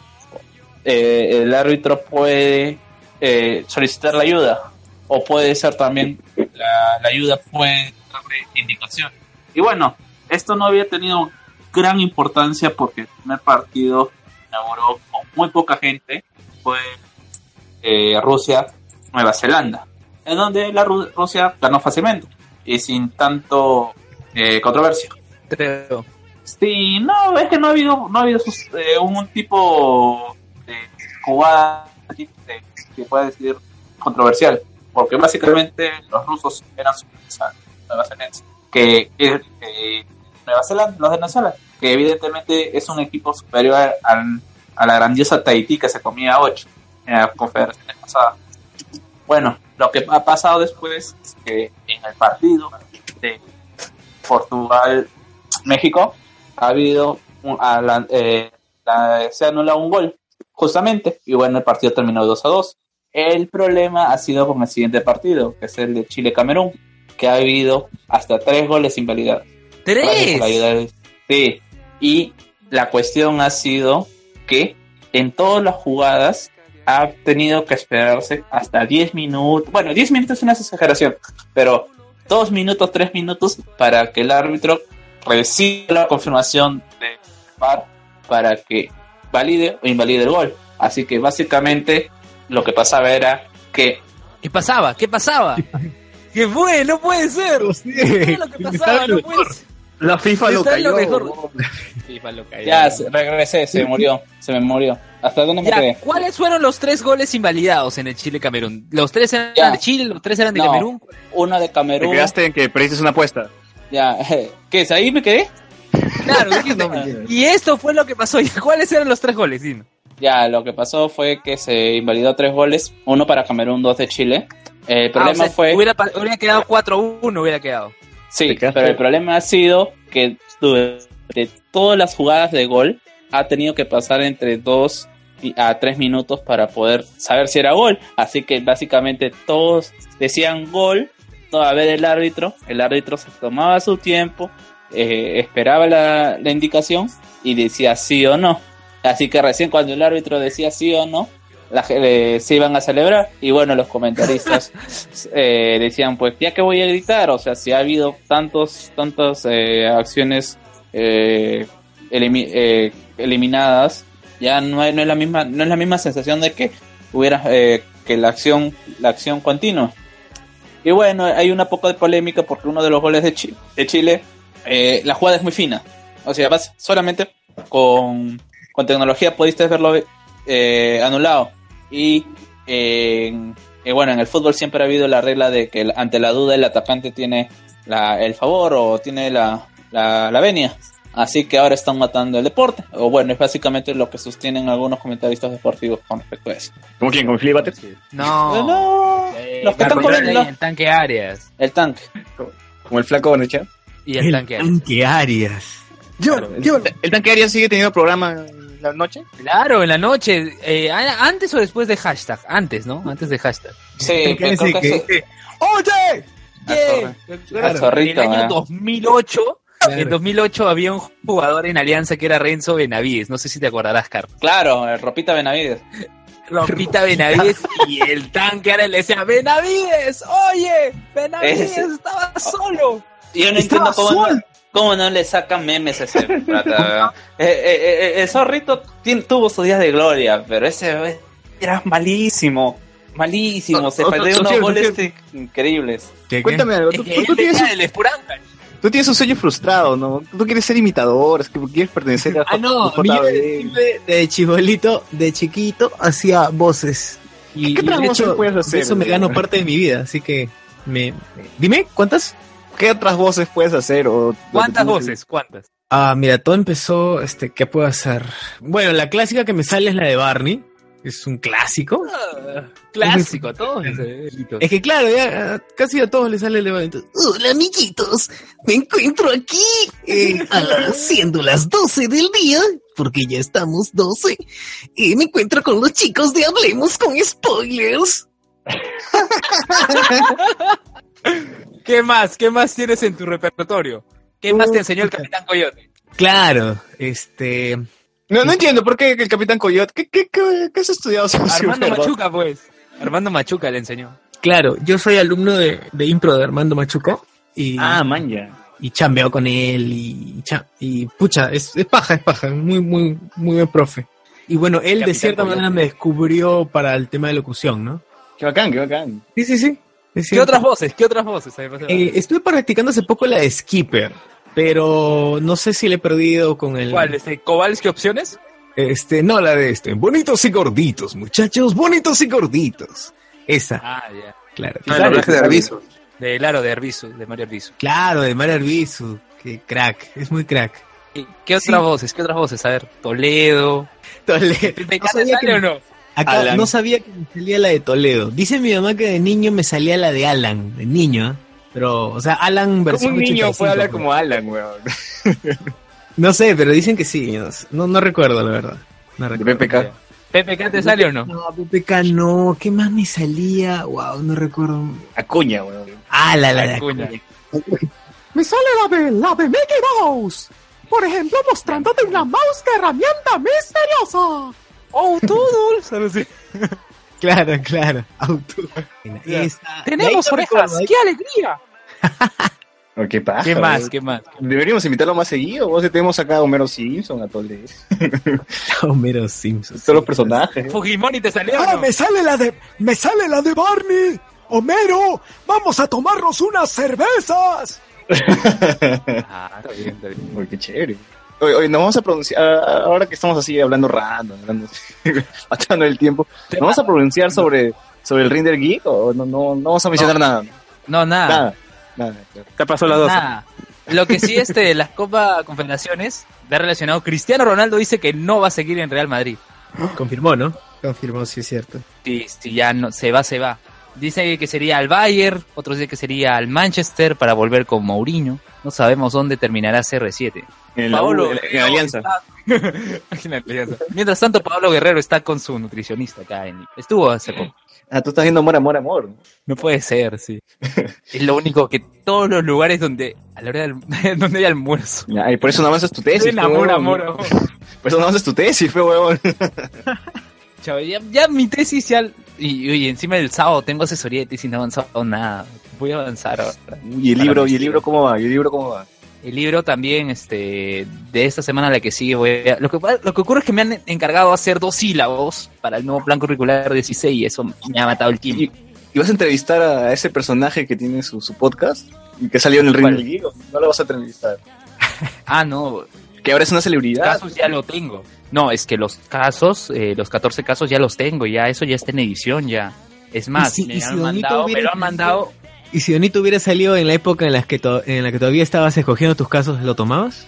eh, el árbitro puede eh, solicitar la ayuda o puede ser también la, la ayuda puede darle indicación. Y bueno, esto no había tenido gran importancia porque el primer partido inauguró con muy poca gente fue eh, Rusia Nueva Zelanda en donde la Ru- Rusia ganó fácilmente y sin tanto eh, controversia
Creo.
sí no es que no ha habido no ha habido sus- eh, un tipo de jugada que- que pueda decir controversial porque básicamente los rusos eran superiores a Nueva Zelanda que es eh, Nueva Zelanda los de Nueva Zelanda que evidentemente es un equipo superior al a la grandiosa Tahití que se comía 8 en la confederación pasada. Bueno, lo que ha pasado después es que en el partido de Portugal-México ha habido un- a la- eh, la- se anula un gol, justamente, y bueno, el partido terminó 2 a 2. El problema ha sido con el siguiente partido, que es el de Chile-Camerún, que ha habido hasta tres goles invalidados. Gracias por
¡Tres!
ayudar. Sí. Y la cuestión ha sido que en todas las jugadas ha tenido que esperarse hasta 10 minutos. Bueno, 10 minutos es una exageración, pero 2 minutos, 3 minutos para que el árbitro reciba la confirmación de VAR para que valide o invalide el gol. Así que básicamente lo que pasaba era que
¿Qué pasaba? ¿Qué pasaba? ¿Qué fue? No puede ser. ¿Qué era lo que pasaba? No puede ser.
La FIFA lo
Está en
cayó.
lo mejor.
huevón.
Ya, se- regresé, se me murió, se me murió. ¿Hasta dónde me
Ya,
quedé?
¿Cuáles fueron los tres goles invalidados en el Chile-Camerún? Los tres eran
Ya.
de Chile, los tres eran de
No.
Camerún.
Uno de
Te
Camerún.
quedaste en que perdiste una apuesta.
Ya, ¿qué es? ¿Ahí me quedé?
Claro, dijiste. y esto fue lo que pasó. ¿Y ¿Cuáles eran los tres goles? Dime.
Ya, lo que pasó fue que se invalidó tres goles, uno para Camerún, dos de Chile. El
Ah,
problema
o sea,
fue...
Hubiera, pa- hubiera quedado 4-1, hubiera quedado.
Sí,
Te quedaste-
pero el problema ha sido que durante todas las jugadas de gol ha tenido que pasar entre dos y- a tres minutos para poder saber si era gol. Así que básicamente todos decían gol, no a ver el árbitro. El árbitro se tomaba su tiempo, eh, esperaba la, la indicación y decía sí o no. Así que recién cuando el árbitro decía sí o no, la, ge- eh, se iban a celebrar y bueno, los comentaristas eh, decían pues ya que voy a gritar o sea si ha habido tantos tantas eh, acciones eh, elimi- eh, eliminadas ya no, hay- no es la misma no es la misma sensación de que hubiera eh, que la acción la acción continua y bueno hay una poca de polémica porque uno de los goles de, Chi- de Chile eh, la jugada es muy fina o sea vas solamente con con tecnología pudiste verlo eh, anulado y eh, en y bueno, en el fútbol siempre ha habido la regla de que el- ante la duda el atacante tiene la- el favor o tiene la, la, la venia. Así que ahora están matando el deporte. O bueno, es básicamente lo que sostienen algunos comentaristas deportivos con respecto a eso.
¿Como quién? ¿Con Philip Butter?
No.
No,
Eh,
los que
Marco
están comiendo
Vela y el tanque Arias.
el tanque.
¿Como el flaco Bonachá?
Y el, tanque Arias.
ah. Arias.
Llévalo, llévalo.
¿El tanque Arias sigue teniendo programa en la noche?
Claro, en la noche. eh, a- antes o después de hashtag. Antes, ¿no? Antes de hashtag.
Sí,
¿Qué
pero creo
decir
que
que-
eso-
¡Oye!
Al zorri- al
en el
zorrito,
año
¿verdad?
2008. En
Claro.
2008 había un jugador en Alianza que era Renzo Benavides. No sé si te acordarás, Carlos.
Claro, el ropita Benavides.
Rompita Benavides y el tanque ahora le decía: ¡Benavides! ¡Oye! ¡Benavides
Ese.
estaba solo!
Yo no
Estaba
entiendo cómo
sol.
no, cómo no le sacan memes a ese plata. ¿verdad? Eh, eh, eh, el zorrito tien- tuvo sus días de gloria, pero ese eh, era malísimo. Malísimo, se
O- o-
perdió
o-
unos
sí,
goles increíbles.
Cuéntame algo. ¿Tú,
Es que
tú-
él
tú tienes,
venía del Espuranca.
tú tienes un sueño frustrado, ¿no? Tú quieres ser imitador, es que quieres pertenecer a
Ah, no,
JB.
yo siempre de chibolito, de chiquito, hacía voces. Y,
¿Qué
y
otras
de
voces
hecho,
puedes hacer,
de eso me
güey?
gano parte de mi vida, así que me... Dime, ¿cuántas?
¿Qué otras voces puedes hacer? O,
¿Cuántas voces? ¿Cuántas?
Ah, mira, todo empezó, este, ¿qué puedo hacer? Bueno, la clásica que me sale es la de Barney, es un clásico.
Ah, Clásico, todos. eh,
Es que claro, ya ah, casi a todos les sale el evento. Hola amiguitos, me encuentro aquí eh, a las- siendo las 12 del día, porque ya estamos 12, y me encuentro con los chicos de Hablemos con Spoilers.
¿Qué más? ¿Qué más tienes en tu repertorio? ¿Qué más te enseñó el Capitán Coyote?
Claro, este...
No, no entiendo, ¿por qué el Capitán Coyote? ¿Qué, qué, qué, qué has estudiado?
Armando
Perdón.
Machuca, pues. Armando Machuca le enseñó.
Claro, yo soy alumno de, de impro de Armando Machuco y,
Ah, man, ya.
y chambeo con él y, cha- y pucha, es, es paja, es paja, muy, muy, muy buen profe. Y bueno, él de
Capitán
cierta
Coyote.
manera me descubrió para el tema de locución, ¿no?
Qué bacán, qué bacán.
Sí, sí, sí. Es
¿Qué
cierto.
otras voces? ¿Qué otras voces? A ver, pasa.
Eh, estuve practicando hace poco la de Skipper, pero no sé si le he perdido con el...
¿Cuál? Este, ¿Cobals qué opciones?
Este, no, la de este. Bonitos y gorditos, muchachos, bonitos y gorditos. Esa,
Ah, ya.
claro.
No, el doblaje de Arviso.
De Laro de Arbizu, de Mario Arbizu.
Claro, de Mario Arbizu, que crack, es muy crack.
¿Qué, qué otras
Sí.
voces? ¿Qué otras voces? A ver, Toledo. Ah,
Toledo.
¿Te
No sabía
sale
que-
o no?
Acá
Alan.
no sabía que me salía la de Toledo. Dice mi mamá que de niño me salía la de Alan, de niño, ¿eh? Pero, o sea, Alan
¿Cómo
versión
un niño
85,
puede hablar
pues.
como Alan, weón?
No sé, pero dicen que sí. No, sé. No- no recuerdo, la verdad. No
De
recuerdo.
PPK.
¿PPK te sale o no?
No, PPK no. ¿Qué más me salía? Wow, no recuerdo.
Acuña, weón.
Ah, la, la, la.
Acuña.
Me sale la de, la de Mickey Mouse. Por ejemplo, mostrándote una mouse que herramienta misteriosa.
¡Oh, Toodles! Algo así.
Claro, claro. Auto. Esa-
¡Tenemos
Ahí no
orejas!
recuerdo, ahí-
¡Qué alegría!
Oh, qué paja,
¿Qué más?
weón.
¿Qué más?
Deberíamos invitarlo más seguido. Vos tenemos acá a Homero Simpson, a Tolde.
Homero Simpson.
Todos los personajes.
¿Fujimori te salió o
Ah,
no?
me sale la de, me sale la de Barney. Homero, vamos a tomarnos unas cervezas.
Ah, está bien, está bien.
Uy, qué chévere. Oye, oye, nos vamos a pronunciar, ahora que estamos así hablando random, hablando, matando el tiempo, ¿nos vamos a pronunciar sobre, sobre el Render Geek o no, no, no vamos a mencionar nada?
No, nada.
Nada, nada. claro.
Te pasó las dos.
Nada. Lo que sí, este, las Copa Confederaciones, de relacionado, Cristiano Ronaldo dice que no va a seguir en Real Madrid.
Confirmó, ¿no? Confirmó, sí, es cierto.
Si, si ya no, se va, se va. Dice que sería al Bayern, otros dicen que sería al Manchester para volver con Mourinho. No sabemos dónde terminará CR7.
En, la U, en la- en la Alianza.
En la Alianza. Mientras tanto, Pablo Guerrero está con su nutricionista acá en... Estuvo hace poco.
Ah, tú estás viendo Amor, Amor, Amor.
No puede ser, sí. Es lo único que todos los lugares donde a la hora del, donde hay almuerzo.
Ya, y por eso no avanzas tu tesis.
Dicen
pe,
amor,
huevón.
amor, amor.
Por eso no avanzas tu tesis, fe huevón.
Chavo, ya, ya mi tesis ya... Y, y encima del sábado tengo asesoría de tesis, no he avanzado nada. Voy a avanzar ahora.
Y el libro, y el libro cómo va, y el libro cómo va.
El libro también, este, de esta semana a la que sigue, voy a- lo, que, pa- lo que ocurre es que me han encargado hacer dos sílabos para el nuevo plan curricular 16 y eso me ha matado el tiempo.
¿Y vas a entrevistar a ese personaje que tiene su, su podcast y que salió en el Ring
¿Cuál?
del Geek? ¿o No lo vas a entrevistar.
Ah, no,
Que ahora es una
los
celebridad.
casos ya lo tengo. No, es que los casos, eh, los 14 casos ya los tengo, ya eso ya está en edición, ya. Es más,
si-
me,
y si
han
Donito
mandado, me
hubiera
lo han mandado.
¿Y si Donito hubiera salido en la época en la que, to- en la que todavía estabas escogiendo tus casos, lo tomabas?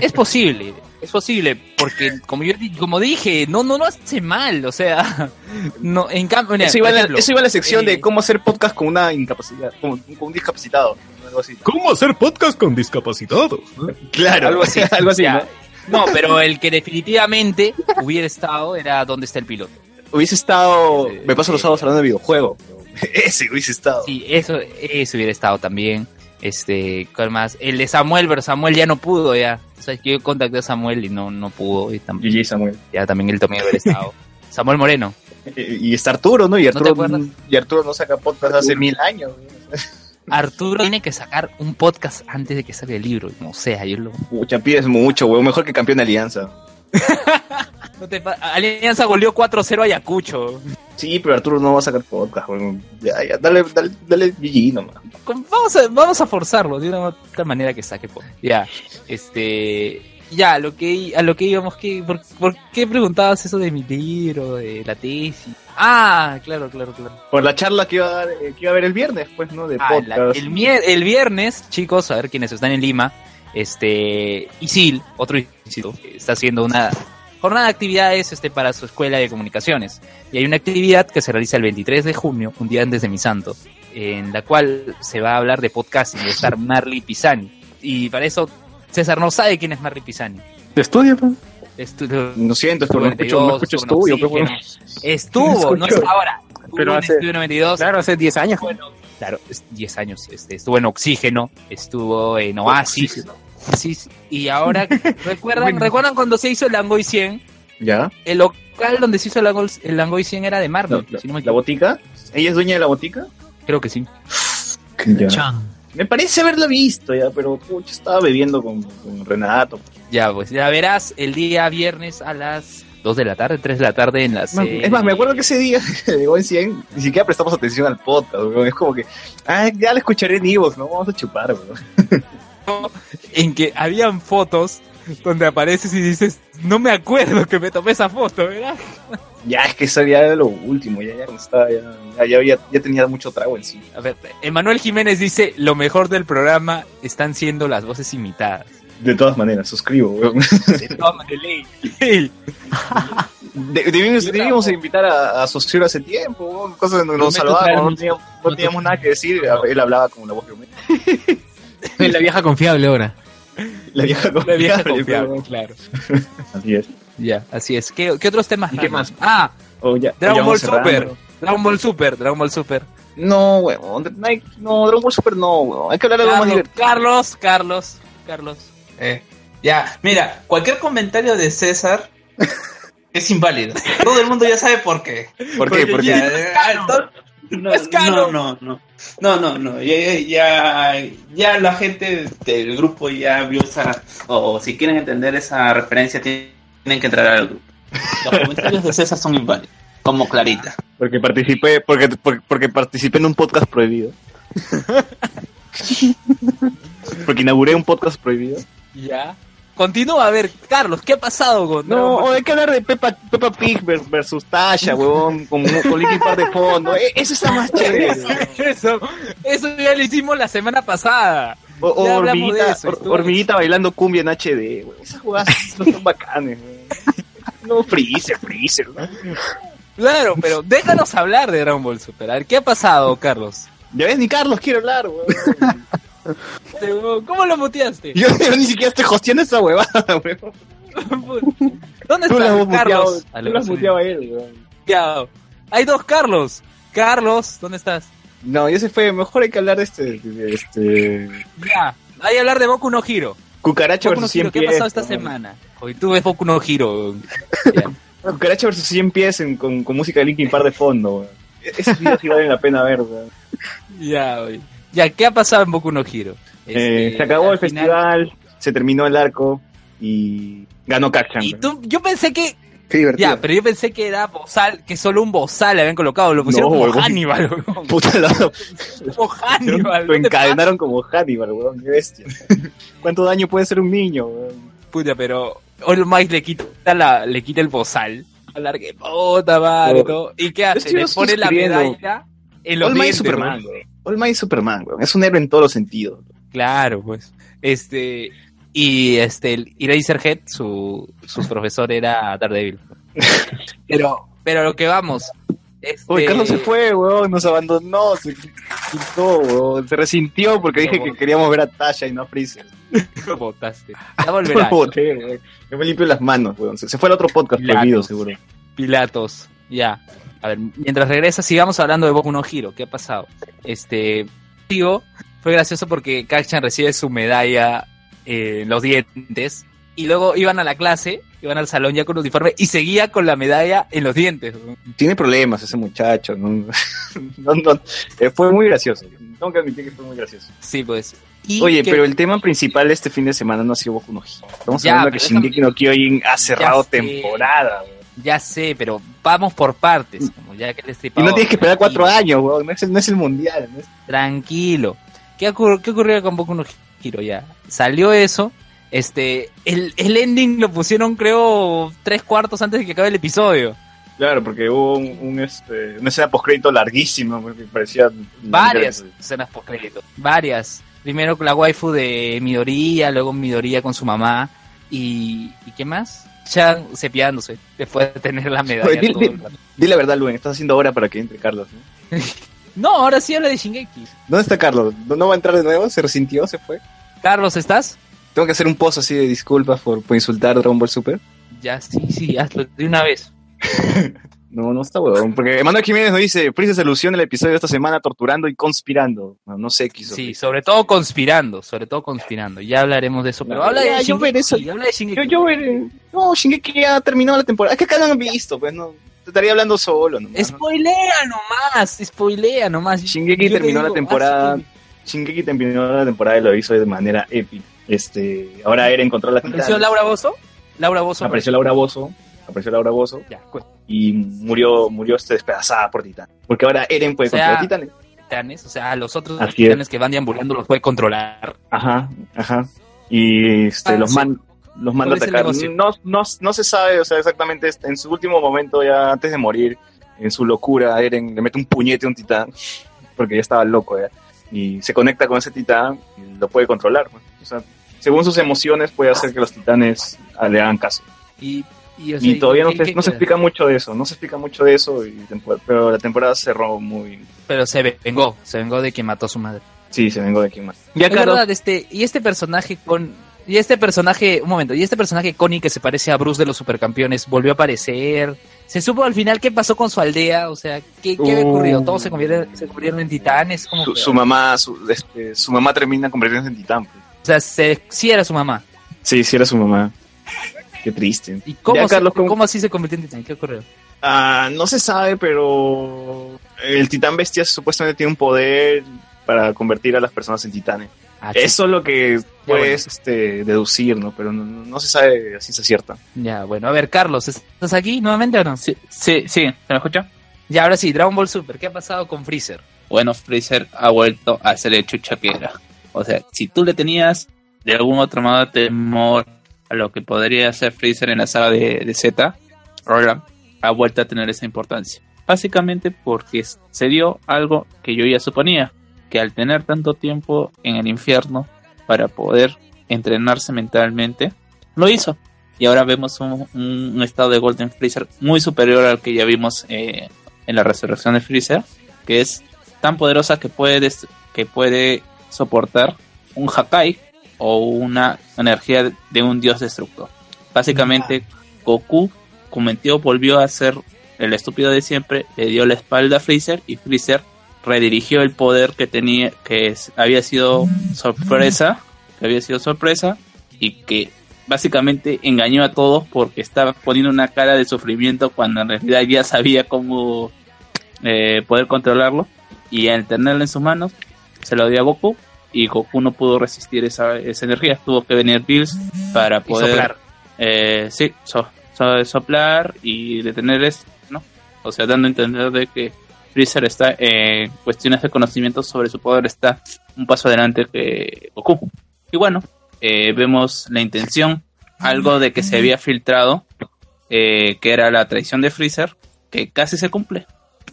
Es posible, es posible, porque como yo di- como dije, no, no, no hace mal, o sea, no, en cambio, mira,
Eso iba,
por
en la,
ejemplo,
eso iba en la sección
eh,
de cómo hacer podcast con una incapacidad, con, con un discapacitado. Algo así.
¿Cómo hacer podcast con discapacitados? no?
Claro, algo así, algo así. ¿no?
Ya. ¿no? pero el que definitivamente hubiera estado era donde está el piloto.
Hubiese estado. Me paso los
Eh,
sábados hablando de videojuego. Ese hubiese estado.
Sí, eso, eso hubiera estado también. Este, ¿cuál más? El de Samuel, pero Samuel ya no pudo ya. O sea, yo contacté a Samuel y no, no pudo. Y tam-
GG Samuel.
ya también él también hubiera estado. Samuel Moreno.
Eh, Y está Arturo, ¿no? Y
te
Arturo
acuerdas?
mm, y Arturo no saca podcast hace mil años.
Arturo tiene que sacar un podcast antes de que salga el libro. Como sea, yo lo...
Pucha, pides mucho, weón. Mejor que campeón de alianza.
No te pa- Alianza goleó 4-0 a Ayacucho.
Sí, pero Arturo no va a sacar podcast, weón. Ya, ya, dale, dale, dale GG nomás.
Con- Vamos a, vamos a forzarlo de una u otra manera que saque. po. Ya, este. Ya, a lo que, a lo que íbamos, que, por, por qué preguntabas eso de mi libro, de la tesis? Ah, claro, claro, claro.
Por la charla que iba a, dar, eh, que iba a haber el viernes, pues, ¿no? De
Ah, la-
podcast.
el, mier- el viernes, chicos, a ver quiénes están en Lima, este. Isil, otro Isil, está haciendo una jornada de actividades este, para su escuela de comunicaciones. Y hay una actividad que se realiza el 23 de junio, un día antes de mi santo, en la cual se va a hablar de podcasting, de estar Marley Pisani. Y para eso, César no sabe quién es Marley Pisani.
Estudia, pues.
Estu-
Lo siento, pero no escucho, no
92,
escucho
con
estudio, pues,
oxígeno.
weón.
Estuvo, no es ahora. Estuvo
Pero
en
hace-
Estudio 92,
Claro, hace 10 años.
Estuvo en- claro, es 10 años. Este, estuvo en Oxígeno, estuvo en Oasis. Sí, sí. y ahora, ¿recuerdan, ¿recuerdan cuando se hizo el Langoy 100?
¿Ya?
El local donde se hizo el Langoy, el Langoy 100 era de
La,
Marvel,
la-
si no me
¿la
equivoco.
botica? ¿Ella es dueña de la botica?
Creo que sí.
Chan.
Me parece haberla visto ya, pero pucha, estaba bebiendo con, con Renato.
Ya, pues, ya verás el día viernes a las 2 de la tarde, 3 de la tarde en eh, la
Más-
serie.
Es más, me acuerdo que ese día de Gwen 100 ni siquiera prestamos atención al podcast, weón. Es como que, ah, ya la escucharé en Evox, no vamos a chupar, weón.
en que habían fotos donde apareces y dices, no me acuerdo que me tomé esa foto, ¿verdad?
Ya, es que eso ya era lo último, ya, ya, como estaba, ya, ya, ya, había- ya tenía mucho trago encima.
A ver, Emanuel Jiménez dice, lo mejor del programa están siendo las voces imitadas.
De todas maneras, suscribo, weón.
De todas maneras, ley, ley.
De- debimos, debimos invitar a, a Sosiro hace tiempo, weón, cosas que nos, nos
Prometo traer
salvábamos, no
mucho-
teníamos, no teníamos nada que decir, él hablaba con la voz de un
La vieja confiable ahora.
La vieja
La vieja
confiable,
confiable,
weón.
claro.
Así es.
Ya, así es. ¿Qué, qué otros temas?
¿Y qué más?
raros? Ah,
O ya- o ya
Dragon
vamos
Ball
cerrando.
Super. Dragon Ball Super, Dragon Ball Super.
No, weón, no, hay- no, Dragon Ball Super no, weón. Hay que hablar de algo más
Carlos,
divertido.
Carlos, Carlos, Carlos.
Eh, ya, mira, cualquier comentario de César es inválido. Todo el mundo ya sabe por qué.
¿Por qué? ¿Por
Ya,
qué?
eh, ah, todo- no,
Es caro.
no, no, no, no, no, no, ya, ya, ya- ya la gente del grupo ya vio esa, o si quieren entender esa referencia tienen que entrar al grupo. Los comentarios de César son inválidos, como Clarita.
Porque participé, porque, porque, porque participé en un podcast prohibido. Porque inauguré un podcast prohibido.
Ya. Continúa, a ver, Carlos, ¿qué ha pasado con
No, o hay que hablar de Peppa, Peppa Pig vers- versus Tasha, huevón, con, con Linkin Park de fondo. E- Eso está más chévere.
eso, eso ya lo hicimos la semana pasada.
O, o
Ya hablamos de
hormiguita,
eso,
hor-
estuvo-
hormiguita bailando cumbia en HD, huevón. Esas jugadas no son bacanes, huevón. No, Freezer, Freezer.
Claro, pero déjanos hablar de Dragon Ball Super. A ver, ¿qué ha pasado, Carlos?
Ya ves, ni Carlos quiere hablar, weón.
Este, weón, ¿Cómo lo muteaste?
Yo, yo ni siquiera estoy hosteando esa huevada, huevón.
¿Dónde
Tú lo
está
has muteado,
Carlos?
tú lo has muteado a él, huevón.
Muteado. Hay dos Carlos. Carlos, ¿dónde estás?
No, ya se fue. Mejor hay que hablar de este. de este...
Ya, hay que hablar de Boku no Hiro.
Cucaracha
Boku no
versus 100
Hiro, ¿qué ha
pies.
pasado esta
huevón.
semana? Hoy tú ves Boku no Hiro. weón.
Cucaracha versus 100 pies en- con, con música de Linkin Park de fondo, weón. Esos videos sí valen la pena ver, weón.
Ya, güey. Ya, ¿qué ha pasado en Boku no Hiro?
Eh,
Este,
se acabó
al
el
final-
festival, se terminó el arco y ganó Cachan.
Y tú, yo pensé que. Ya, pero yo pensé que era bozal, que solo un bozal le habían colocado, lo pusieron
No,
como
huevón.
Hannibal, huevón.
Puta, lo,
como Hannibal.
lo encadenaron como Hannibal, weón. Qué bestia. ¿Cuánto daño puede hacer un niño, weón?
Puta, pero All Might le quita, la, le quita el bozal. A la que puta madre,
Pero-
todo. ¿Y qué
Oh. Yo
hace?
estoy
Le pone la
suscribiendo.
medalla en los
All Might
dientes,
es Superman,
huevón.
weón. All Might es Superman, weón. Es un héroe en todos los sentidos.
Claro, pues. Este. Y este, el- y Razorhead, su, su profesor era Daredevil. Pero, pero a lo que vamos. Este,
Uy, Carlos se fue, weón. Nos abandonó, se quitó, weón. Se resintió porque dije que queríamos ver a Tasha y no a Freezer.
Lo botaste. Ya volverá.
Lo boté, weón. Yo me limpio las manos, weón. Se, se fue al otro podcast
Claro.
prohibido, seguro.
Pilatos. Ya. A ver, mientras regresa, sigamos hablando de Boku no Hero. ¿Qué ha pasado? Este. Digo, fue gracioso porque Kachan recibe su medalla eh, en los dientes. Y luego iban a la clase, iban al salón ya con uniforme y seguía con la medalla en los dientes.
Tiene problemas ese muchacho. ¿no? No, no. Eh, fue muy gracioso. Tengo que admitir que fue muy gracioso.
Sí, pues. Y
Oye,
que-
pero el tema principal de este fin de semana no ha sido Boku no Hero. Estamos
Ya,
hablando que
pero déjame-
Shingeki no Kyojin ha cerrado
sé.
temporada. weón.
Ya sé, pero vamos por partes. Como ya que el
Y
Destripador-
no tienes que esperar cuatro años, weón. No es, el- no es el mundial. ¿no?
Tranquilo. ¿Qué, ocur- qué ocurrió con Boku no Hero ya? Salió eso. Este, el, el ending lo pusieron creo tres cuartos antes de que acabe el episodio.
Claro, porque hubo un, un, este, una escena postcrédito larguísima. weón, que parecía.
Varias escenas post-crédito. Varias. Primero con la waifu de Midoriya, luego Midoriya con su mamá. ¿Y, ¿y qué más? Chan cepillándose después de tener la medalla.
Oye, di-
todo
di-
el rato.
Di la verdad, Luen. Estás haciendo ahora para que entre Carlos. ¿no?
No, ahora sí habla de Shingeki.
¿Dónde está Carlos? ¿No no va a entrar de nuevo? ¿Se resintió? ¿Se fue?
Carlos, ¿estás?
Tengo que hacer un pozo así de disculpas por, por insultar a Dragon Ball Super.
Ya, sí, sí, hazlo de una vez.
No, no está huevón. Porque Emanuel Jiménez nos dice, Freezer se alusión el episodio de esta semana torturando y conspirando. No, no sé qué hizo.
Sí, sobre todo conspirando, sobre todo conspirando. Ya hablaremos de eso, pero
No,
habla de
ya, yo
Shingeki,
veré eso.
habla de Shingeki.
Yo, yo veré. No, Shingeki ya terminó la temporada. Es que acá no han visto, pues no. Te estaría hablando solo. nomás, ¿no?
Spoilea nomás, spoilea nomás.
Shingeki
Yo te
terminó la
digo, ah,
temporada.
así
Shingeki terminó la temporada y lo hizo de manera épica. Este, ahora Eren encontró la
que- ¿Apareció Laura Bozo? Laura Bozo.
apareció Laura Bozo. Apareció Laura Bozo.
Ya,
Y murió, murió este, despedazada por Titán. Porque ahora Eren puede
O sea,
controlar a Titanes.
titanes, o sea, a los otros
Así es.
titanes que van deambulando los puede controlar.
Ajá, ajá. Y este,
Ah,
los
sí.
man, los manda a
¿Cuál es el
atacar.
negocio?
No, no, no se sabe, o sea, exactamente este, en su último momento, ya antes de morir, en su locura, Eren le mete un puñete a un titán, porque ya estaba loco, ya. Y se conecta con ese titán y lo puede controlar. pues. O sea, según sus emociones, puede hacer que los titanes ah, le hagan caso.
Y, y, o sea,
Y todavía no,
¿qué-
se-
qué
no se
queda?
explica mucho de eso, no se explica mucho de eso, y tempor- pero la temporada cerró muy.
Pero se vengó, se vengó de que mató a su madre.
Sí, se vengó de aquí más.
Es verdad, este, y este personaje con. Y este personaje, un momento, y este personaje Connie que se parece a Bruce de los supercampeones, volvió a aparecer. Se supo al final qué pasó con su aldea, o sea, qué, qué había
Uh.
ocurrido. Todos se convirtieron, se convirtieron en titanes. ¿cómo
su,
fue?
su mamá su, este, su mamá termina convirtiéndose en titán. pues.
O sea, se, sí era su mamá.
Sí, sí era su mamá. Qué triste.
¿Y cómo,
Ya,
se-
Carlos, ¿cómo-
cómo... así se convirtió en titán? ¿Qué ocurrió?
Ah, no se sabe, pero el titán bestia supuestamente tiene un poder para convertir a las personas en titanes.
Ah,
Eso es lo que
bueno.
puedes este, deducir, ¿no? Pero no, no se sabe a ciencia cierta.
Ya, bueno, a ver, Carlos, ¿estás aquí nuevamente o no?
Sí, sí, ¿se me escucha?
Ya, ahora sí, Dragon Ball Super, ¿qué ha pasado con Freezer?
bueno, Freezer ha vuelto a ser el chucha que era. O sea, si tú le tenías de algún otro modo temor a lo que podría hacer Freezer en la saga de, de Z, ahora ha vuelto a tener esa importancia. Básicamente porque s- se dio algo que yo ya suponía, que al tener tanto tiempo en el infierno para poder entrenarse mentalmente, lo hizo. Y ahora vemos un, un estado de Golden Freezer muy superior al que ya vimos eh, en la resurrección de Freezer, que es tan poderosa que puede, des- que puede soportar un Hakai o una energía de un dios destructor. Básicamente, Goku cometió, volvió a ser el estúpido de siempre, le dio la espalda a Freezer y Freezer redirigió el poder que tenía, que es- había sido sorpresa, que había sido sorpresa y que básicamente engañó a todos porque estaba poniendo una cara de sufrimiento cuando en realidad ya sabía cómo eh, poder controlarlo y al tenerlo en sus manos se lo dio a Goku y Goku no pudo resistir esa, esa energía, tuvo que venir Bills para poder
soplar.
eh, sí, so- so- soplar y detener esto, ¿no? O sea, dando a entender de que Freezer está en cuestiones de conocimiento sobre su poder está un paso adelante que Goku. Y bueno, eh, vemos la intención, algo de que se había filtrado, eh, que era la traición de Freezer, que casi se cumple,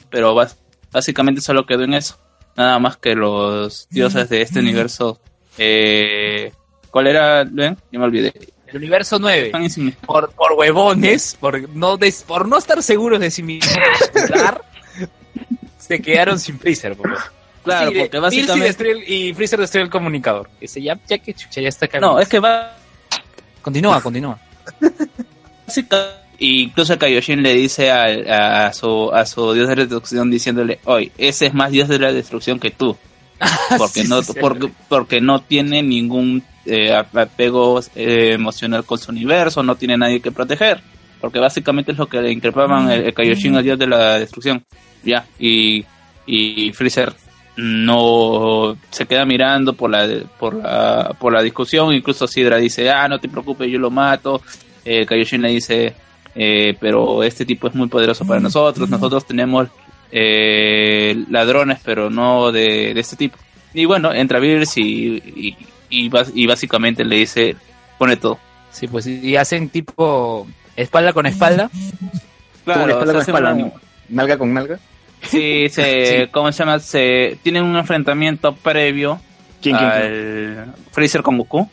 pero bas- básicamente solo quedó en eso. Nada más que los dioses de este universo. eh, ¿Cuál era, Len? Yo me olvidé.
El universo 9.
Tan insigni-
Por, por huevones, por no, des- por no estar seguros de si mismos, se quedaron sin Freezer. po.
Claro,
Sí, de-
porque
Bills y
básicamente-
destruye el- y Freezer destruye el comunicador. Ese ya, ya que chucha, ya está
No, es que va.
Continúa, continúa.
Y Incluso Kaioshin le dice al- a, a su, a su dios de la destrucción diciéndole, hoy ese es más dios de la destrucción que tú. Porque,
Ah, Sí,
no,
sí, sí.
porque, porque no tiene ningún eh, apego eh, emocional con su universo, no tiene nadie que proteger. Porque básicamente es lo que le increpaban el, el Kaioshin al dios de la destrucción. Ya, y, y Freezer no se queda mirando por la, por la, por la discusión. Incluso Sidra dice, ah, no te preocupes, yo lo mato. Eh, Kaioshin le dice, eh, pero este tipo es muy poderoso para nosotros. Nosotros tenemos eh, ladrones, pero no de, de este tipo. Y bueno, entra Beers y, y, y bas- y básicamente le dice, pone todo.
Sí, pues y y hacen tipo espalda con espalda.
Claro,
Tú,
se hace un-
Nalga con nalga.
Sí, se, ¿cómo se llama? Se tienen un enfrentamiento previo
¿Quién, quién,
Ah,
al Freezer con Goku.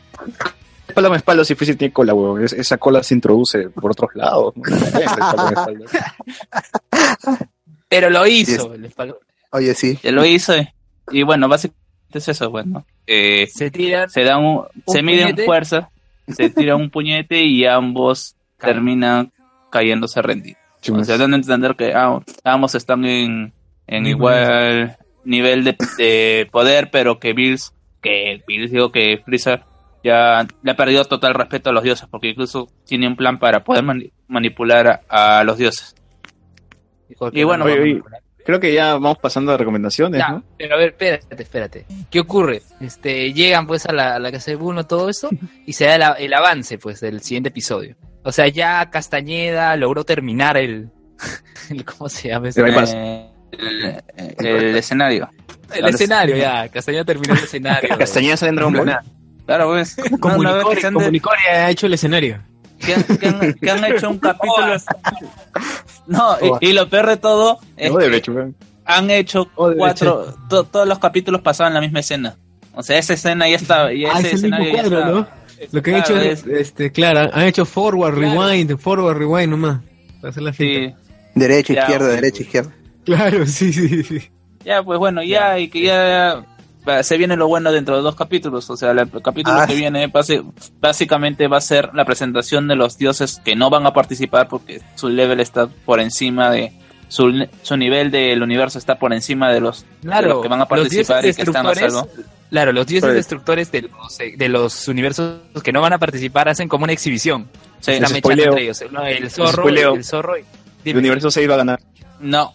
Espalda a espalda, si Freezer tiene cola, huevón. Es- esa cola se introduce por otros lados. ¿no? Espalda a espalda.
Pero lo
hizo,
Oye, sí.
Ya lo hizo. eh. Y bueno, básicamente es eso, bueno. Eh,
se tiran.
Se dan un-
un
se miden
puñete.
fuerza, se tiran un puñete y ambos terminan cayéndose rendidos. O sea, dan a entender que ah, ambos están en, en igual nivel de, de poder, pero que Bills, que Bills digo que Freezer ya le ha perdido total respeto a los dioses, porque incluso tiene un plan para poder mani- manipular a, a los dioses. Y bueno,
Oye,
vamos.
oye, creo que ya vamos pasando a recomendaciones,
Ya,
¿no?
pero a ver, espérate, espérate. ¿Qué ocurre? Este, llegan pues a la, a la casa de Bruno, todo eso, y se da la- el avance pues del siguiente episodio. O sea, ya Castañeda logró terminar el, el- ¿cómo se llama? este?
Eh, el- el escenario.
El escenario, ya. Castañeda terminó el escenario.
Castañeda sale en Dragon Ball.
Claro, pues.
Comunicó-
no, que se han de-
Comunicó ha hecho el escenario.
que han, que han- que han hecho un capítulo.
eh.
No, y, y lo peor de todo es
No
que
debe, chupar.
han hecho cuatro. to- todos los capítulos pasaban la misma escena. O sea, esa escena ya está. Y
Ah,
ese
es el mismo
escenario ya
cuadro,
está.
¿no? Lo que han
Claro,
hecho,
es-
este, claro, han hecho forward, rewind, forward, rewind nomás. Para hacer la
sí.
Derecha,
Ya,
izquierda,
ok,
derecha, izquierda.
Claro, sí, sí, sí.
Ya, pues bueno, ya, y que ya va, se viene lo bueno dentro de dos capítulos. O sea, el capítulo
Ah,
que
sí.
viene base- básicamente va a ser la presentación de los dioses que no van a participar porque su level está por encima de. Su, su nivel del universo está por encima de los, de
Claro,
los que van a
los dioses
participar y que están a
destructores-
salvo.
Claro, los dioses
Sí.
destructores de los, eh, de los universos que no van a participar hacen como una exhibición.
Sí,
Están
les
mechando
spoileo.
entre ellos. Uno, el
Les
zorro,
spoileo.
el zorro y...
El universo 6 va a ganar.
No,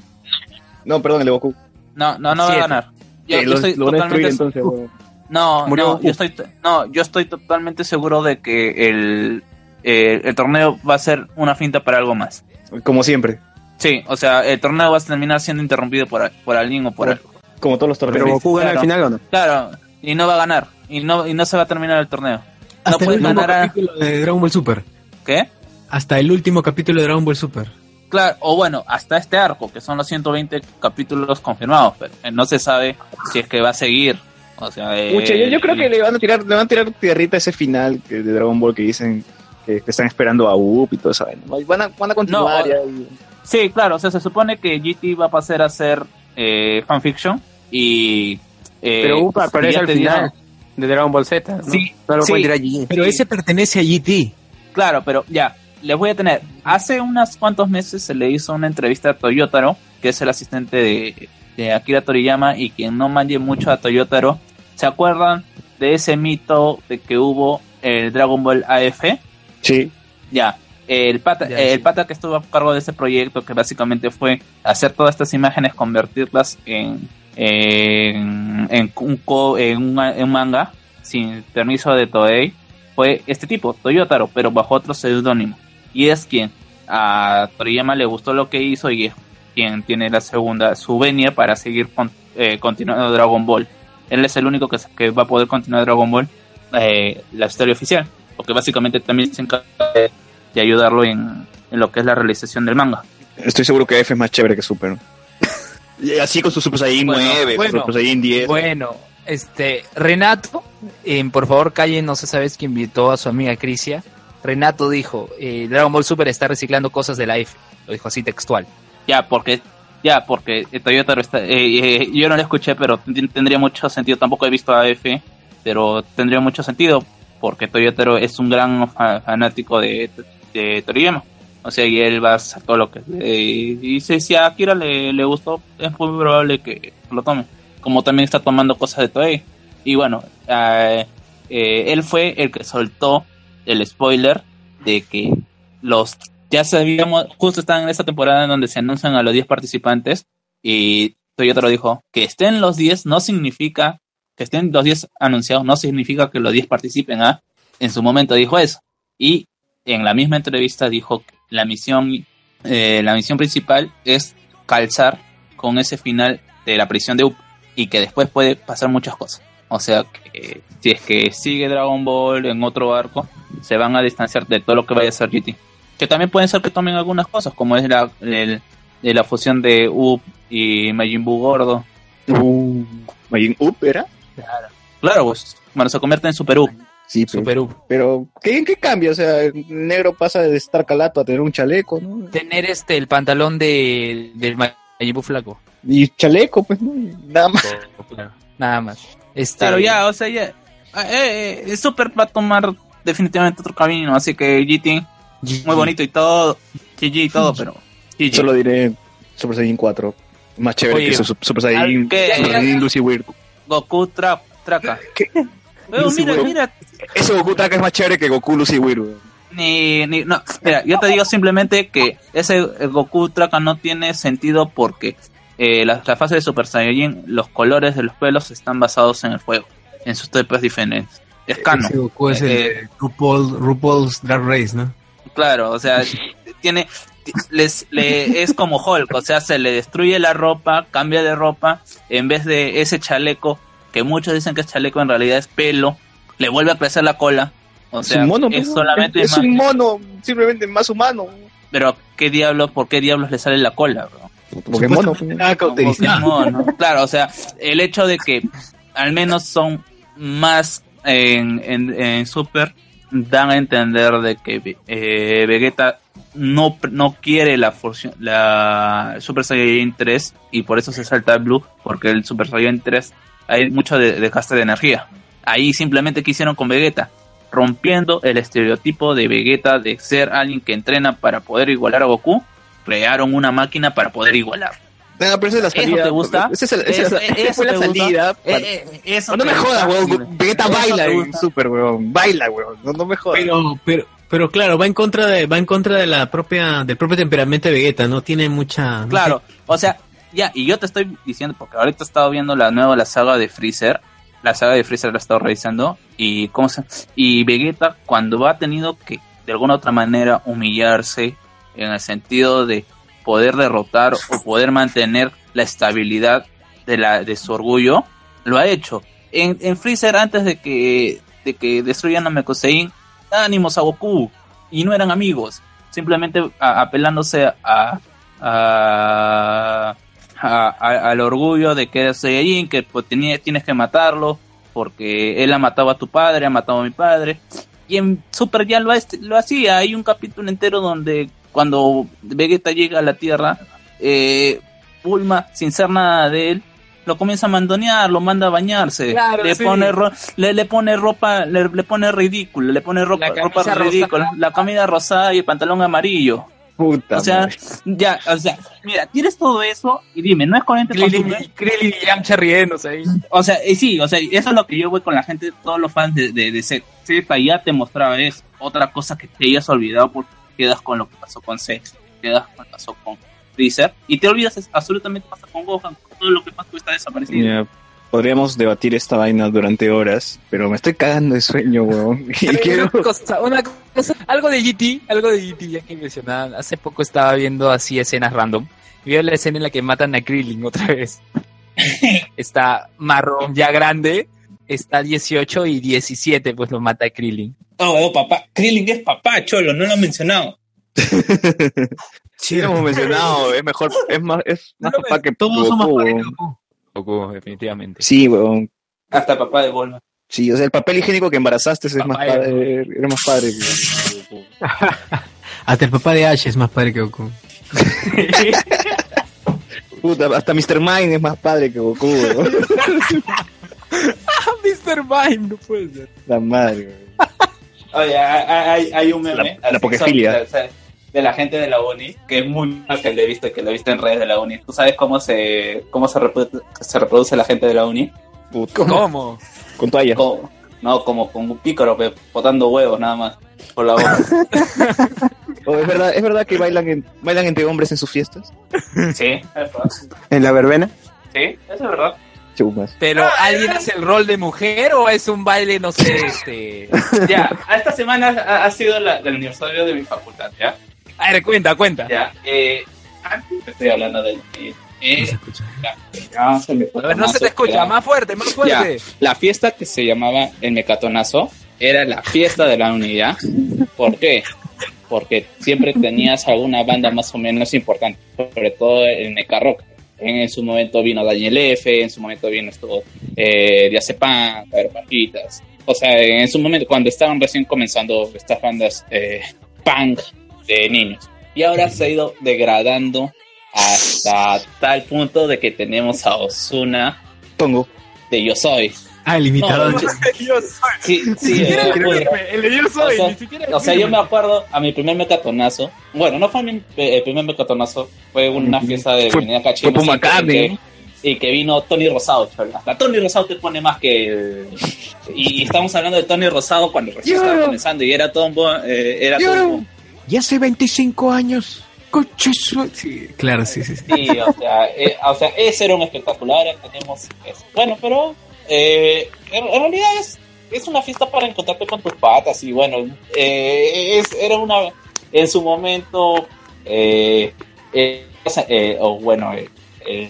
No, perdón, el de Goku.
no, no, no va a
Siete.
ganar. Yo,
Eh,
yo
lo,
estoy
lo van a destruir
totalmente
entonces, huevón.
No,
Murió
no,
Goku.
yo estoy, t- no, yo estoy totalmente seguro de que el, eh, el torneo va a ser una finta para algo más.
Como siempre.
Sí, o sea, el torneo va a terminar siendo interrumpido por, a- por alguien o por algo.
Como todos los torneos.
Claro. Claro, y no va a ganar. Y no, y no se va a terminar el torneo. No
Hasta el
puedes
último
ganar a-
capítulo de Dragon Ball Super.
¿Qué?
Hasta el último capítulo de Dragon Ball Super.
Claro, o bueno, hasta este arco, que son los 120 capítulos confirmados, pero eh, no se sabe si es que va a seguir. O sea, eh,
Pucha, yo, yo creo que le van a tirar, le van a tirar tierrita a ese final que- de Dragon Ball que dicen que, que están esperando a Up y todo eso. Van a, van a continuar.
No,
ya,
Sí, claro, o sea, se supone que GT va a pasar a ser eh, fanfiction y... eh,
Pero Upa
si
aparece
ya
al
te
final
dieron-
de Dragon Ball Z. ¿no?
Sí,
No lo
sí.
pueden tirar allí.
Pero ese
pertenece a GT.
Claro, pero ya, les voy a tener. Hace unos cuantos meses se le hizo una entrevista a Toyotaro, que es el asistente de, de Akira Toriyama y quien no manje mucho a Toyotaro. ¿Se acuerdan de ese mito de que hubo el Dragon Ball AF?
Sí.
Ya, el pata,
Ya,
el pata que estuvo a cargo de ese proyecto, que básicamente fue hacer todas estas imágenes, convertirlas en, en, en un, co- en un- en un manga sin permiso de Toei, fue este tipo, Toyotaro, pero bajo otro seudónimo. Y es quien a Toriyama le gustó lo que hizo y es quien tiene la segunda, su venia para seguir con- eh, continuando Dragon Ball. Él es el único que, que va a poder continuar Dragon Ball, eh, la historia oficial, porque básicamente también se encarga de, de ayudarlo en, en lo que es la realización del manga.
Estoy seguro que F es más chévere que Super. Y Así con su Super Saiyan
Bueno,
9,
bueno.
Super Saiyan 10.
Bueno, este, Renato, eh, por favor, calle, no se sabe quién invitó a su amiga Crisia. Renato dijo, eh, Dragon Ball Super está reciclando cosas de la F. Lo dijo así textual.
Ya, porque ya porque eh, Toyotaro está. eh, eh, yo no lo escuché, pero ten- tendría mucho sentido. Tampoco he visto a AF, pero tendría mucho sentido porque Toyotaro es un gran fa- fanático de, de Toriyama. O sea, y él va a hacer todo lo que. eh, y si, si a Akira le, le gustó, es muy probable que lo tome. Como también está tomando cosas de Toei. Y bueno, eh, eh, él fue el que soltó el spoiler de que los ya sabíamos, justo están en esta temporada en donde se anuncian a los 10 participantes y Toyota lo dijo, que estén los 10 no significa, que estén los 10 anunciados no significa que los 10 participen, ¿ah? En su momento dijo eso. Y en la misma entrevista dijo que la misión, eh, la misión principal es calzar con ese final de la prisión de UP y que después puede pasar muchas cosas. O sea, que si es que sigue Dragon Ball en otro arco, se van a distanciar de todo lo que vaya a ser GT. Que también pueden ser que tomen algunas cosas, como es la, el- de la fusión de Up y Majin Buu gordo.
Uh, Majin Up era.
Claro. Claro, pues, bueno, se convierte en Super Up.
Sí, pues,
Super
Up.
Pero, ¿qué, ¿en qué cambia? O sea, el negro pasa de estar calato a tener un chaleco, ¿no?
Tener este, el pantalón de, del Mayibu flaco.
Y chaleco, pues, ¿no? Nada más.
Nada más. Este,
Claro, ya, o sea, ya. Ah, eh, eh, Super va a tomar definitivamente otro camino, así que GT, muy bonito y todo, GG y todo, pero.
Solo diré Super Saiyan 4. Más chévere
Oye,
que su Super Saiyan,
¿al qué?
Super Saiyan Lucy Weird.
Goku tra traca. Pero
Lucy
mira,
Weird.
mira,
Ese Goku Taka es más chévere que Goku Lucy Weird.
Ni, ni- no, mira, yo te digo simplemente que ese eh, Goku Traca no tiene sentido porque eh, la, la fase de Super Saiyajin, los colores de los pelos están basados en el fuego, en sus tipos diferentes. Es canon.
Ese Goku es el
Eh,
de RuPaul, RuPaul's Drag Race, ¿no?
Claro, o sea, tiene ti- les le es como Hulk, o sea, se le destruye la ropa, cambia de ropa, en vez de ese chaleco que muchos dicen que es chaleco en realidad es pelo, le vuelve a crecer la cola. O sea,
es un mono,
es
pues,
solamente
es, es
imagen.
un mono, simplemente más humano.
Pero ¿qué diablos, por qué diablos le sale la cola, bro?
Porque es mono. pues.
Pokémon, ¿no? Claro, o sea, el hecho de que al menos son más en, en- en Super dan a entender de que eh, Vegeta no, no quiere la, fusión- la Super Saiyan 3 y por eso se salta al Blue, porque el Super Saiyan 3 hay mucho de- desgaste de energía. Ahí simplemente quisieron con Vegeta, rompiendo el estereotipo de Vegeta de ser alguien que entrena para poder igualar a Goku, crearon una máquina para poder igualar.
Ah, pero esa es la salida.
¿Eso te gusta?
Esa es la, esa es la-
¿Eso- eh,
esa
eso
fue la
te gusta?
salida.
Eh,
para-
eh, eso
no
te
me
gusta,
jodas,
dime.
weón. Vegeta
Eso
baila
te
en
gusta.
Super, weón. Baila, weón. No, no me jodas.
Pero, pero, pero claro, va en contra de, va en contra de la propia, del propio temperamento de Vegeta, ¿no? Tiene mucha.
Claro, o sea, ya, y yo te estoy diciendo, porque ahorita he estado viendo la nueva, la saga de Freezer, la saga de Freezer la he estado revisando, y cómo se, y Vegeta cuando ha tenido que, de alguna otra manera, humillarse, en el sentido de poder derrotar o poder mantener la estabilidad de, la, de su orgullo, lo ha hecho. En, en Freezer, antes de que, de que destruyan a Mekusein, ánimos a Goku. Y no eran amigos. Simplemente a- apelándose a, a, a- a- al orgullo de que eres Saiyajin, que pues, tenía- tienes que matarlo, porque él ha matado a tu padre, ha matado a mi padre. Y en Super ya lo, ha- lo hacía. Hay un capítulo entero donde cuando Vegeta llega a la Tierra, eh, Bulma, sin ser nada de él, lo comienza a mandonear, lo manda a bañarse,
Claro,
le
sí.
pone ro- le, le pone ropa, le, le pone ridículo, le pone ropa, ropa
camisa
ridícula, la camisa rosada y el pantalón amarillo.
Puta
o sea, ya, o sea, mira, tienes todo eso y dime, ¿no es coherente con tu-
Krillin y Yamcha riéndose ahí.
o sea, eh, sí, o sea, eso es lo que yo voy con la gente, todos los fans de, de, de Z. Z ya te mostraba eso. Otra cosa que te hayas olvidado porque quedas con lo que pasó con Z, quedas con lo que pasó con Freezer y te olvidas es- absolutamente pasa con Gohan, con todo lo que pasó está desaparecido.
Ya, Podríamos debatir esta vaina durante horas, pero me estoy cagando de sueño, weón. Y quiero...
Una cosa, una cosa, algo de GT, algo de GT ya que mencionaban. Hace poco estaba viendo así escenas random. Vi la escena en la que matan a Krillin otra vez. está marrón ya grande, está 18 y 17, pues lo mata a Krillin.
Oh, papá, Krillin es papá, Cholo, no lo he mencionado.
Sí, lo hemos mencionado, es mejor, es más, es más papá que
Todos somos
Goku,
papá que
weón.
Goku, definitivamente.
Sí, weón.
Hasta papá de Golma.
Sí, o sea, el papel higiénico que embarazaste es más padre, era más padre. que Goku.
Hasta el papá de Ash es más padre que Goku.
Puta, hasta Mr. Mine es más padre que Goku, weón.
Mr. Mime, no puede ser.
La madre, weón.
Oye, hay, hay- hay un meme.
La- la
así,
pokefilia.
o sea, De la gente de la uni, que es muy mal que lo he visto, que lo he visto en redes de la uni. ¿Tú sabes cómo se cómo se reproduce, se reproduce la gente de la uni?
¿Cómo?
Con toalla.
Como- no, como con un pícaro, pe, botando huevos nada más. Por la boca.
Oh, ¿es, verdad, ¿Es verdad que bailan, en- bailan entre hombres en sus fiestas?
sí,
¿En la verbena?
sí, eso es verdad.
Chumas.
Pero ¿alguien hace el rol de mujer o es un baile, no sé, este?
Ya, esta semana ha, ha sido la- el aniversario de mi facultad, ¿ya?
A ver, cuenta, cuenta.
Ya, eh, antes estoy hablando del. eh, eh, ya, ya, se me fue
A ver, no se te
tomazo,
escucha,
ya.
más fuerte, más
Ya,
fuerte.
la fiesta que se llamaba el mecatonazo era la fiesta de la unidad. ¿Por qué? Porque siempre tenías alguna banda más o menos importante, sobre todo el meca rock. En su momento vino Daniel F, en su momento vino esto, eh, Diazepam, Pajitas. O sea, en su momento, cuando estaban recién comenzando estas bandas eh, punk de niños. Y ahora se ha ido degradando hasta tal punto de que tenemos a Osuna
Pongo.
de Yo Soy.
Ah, el imitador.
No, Sí, sí,
siquiera
eh,
el
bueno.
El de yo soy,
O sea,
ni siquiera el
O sea, yo me
firme.
acuerdo a mi primer mecatonazo. Bueno, no fue mi eh, el primer mecatonazo, fue una fiesta de
Fue-
Avenida Cachimbo,
fue Puma
y que-
Carne.
y que- Y que vino Tony Rosado, chaval. Hasta Tony Rosado te pone más que. el- Y, y estamos hablando de Tony Rosado cuando recién estaba
Yo.
comenzando y era Tombo. Eh, era Tombo.
Y hace 25 años. Coche su-
Claro, sí, sí. sí.
Sí, o sea, eh, o sea, ese era un espectacular, ahora tenemos eso. Bueno, pero eh, en, en realidad es, es una fiesta para encontrarte con tus patas y bueno, eh, es, era una, en su momento, eh, eh, esa- eh, o bueno, eh, eh,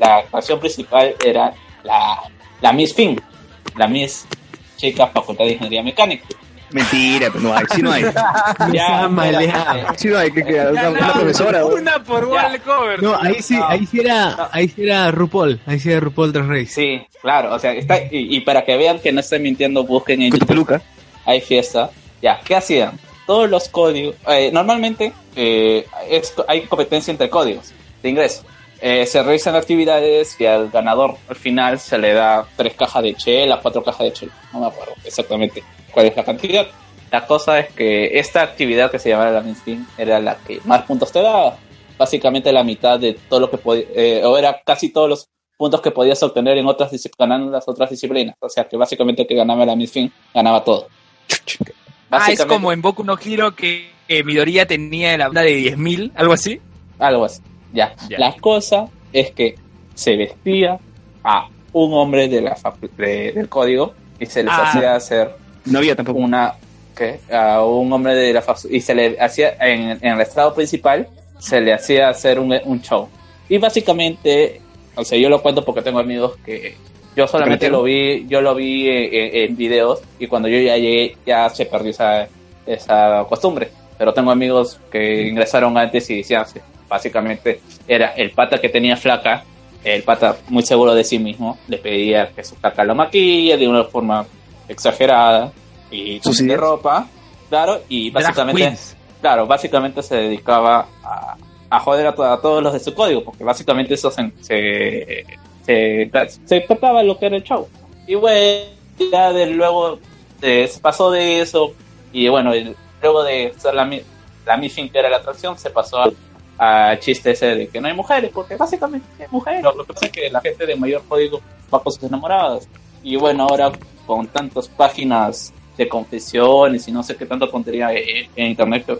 la actuación principal era la, la Miss Finn, la Miss Chica Facultad de Ingeniería Mecánica. Ah,
Mentira, pero no hay, sí no hay.
Ya,
está mal,
espérate.
Sí no hay, que quedar una, una profesora, weón.
Una por Wall Cover.
No, ahí sí, ahí sí era, ahí sí era RuPaul, ahí sí era RuPaul Drag Race.
Sí, claro, o sea, está, y, y para que vean que no estoy mintiendo, busquen en
Con tu
YouTube,
peluca.
hay fiesta. Ya, ¿qué hacían? Todos los códigos, eh, normalmente eh, es- hay competencia entre códigos de ingreso. Eh, se realizan actividades y al ganador al final se le da tres cajas de chela, cuatro cajas de chela, no me acuerdo exactamente cuál es la cantidad. La cosa es que esta actividad que se llamaba la Minstin era la que más puntos te daba. Básicamente la mitad de todo lo que podía, o era casi todos los puntos que podías obtener en otras disci- ganando las otras disciplinas. O sea que básicamente el que ganaba la Minstin ganaba todo.
Ah, es
Básicamente,
como en Boku no Hero que, que Midoriya tenía la banda de 10.000, algo así.
algo así. Ya.
Ya.
La cosa es que se vestía a un hombre de la facu- de- del código y se les
Ah.
hacía hacer
No había tampoco.
una ¿qué? a un hombre de la fac- y se le hacía en, en el estado principal se le hacía hacer un, un show y básicamente O sea, yo lo cuento porque tengo amigos que yo solamente
¿Creativo?
lo vi, yo lo vi eh, eh, en, videos y cuando yo ya llegué ya se perdió esa, esa costumbre. Pero tengo amigos que ingresaron antes y decían, sí, básicamente era el pata que tenía flaca, el pata muy seguro de sí mismo, le pedía que su flaca lo maquille de una forma exagerada y
Sus
de
ideas.
ropa, claro, y
Drag
básicamente,
queens.
claro, básicamente se dedicaba a, a joder a, to- a todos los de su código, porque básicamente eso se, se, se, se trataba lo que era el show. Y bueno, ya de luego eh, se pasó de eso, y bueno, el- luego de ser la, mi- la Miffin, que era la atracción, se pasó a al chiste ese de que no hay mujeres, porque básicamente no hay mujeres. Lo, lo que pasa es que la gente de mayor código va con sus enamoradas. Y bueno, ahora con tantas páginas de confesiones y no sé qué tanta tontería eh, en internet que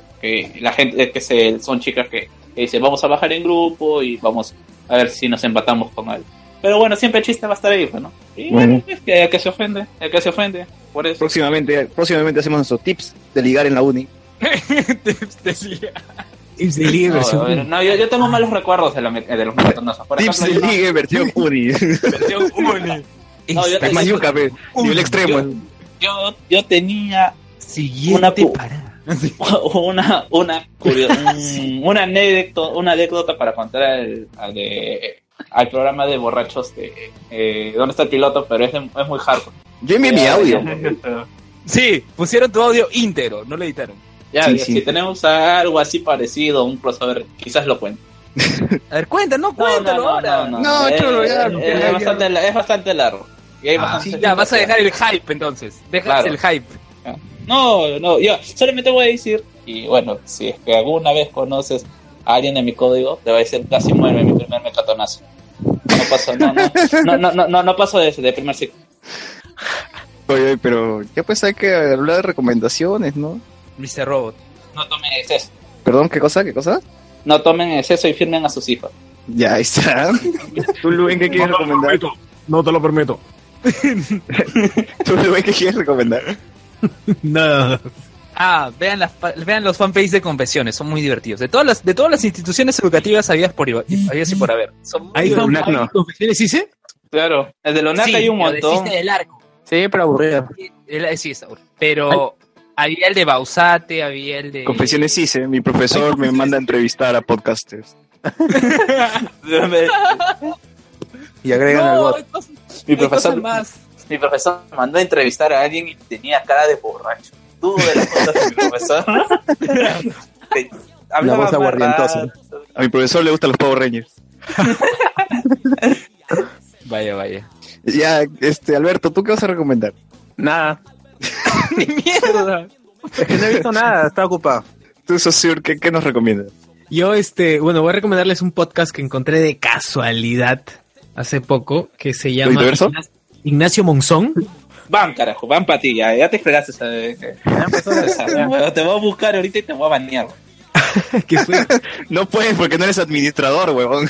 que la gente que se son chicas que, que dicen vamos a bajar en grupo y vamos a ver si nos empatamos con él. Pero bueno, siempre el chiste va a estar ahí, pues, ¿no? Y
Bueno.
bueno, es que el que se ofende, el que se ofende, por eso.
Próximamente, próximamente hacemos nuestros tips de ligar en la uni.
Tips
de ligue versión
No, a ver, no, yo, yo tengo malos recuerdos de, la met- de los metonazos. Por
Tips de
ejemplo, yo-
ligue versión uni.
No, yo,
Es
yo-
mayuca, pe. Nivel extremo.
yo, yo tenía una, pu- una, una, curio- un- una, anécdota, una anécdota para contar al, al de- al programa de borrachos de eh, ¿Dónde está el piloto? Pero es, de- es muy hardcore.
Dime
mi audio.
Sí, pusieron tu audio íntero, no lo editaron.
Ya,
Sí,
ya,
sí.
si tenemos algo así parecido, un crossover, quizás lo cuente.
A ver, cuenta, no, cuéntalo ahora.
Eh, eh, es, bastante, la- es bastante largo. Y hay bastante
ya, vas a dejar el hype entonces. Dejas
Claro.
el hype.
No, no, yo solamente voy a decir, y bueno, si es que alguna vez conoces a alguien de mi código, te va a decir, casi muere mi primer mecatonazo. No paso, no, no, no, no, no, no, no paso de, de primer ciclo.
Oye, pero ya pues hay que hablar de recomendaciones, ¿no?
Mr. Robot.
No tomen exceso.
Perdón, ¿qué cosa? ¿Qué cosa?
No tomen exceso y firmen a sus hijos.
Ya ahí está. ¿Tú, Luen, qué quieres recomendar?
No te lo permito.
¿Tú, Luen, qué quieres recomendar?
No.
Ah, vean, las, fa- vean los fanpages de confesiones, son muy divertidos. De todas las, de todas las instituciones educativas habidas por iba- habidas y por haber. Son muy
¿Hay
divertidos.
fanpage de confesiones, hice?
Claro, el de Lonaca
Sí,
hay un
pero de
montón.
Ciste de largo.
Sí, pero aburrida.
El- sí, es aburrido. Pero había el de Bausate, había el de.
Confesiones hice, mi profesor me manda a entrevistar a podcasters.
Y agregan
No,
al bot.
Mi
Hay cosas
profesor,
más.
mi profesor me mandó a entrevistar a alguien y tenía cara de borracho. Tú de las cosas de mi profesor. Te-
La voz
hablaba
aguardientosa.
barato.
A mi profesor le gustan los Power Rangers.
Vaya, vaya.
Ya, este, Alberto, ¿tú qué vas a recomendar?
Nada.
¡Ni mierda!
Es que no he visto nada, está ocupado.
Tú, Sosur, ¿qué, qué nos recomiendas?
Yo, este, bueno, voy a recomendarles un podcast que encontré de casualidad hace poco que se llama
universo?
Ignacio- Ignacio Monzón.
Van, carajo, van para ti, ya, ya te fregaste. esa- ya empezó esa, ya, pero te voy a buscar ahorita y te voy a banear.
No puedes porque no eres administrador, huevón.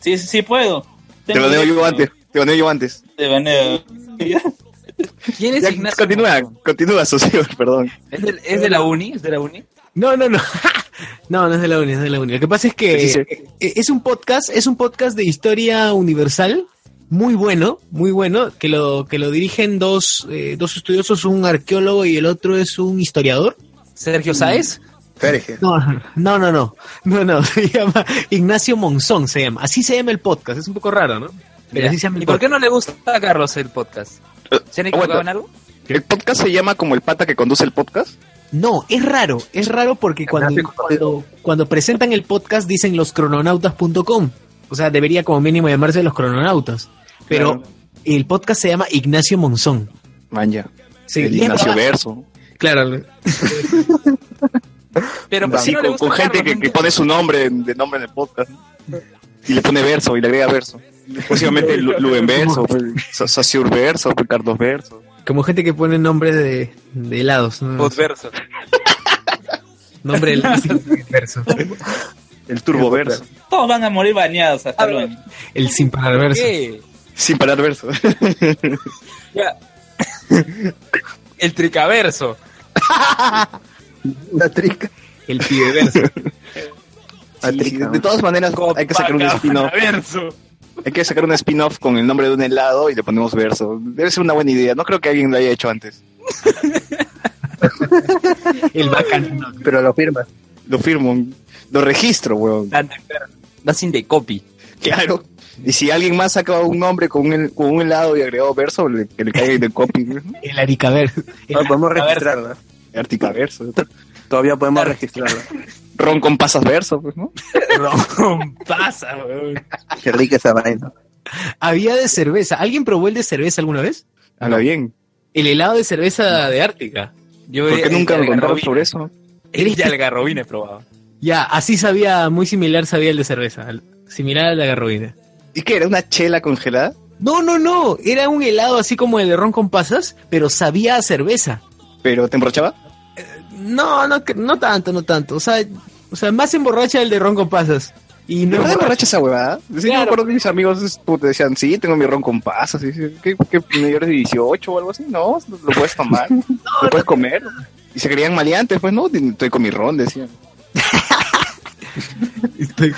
Sí, sí, sí puedo.
Te baneo yo antes. Te baneo yo antes.
Te baneo.
¿Quién es
Ya,
Ignacio?
continúa, continúa, Sosur, perdón.
¿Es de, es de la uni? ¿Es de la uni?
No, no, no. No, no es de la uni, es de la uni. Lo que pasa es que
Sí, sí,
eh, es un podcast, es un podcast de historia universal, muy bueno, muy bueno, que lo, que lo dirigen dos, eh, dos estudiosos, un arqueólogo y el otro es un historiador.
Mm,
¿Sergio Sáez?
Sergio.
No, no, no, no, no, no, se llama Ignacio Monzón, se llama. Así se llama el podcast, es un poco raro, ¿no? Pero
Ya.
así se llama el
¿Y por
podcast.
qué no le gusta a Carlos el podcast?
Eh,
¿Se han equivocado
aguanta.
en algo?
¿El podcast se llama como el pata que conduce el podcast?
No, es raro, es raro porque cuando, cuando, cuando presentan el podcast dicen loscrononautas.com. O sea, debería como mínimo llamarse Los Crononautas. Pero el podcast se llama Ignacio Monzón.
Man, ya.
Sí,
el
y es
Ignacio
verdad.
Verso.
Claro.
Pero ¿por
Así
qué no le
con,
gusta
con
a
gente
Carlos?
que, que pone su nombre de nombre en el podcast. ¿no? Y le pone verso y le agrega verso. Próximamente Lu- Luen Verso, Sosur Verso, Ricardo Verso.
Como gente que pone nombres de, de helados. ¿no?
Pues.
Podverso.
Nombre de helados. verso.
El Turbo Verso.
Todos van a morir baneados hasta luego.
El sin parar verso.
¿Qué?
Sin parar verso.
Ya. el tricaverso.
La trica.
El pibeverso.
Sí, sí, de todas maneras, hay que sacar un destino.
Verso.
Hay que sacar un spin-off con el nombre de un helado y le ponemos verso. Debe ser una buena idea. No creo que alguien lo haya hecho antes.
El bacán.
Pero lo firmas.
Lo firmo. Lo registro, weón.
Das in the copy.
Claro. Y si alguien más saca un nombre con un, con un helado y agregado verso, le- que le caiga in the copy. weón.
El Aricaver.
No, podemos registrarla.
Ártica verso.
Todavía podemos registrarla.
Ron con pasas verso, pues, ¿no?
Pasa, weón.
Qué rica esa vaina.
Había de cerveza. ¿Alguien probó el de cerveza alguna vez?
Habla bien.
El helado de cerveza de Ártica.
Yo
¿Por qué
eh,
nunca me contaron
algarrobina.
sobre eso?
Eres-
Ya algarrobina he probado.
Ya, así sabía, muy similar sabía el de cerveza. al- Similar al de garroína.
¿Y qué? ¿Era una chela congelada?
No, no, no. Era un helado así como el de ron con pasas, pero sabía a cerveza.
¿Pero te emborrachaba?
No, no, cre- no tanto, no tanto. O sea, o sea más emborracha el de ron con pasas. Y
¿De
no
verdad emborracha esa huevada? Sí, yo me
Claro.
acuerdo de mis amigos es- puta, decían, sí, tengo mi ron con pasas. Y, dice, ¿qué, qué, mayores de 18 o algo así? No, lo puedes tomar, lo puedes comer. Y se creían maleantes, pues, no, estoy con mi ron, decían.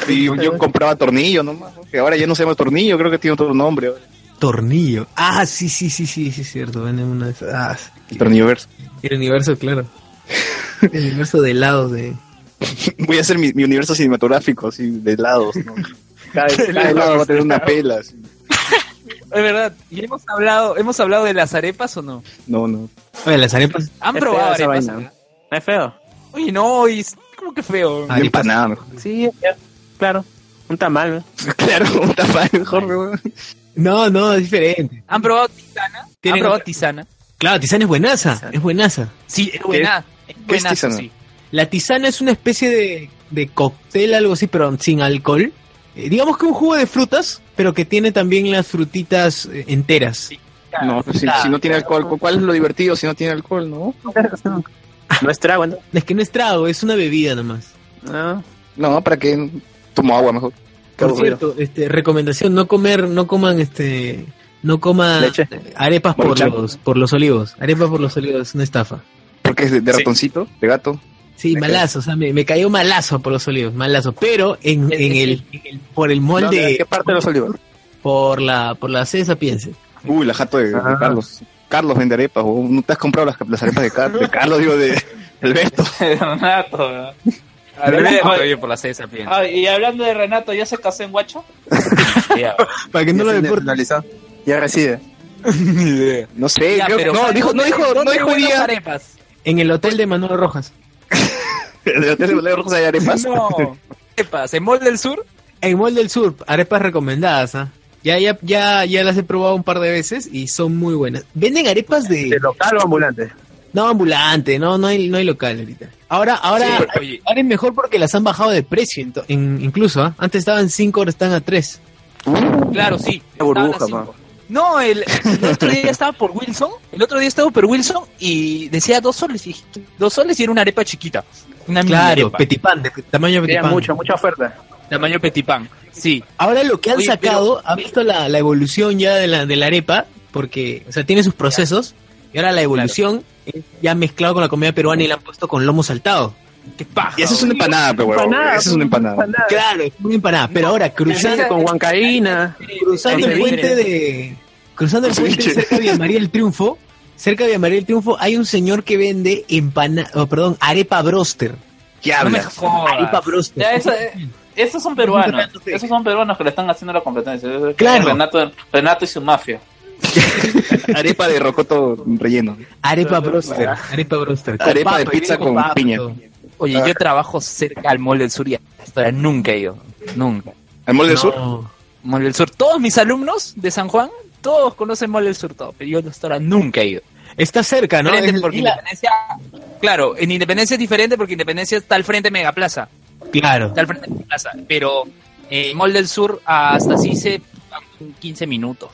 Y yo, yo compraba tornillo nomás, ¿no? que ahora ya no se llama tornillo, creo que tiene otro nombre. ahora.
tornillo. Ah, sí, sí, sí, sí, sí, es cierto. Venden una de esas. Ah, sí.
El tornillo verso.
el universo, claro. El universo de helados de.
Voy a hacer mi, mi universo cinematográfico, así, de lados, ¿no? Cada, cada lado va a tener una pela, así.
Es verdad. ¿Y hemos hablado, hemos hablado de las arepas o no?
No, no.
Oye, las arepas.
¿Han
Es fea
probado
esa
arepas?
vaina. ¿No es feo?
Uy, no, y es como que feo.
Una empanada, mejor.
Sí, es feo. claro. Un tamal, ¿no?
Claro, un tamal mejor, weón.
No, no, es diferente.
¿Han probado tisana? ¿Han
Tienen
probado
otra-
tisana?
Claro, tisana es buenaza, es buenaza.
Sí, es buena. Es buena,
tisana?
sí.
La tisana es una especie de, de cóctel, algo así, pero sin alcohol. Eh, digamos que un jugo de frutas, pero que tiene también las frutitas eh, enteras.
No, pues, si, si no tiene alcohol, ¿cu- ¿cuál es lo divertido si no tiene alcohol, no?
No es trago, ¿no?
Es que no es trago, es una bebida nomás.
No.
No, para que tomo agua mejor.
Por cierto, este, recomendación, no comer, no coman este, no coman
Leche.
eh, arepas por
Maruchan.
los, por los olivos. Arepas por los olivos es una estafa.
Porque es de, de
Sí.
ratoncito, de gato.
Sí,
Me
malazo, o sea, me, me cayó malazo por los olivos, malazo. Pero en, en el, en el- por el
¿Dónde-
molde,
¿en ¿Qué parte de los olivos?
por la, por la cesa piense.
Uy, la jato de, de Carlos. Carlos vende arepas, o no te has comprado las, las arepas de, Car- de Carlos, digo, de Alberto.
Renato. ¿no?
Oye, por la cesa, bien.
Ah, y hablando de Renato, ¿ya se casó en Guacho?
Ya.
Para que no lo
Ya se
deporten.
nacionalizó. Ya reside.
No sé,
Ya,
creo-
pero-
no, dijo, no
¿dónde-
dijo, no
dónde
dijo hoy
buenas
día.
arepas?
En el hotel de Manuel Rojas.
¿En el hotel de Bolero Rojas hay
Ah,
arepas?
No. Arepas, en Mall del Sur.
En Mall del Sur, arepas recomendadas, ¿ah? Ya, ya, ya, ya las he probado un par de veces y son muy buenas. Venden arepas
¿De
de.
local o ambulante?
No, ambulante, no, no hay, no hay local ahorita. Ahora, ahora,
Sí, oye.
ahora es mejor porque las han bajado de precio, ento- en- incluso, ¿ah? Antes estaban 5, ahora están a 3.
Claro, sí.
Una burbuja,
Estaban a cinco. No, el, el otro día estaba por Wilson. El otro día estaba por Wilson y decía dos soles. y- dos soles y era una arepa chiquita. Una mini
Claro,
arepa.
petipán, de tamaño
Era
petipán.
mucho, mucha oferta.
Tamaño petipán. Sí.
Ahora lo que han
Oye,
sacado, ha visto la, la evolución ya de la, de la arepa, porque, o sea, tiene sus procesos, y ahora la evolución es ya mezclado con la comida peruana y la han puesto con lomo saltado.
Qué paja.
Y eso es una empanada, pero weón. Eso es una empanada.
Claro, es una empanada, pero ahora cruzando,
Con huancaína.
cruzando el
Con
puente
ceviche.
de... Cruzando el
Con
puente
ceviche.
cerca de Villa María del Triunfo, cerca de Villa María del Triunfo hay un señor que vende empana, oh, perdón, arepa broster.
¿Qué
No me
hablas?
Arepa
jodas.
broster.
Ya, eso, eh, esos son peruanos. Esos son peruanos que le están haciendo la competencia. Eso es
Claro.
Renato, Renato y su mafia.
Arepa de rocoto relleno.
Arepa broster, arepa broster. Con
Arepa de
papa, y
pizza
viene
con
papa y
piña.
todo.
Oye, yo trabajo cerca al Mall del Sur y hasta ahora nunca he ido. Nunca.
¿Al mall del sur?
No.
Mall del Sur. Todos mis alumnos de San Juan, todos conocen Mall del Sur, todo. Pero yo hasta ahora nunca he ido.
Está cerca, ¿no?
Diferente
Es-
porque
y la-
Independencia. Claro, en Independencia es diferente porque Independencia está al frente de Megaplaza.
Claro.
Está al frente de Megaplaza. Pero eh, Mall del Sur hasta así se. 15 minutos.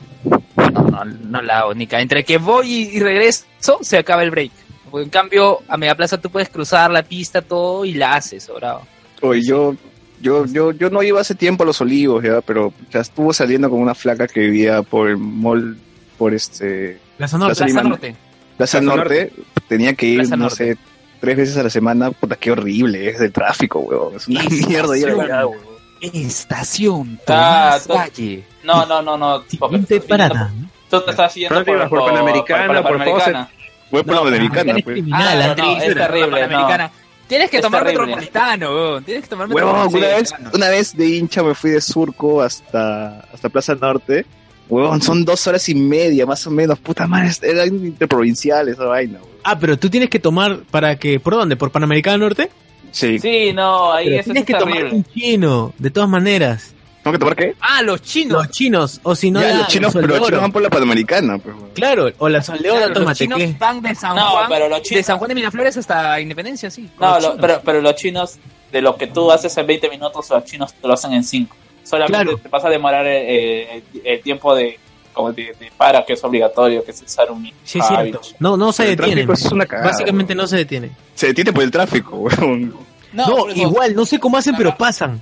No, no, no la hago, Nica. Entre que voy y, y regreso, se acaba el break. En cambio, a Megaplaza tú puedes cruzar la pista, todo y la haces, sobrado.
Oye, yo, yo, yo, yo no iba hace tiempo a los olivos, ya, pero ya estuvo saliendo con una flaca que vivía por el mall, por este
La Sonora.
Plaza
Plaza
Lima-
Norte.
Plaza Norte. Tenía que ir,
Plaza
no
Norte.
sé, tres veces a la semana. Puta, qué horrible, es de tráfico, weón. Es una
Sí, sí,
mierda ir
sí,
allá,
weón.
weón.
Estación
Está-
Tomás
to-
Valle.
No, no, no, no. Popper,
Siguiente
tú te estás-
parada.
Tú te estás siguiendo
Pero te ibas por Panamericana,
la
por
Panamericana.
Fue por la Panamericana,
este
Es
pues.
criminal,
Ah, no,
Andrés,
no, es
era la
terrible,
Panamericana.
no.
Tienes que
Es
tomar
terrible.
metropolitano, weón. Tienes que tomar
Huevón,
metropolitano.
una, vez, una vez de hincha me fui de Surco hasta, hasta Plaza Norte. Huevón, son dos horas y media, más o menos. Puta madre, eran interprovinciales esa vaina. huevón.
Ah, pero tú tienes que tomar para que, ¿por dónde? ¿Por Panamericana Norte?
Sí.
Sí, no, ahí
Pero
eso
tienes
es
que tomar
terrible.
un chino, de todas maneras.
¿Tengo que tomar qué?
Ah, los chinos.
Los chinos, o si no,
Ya,
la-
los chinos,
el sol
pero
de
los chinos
oro.
van por la Panamericana. Pues, huevón.
Claro, o la sol de oro,
Claro, los
tómate
chinos
qué.
van de San
No,
Juan,
pero los chinos-
de San Juan de Miraflores hasta Independencia, sí. Los
No, lo-
chinos.
pero, pero los chinos, de lo que tú haces en 20 minutos, los chinos te lo hacen en 5. Solamente
Claro.
te vas a demorar eh, el, el tiempo de, como de, de para, que es obligatorio, que es usar un
Sí, es cierto. No, no se
El
detiene.
tráfico es una cagada,
Básicamente no se detiene.
Se detiene por el tráfico, huevón.
No, igual, no sé cómo hacen, pero pasan.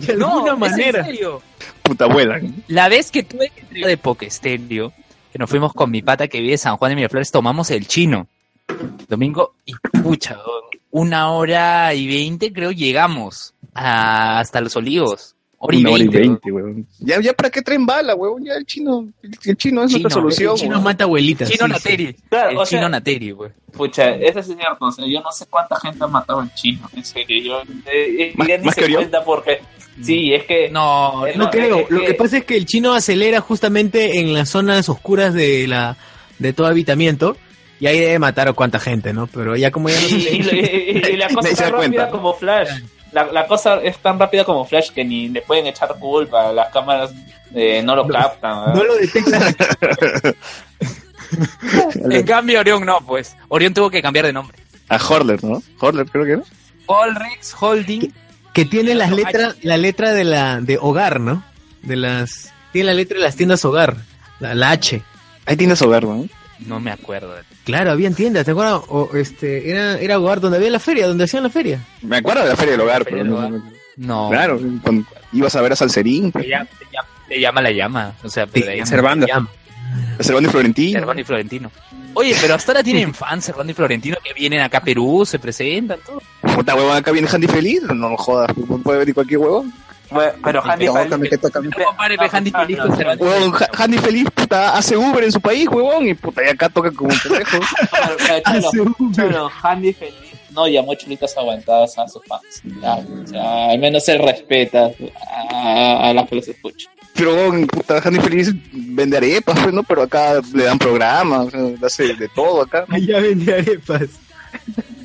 de alguna
no, es en
manera.
serio.
Puta vuelan.
La vez que tuve que entregar de Pokestelio, que nos fuimos con mi pata que vive en San Juan de Miraflores, tomamos el chino. Domingo, y pucha, una hora y veinte creo llegamos a- hasta Los Olivos. Hora y
Una hora y
veinte.
veinte, huevón. Ya, ya, ¿para qué traen bala, huevón? Ya el chino, el, el chino es
Chino,
nuestra solución.
el chino
huevón.
mata abuelitas.
Chino
sí,
Nateri.
Claro,
el
o
chino
sea-
Nateri, güey.
Pucha, eso es cierto. o sea, yo no sé cuánta gente ha matado en chino. En serio, yo eh, eh,
Más-
ya ni
más
se
que yo.
cuenta porque. Sí, es que.
No,
eh,
Mm. No creo.
es
Lo que pasa es que el chino acelera justamente en las zonas oscuras de la de todo habitamiento y ahí debe matar a cuánta gente, ¿no? Pero ya como ya no
Y,
se
y- y- y- y la cosa
Nadie
es
se
tan
da
rápida
cuenta.
como Flash. La, la cosa es tan rápida como Flash que ni le pueden echar culpa. Las cámaras eh, no lo captan. ¿verdad?
no lo detecta.
En cambio, Orión no, pues. Orión tuvo que cambiar de nombre.
A Horler, ¿no? Horler, creo que era.
Allrex Holding.
Que tiene las letras, la letra de la de hogar, ¿no? De las tiene la letra de las tiendas hogar, la, la H.
Ahí tienes hogar, ¿no?
No me acuerdo.
Claro, había tiendas, ¿te acuerdas? O, este, era, era hogar donde había la feria, donde hacían la feria.
Me acuerdo de la Feria del Hogar,
Feria
pero
del
no-
Hogar.
no-
No.
Claro, cuando ibas a ver a Salserín, pues.
Te llama, te llama- te llama la llama. O sea, pero de ahí en
Cervando.
llama.
a Cervando y Florentino.
Servando y Florentino. Oye, pero hasta ahora tienen fans, Servando y Florentino, que vienen acá a Perú, se presentan, todo.
Puta huevón, acá viene Handy Feliz. No lo jodas, pu- puede venir cualquier huevón.
Bueno, pero Handy
Tócame,
Handy-
que tócame.
No, compadre, ve, Handy Feliz con Servando y
Huevón,
Florentino.
Ja- Handy Feliz, puta, hace Uber en su país, huevón. Y puta, y acá toca como un pendejo.
Pero, pero, Cholo, Cholo, Handy feliz. No llamó chulitas aguantadas a sus fans. Ya, o sea, al menos se respeta a, a las que los escuchan.
Pero huevón, puta, Handy Feliz vende arepas, pues, ¿no? Pero acá le dan programas, o sea, hace de todo acá.
Allá vendía arepas.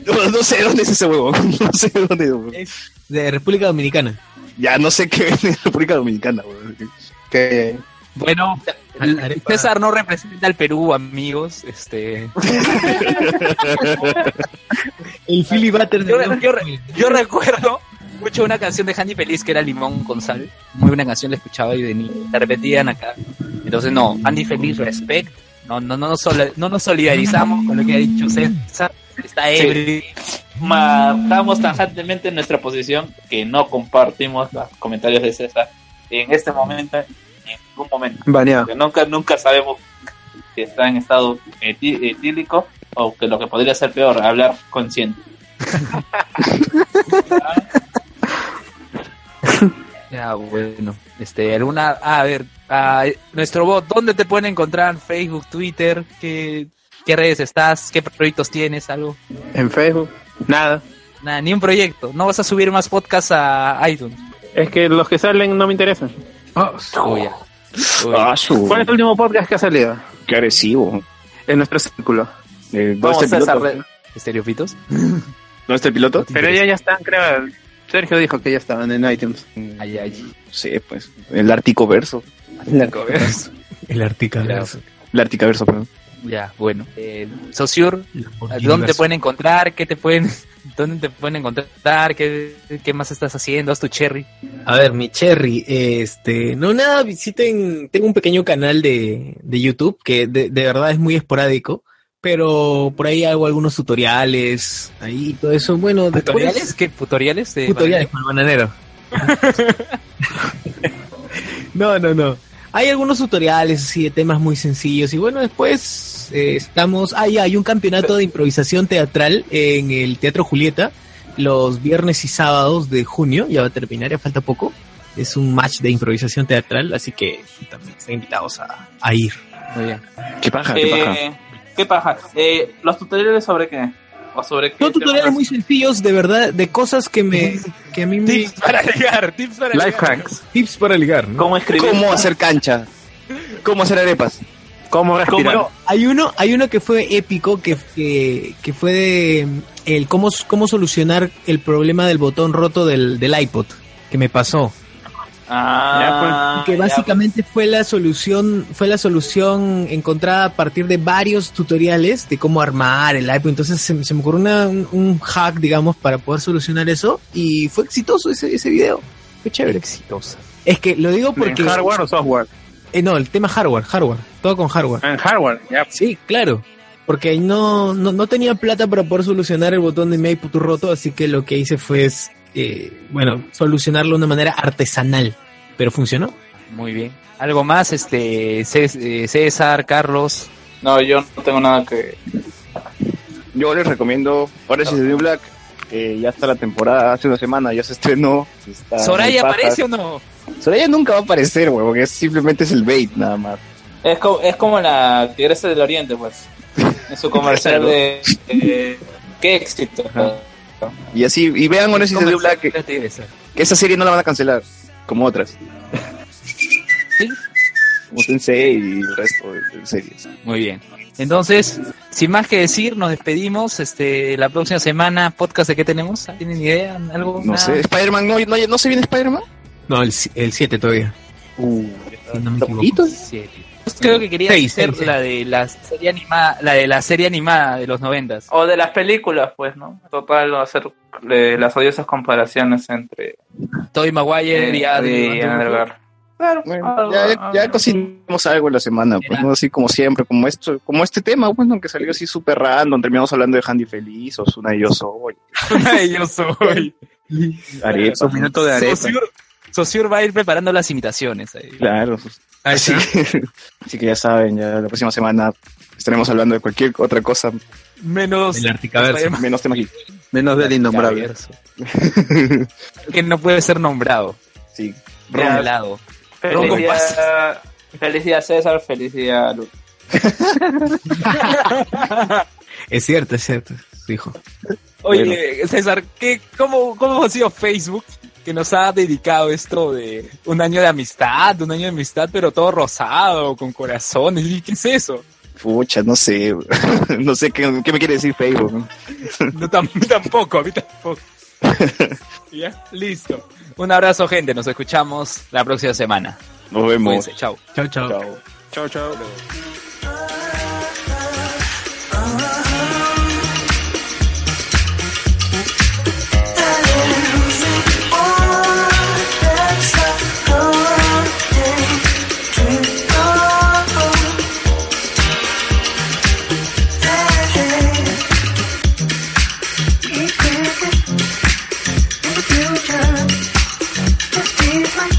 No, no sé dónde es ese huevón. No sé dónde es, huevón.
De República Dominicana.
Ya no sé qué vende en República Dominicana, huevón.
Que
Bueno,
Al- arepa.
César no representa al Perú, amigos. Este,
El Philly Butter
yo, re- yo re- yo recuerdo mucho una canción de Handy Feliz que era Limón con Sal. Muy buena canción, la escuchaba yo de niño. La repetían acá. Entonces, no, Handy Feliz, respect. No, no, no, nos sol- no nos solidarizamos con lo que ha dicho César. Está ebrio.
Matamos tajantemente nuestra posición que no compartimos los comentarios de César en este momento, en ningún momento.
baneado.
Porque nunca, nunca sabemos que está en estado etí- etílico o que lo que podría ser peor, hablar consciente.
Ya, Ah, bueno. Este, alguna. ah, a ver, ah, nuestro bot, ¿dónde te pueden encontrar? Facebook, Twitter, ¿qué, qué redes estás? ¿Qué proyectos tienes? ¿Algo?
En Facebook, nada.
Nada, ni un proyecto. No vas a subir más podcasts a iTunes.
Es que los que salen no me interesan.
Uy, ya. Uy.
Ah, su.
¿Cuál es el último podcast que ha salido?
Qué agresivo.
En nuestro círculo.
Eh, ¿Dónde
Vamos,
está el
César,
piloto?
re-
¿Estereofitos?
¿Dónde está el piloto?
Pero ya ya están, creo. Sergio dijo que ya estaban en iTunes.
Ay, ay.
Sí, pues. El Ártico Verso.
El Artica
El Ártica Verso, perdón.
Ya, bueno. Eh, Sociur, ¿dónde te pueden encontrar? ¿Qué te pueden.? ¿Dónde te pueden encontrar? ¿Qué, qué más estás haciendo? ¿Haz tu cherry?
A ver, mi Cherry, este, no nada, visiten, tengo un pequeño canal de, de YouTube que de, de verdad es muy esporádico, pero por ahí hago algunos tutoriales, ahí todo eso, bueno, después-
¿Tutoriales? ¿Qué? ¿Tutoriales? Eh, de-
Tutoriales para el bananero. no, no, no. Hay algunos tutoriales así de temas muy sencillos y bueno, después eh, estamos... Ah, ya, hay un campeonato de improvisación teatral en el Teatro Julieta los viernes y sábados de junio, ya va a terminar, ya falta poco. Es un match de improvisación teatral, así que también están invitados a, a ir.
Muy bien.
¿Qué
Ah, paja,
Eh, ¿Qué paja? Eh, ¿Los tutoriales sobre qué? ¿O sobre qué?
Son tutoriales muy sencillos, de verdad, de cosas que me que a mí me tips
para ligar, tips para
ligar. hacks, tips para ligar, ¿no?
¿Cómo
¿Cómo hacer cancha? ¿Cómo hacer arepas? ¿Cómo respirar?
pues,
Bueno, hay uno, hay uno que fue épico, que, que, que fue de mm, el cómo, cómo solucionar el problema del botón roto del, del iPod que me pasó.
Ah,
que básicamente fue la solución, fue la solución encontrada a partir de varios tutoriales de cómo armar el iPod. Entonces se, me- se me ocurrió una- un, un hack, digamos, para poder solucionar eso, y fue exitoso ese, ese video. Fue chévere. Exitoso. Es que lo digo porque.
¿En hardware o software?
Eh, no, el tema hardware, hardware, todo con hardware.
En hardware, ya.
Sí, claro. Porque no, no, no tenía plata para poder solucionar el botón de mi iPod roto, así que lo que hice fue, es, eh, bueno, solucionarlo de una manera artesanal. Pero funcionó.
Muy bien. ¿Algo más, este Cé- eh, César, Carlos?
No, yo no tengo nada que...
Yo les recomiendo Orange is the New Black. eh, ya está la temporada, hace una semana ya se estrenó.
Ah,
Está
¿Soraya
muy paja.
aparece o no?
Soraya nunca va a aparecer, güey, porque es- simplemente es el bait nada más.
Es como, es como la Tigresa del Oriente, pues. En su comercial de... eh, ¡Qué éxito!
Y así, y vean Orange is the New Black, que,
Tigresa.
que esa serie no la van a cancelar, como otras. Como Sensei y el resto de, de series.
Muy bien. Entonces, sin más que decir, nos despedimos. Este, la próxima semana, podcast de qué tenemos. ¿Tienen idea? ¿Algo?
No
Nada.
sé, Spider-Man, no, no, no se viene Spider-Man.
No, el 7 todavía.
Uh,
no me equivoco.
Siete. Creo que quería
Seis,
hacer
seis,
la de la serie animada, la de la serie animada de los noventas.
O de las películas, pues, ¿no? Total, hacer eh, las odiosas comparaciones entre...
Toy Maguire
Eh,
y Andrew-
y Andrew Garfield. Claro, algo-
Ya, ya, ya cocinamos algo en la semana, pues, ¿no? así como siempre, como esto, como este tema, bueno, que salió así súper random, terminamos hablando de Handy Feliz, Osuna y yo soy,
Ay, yo soy.
Arezzo,
minuto
de arepa.
Sosur, Sosur va a ir preparando las imitaciones. ahí.
claro.
Ah,
Así, que- así que ya saben, ya la próxima semana estaremos hablando de cualquier otra cosa,
Menos Spider-Man,
menos temas geek.
Menos del innombrable.
Articaverso. que no puede ser nombrado.
Sí.
Ya.
Nombrado.
Feliz día, feliz día, César, feliz día Lu.
Es cierto, es cierto, dijo.
Oye,
Bueno.
César, ¿qué, cómo, ¿cómo ha sido Facebook que nos ha dedicado esto de un año de amistad, un año de amistad, pero todo rosado, con corazones? ¿Y qué es eso?
Pucha, no sé, no sé qué, qué me quiere decir Facebook. ¿no?
No, tam- tampoco, a mí tampoco. ya, listo. Un abrazo, gente. Nos escuchamos la próxima semana.
Nos vemos.
Cuídense, Chao.
Chao, chao.
Chao, chao.
Future, just be like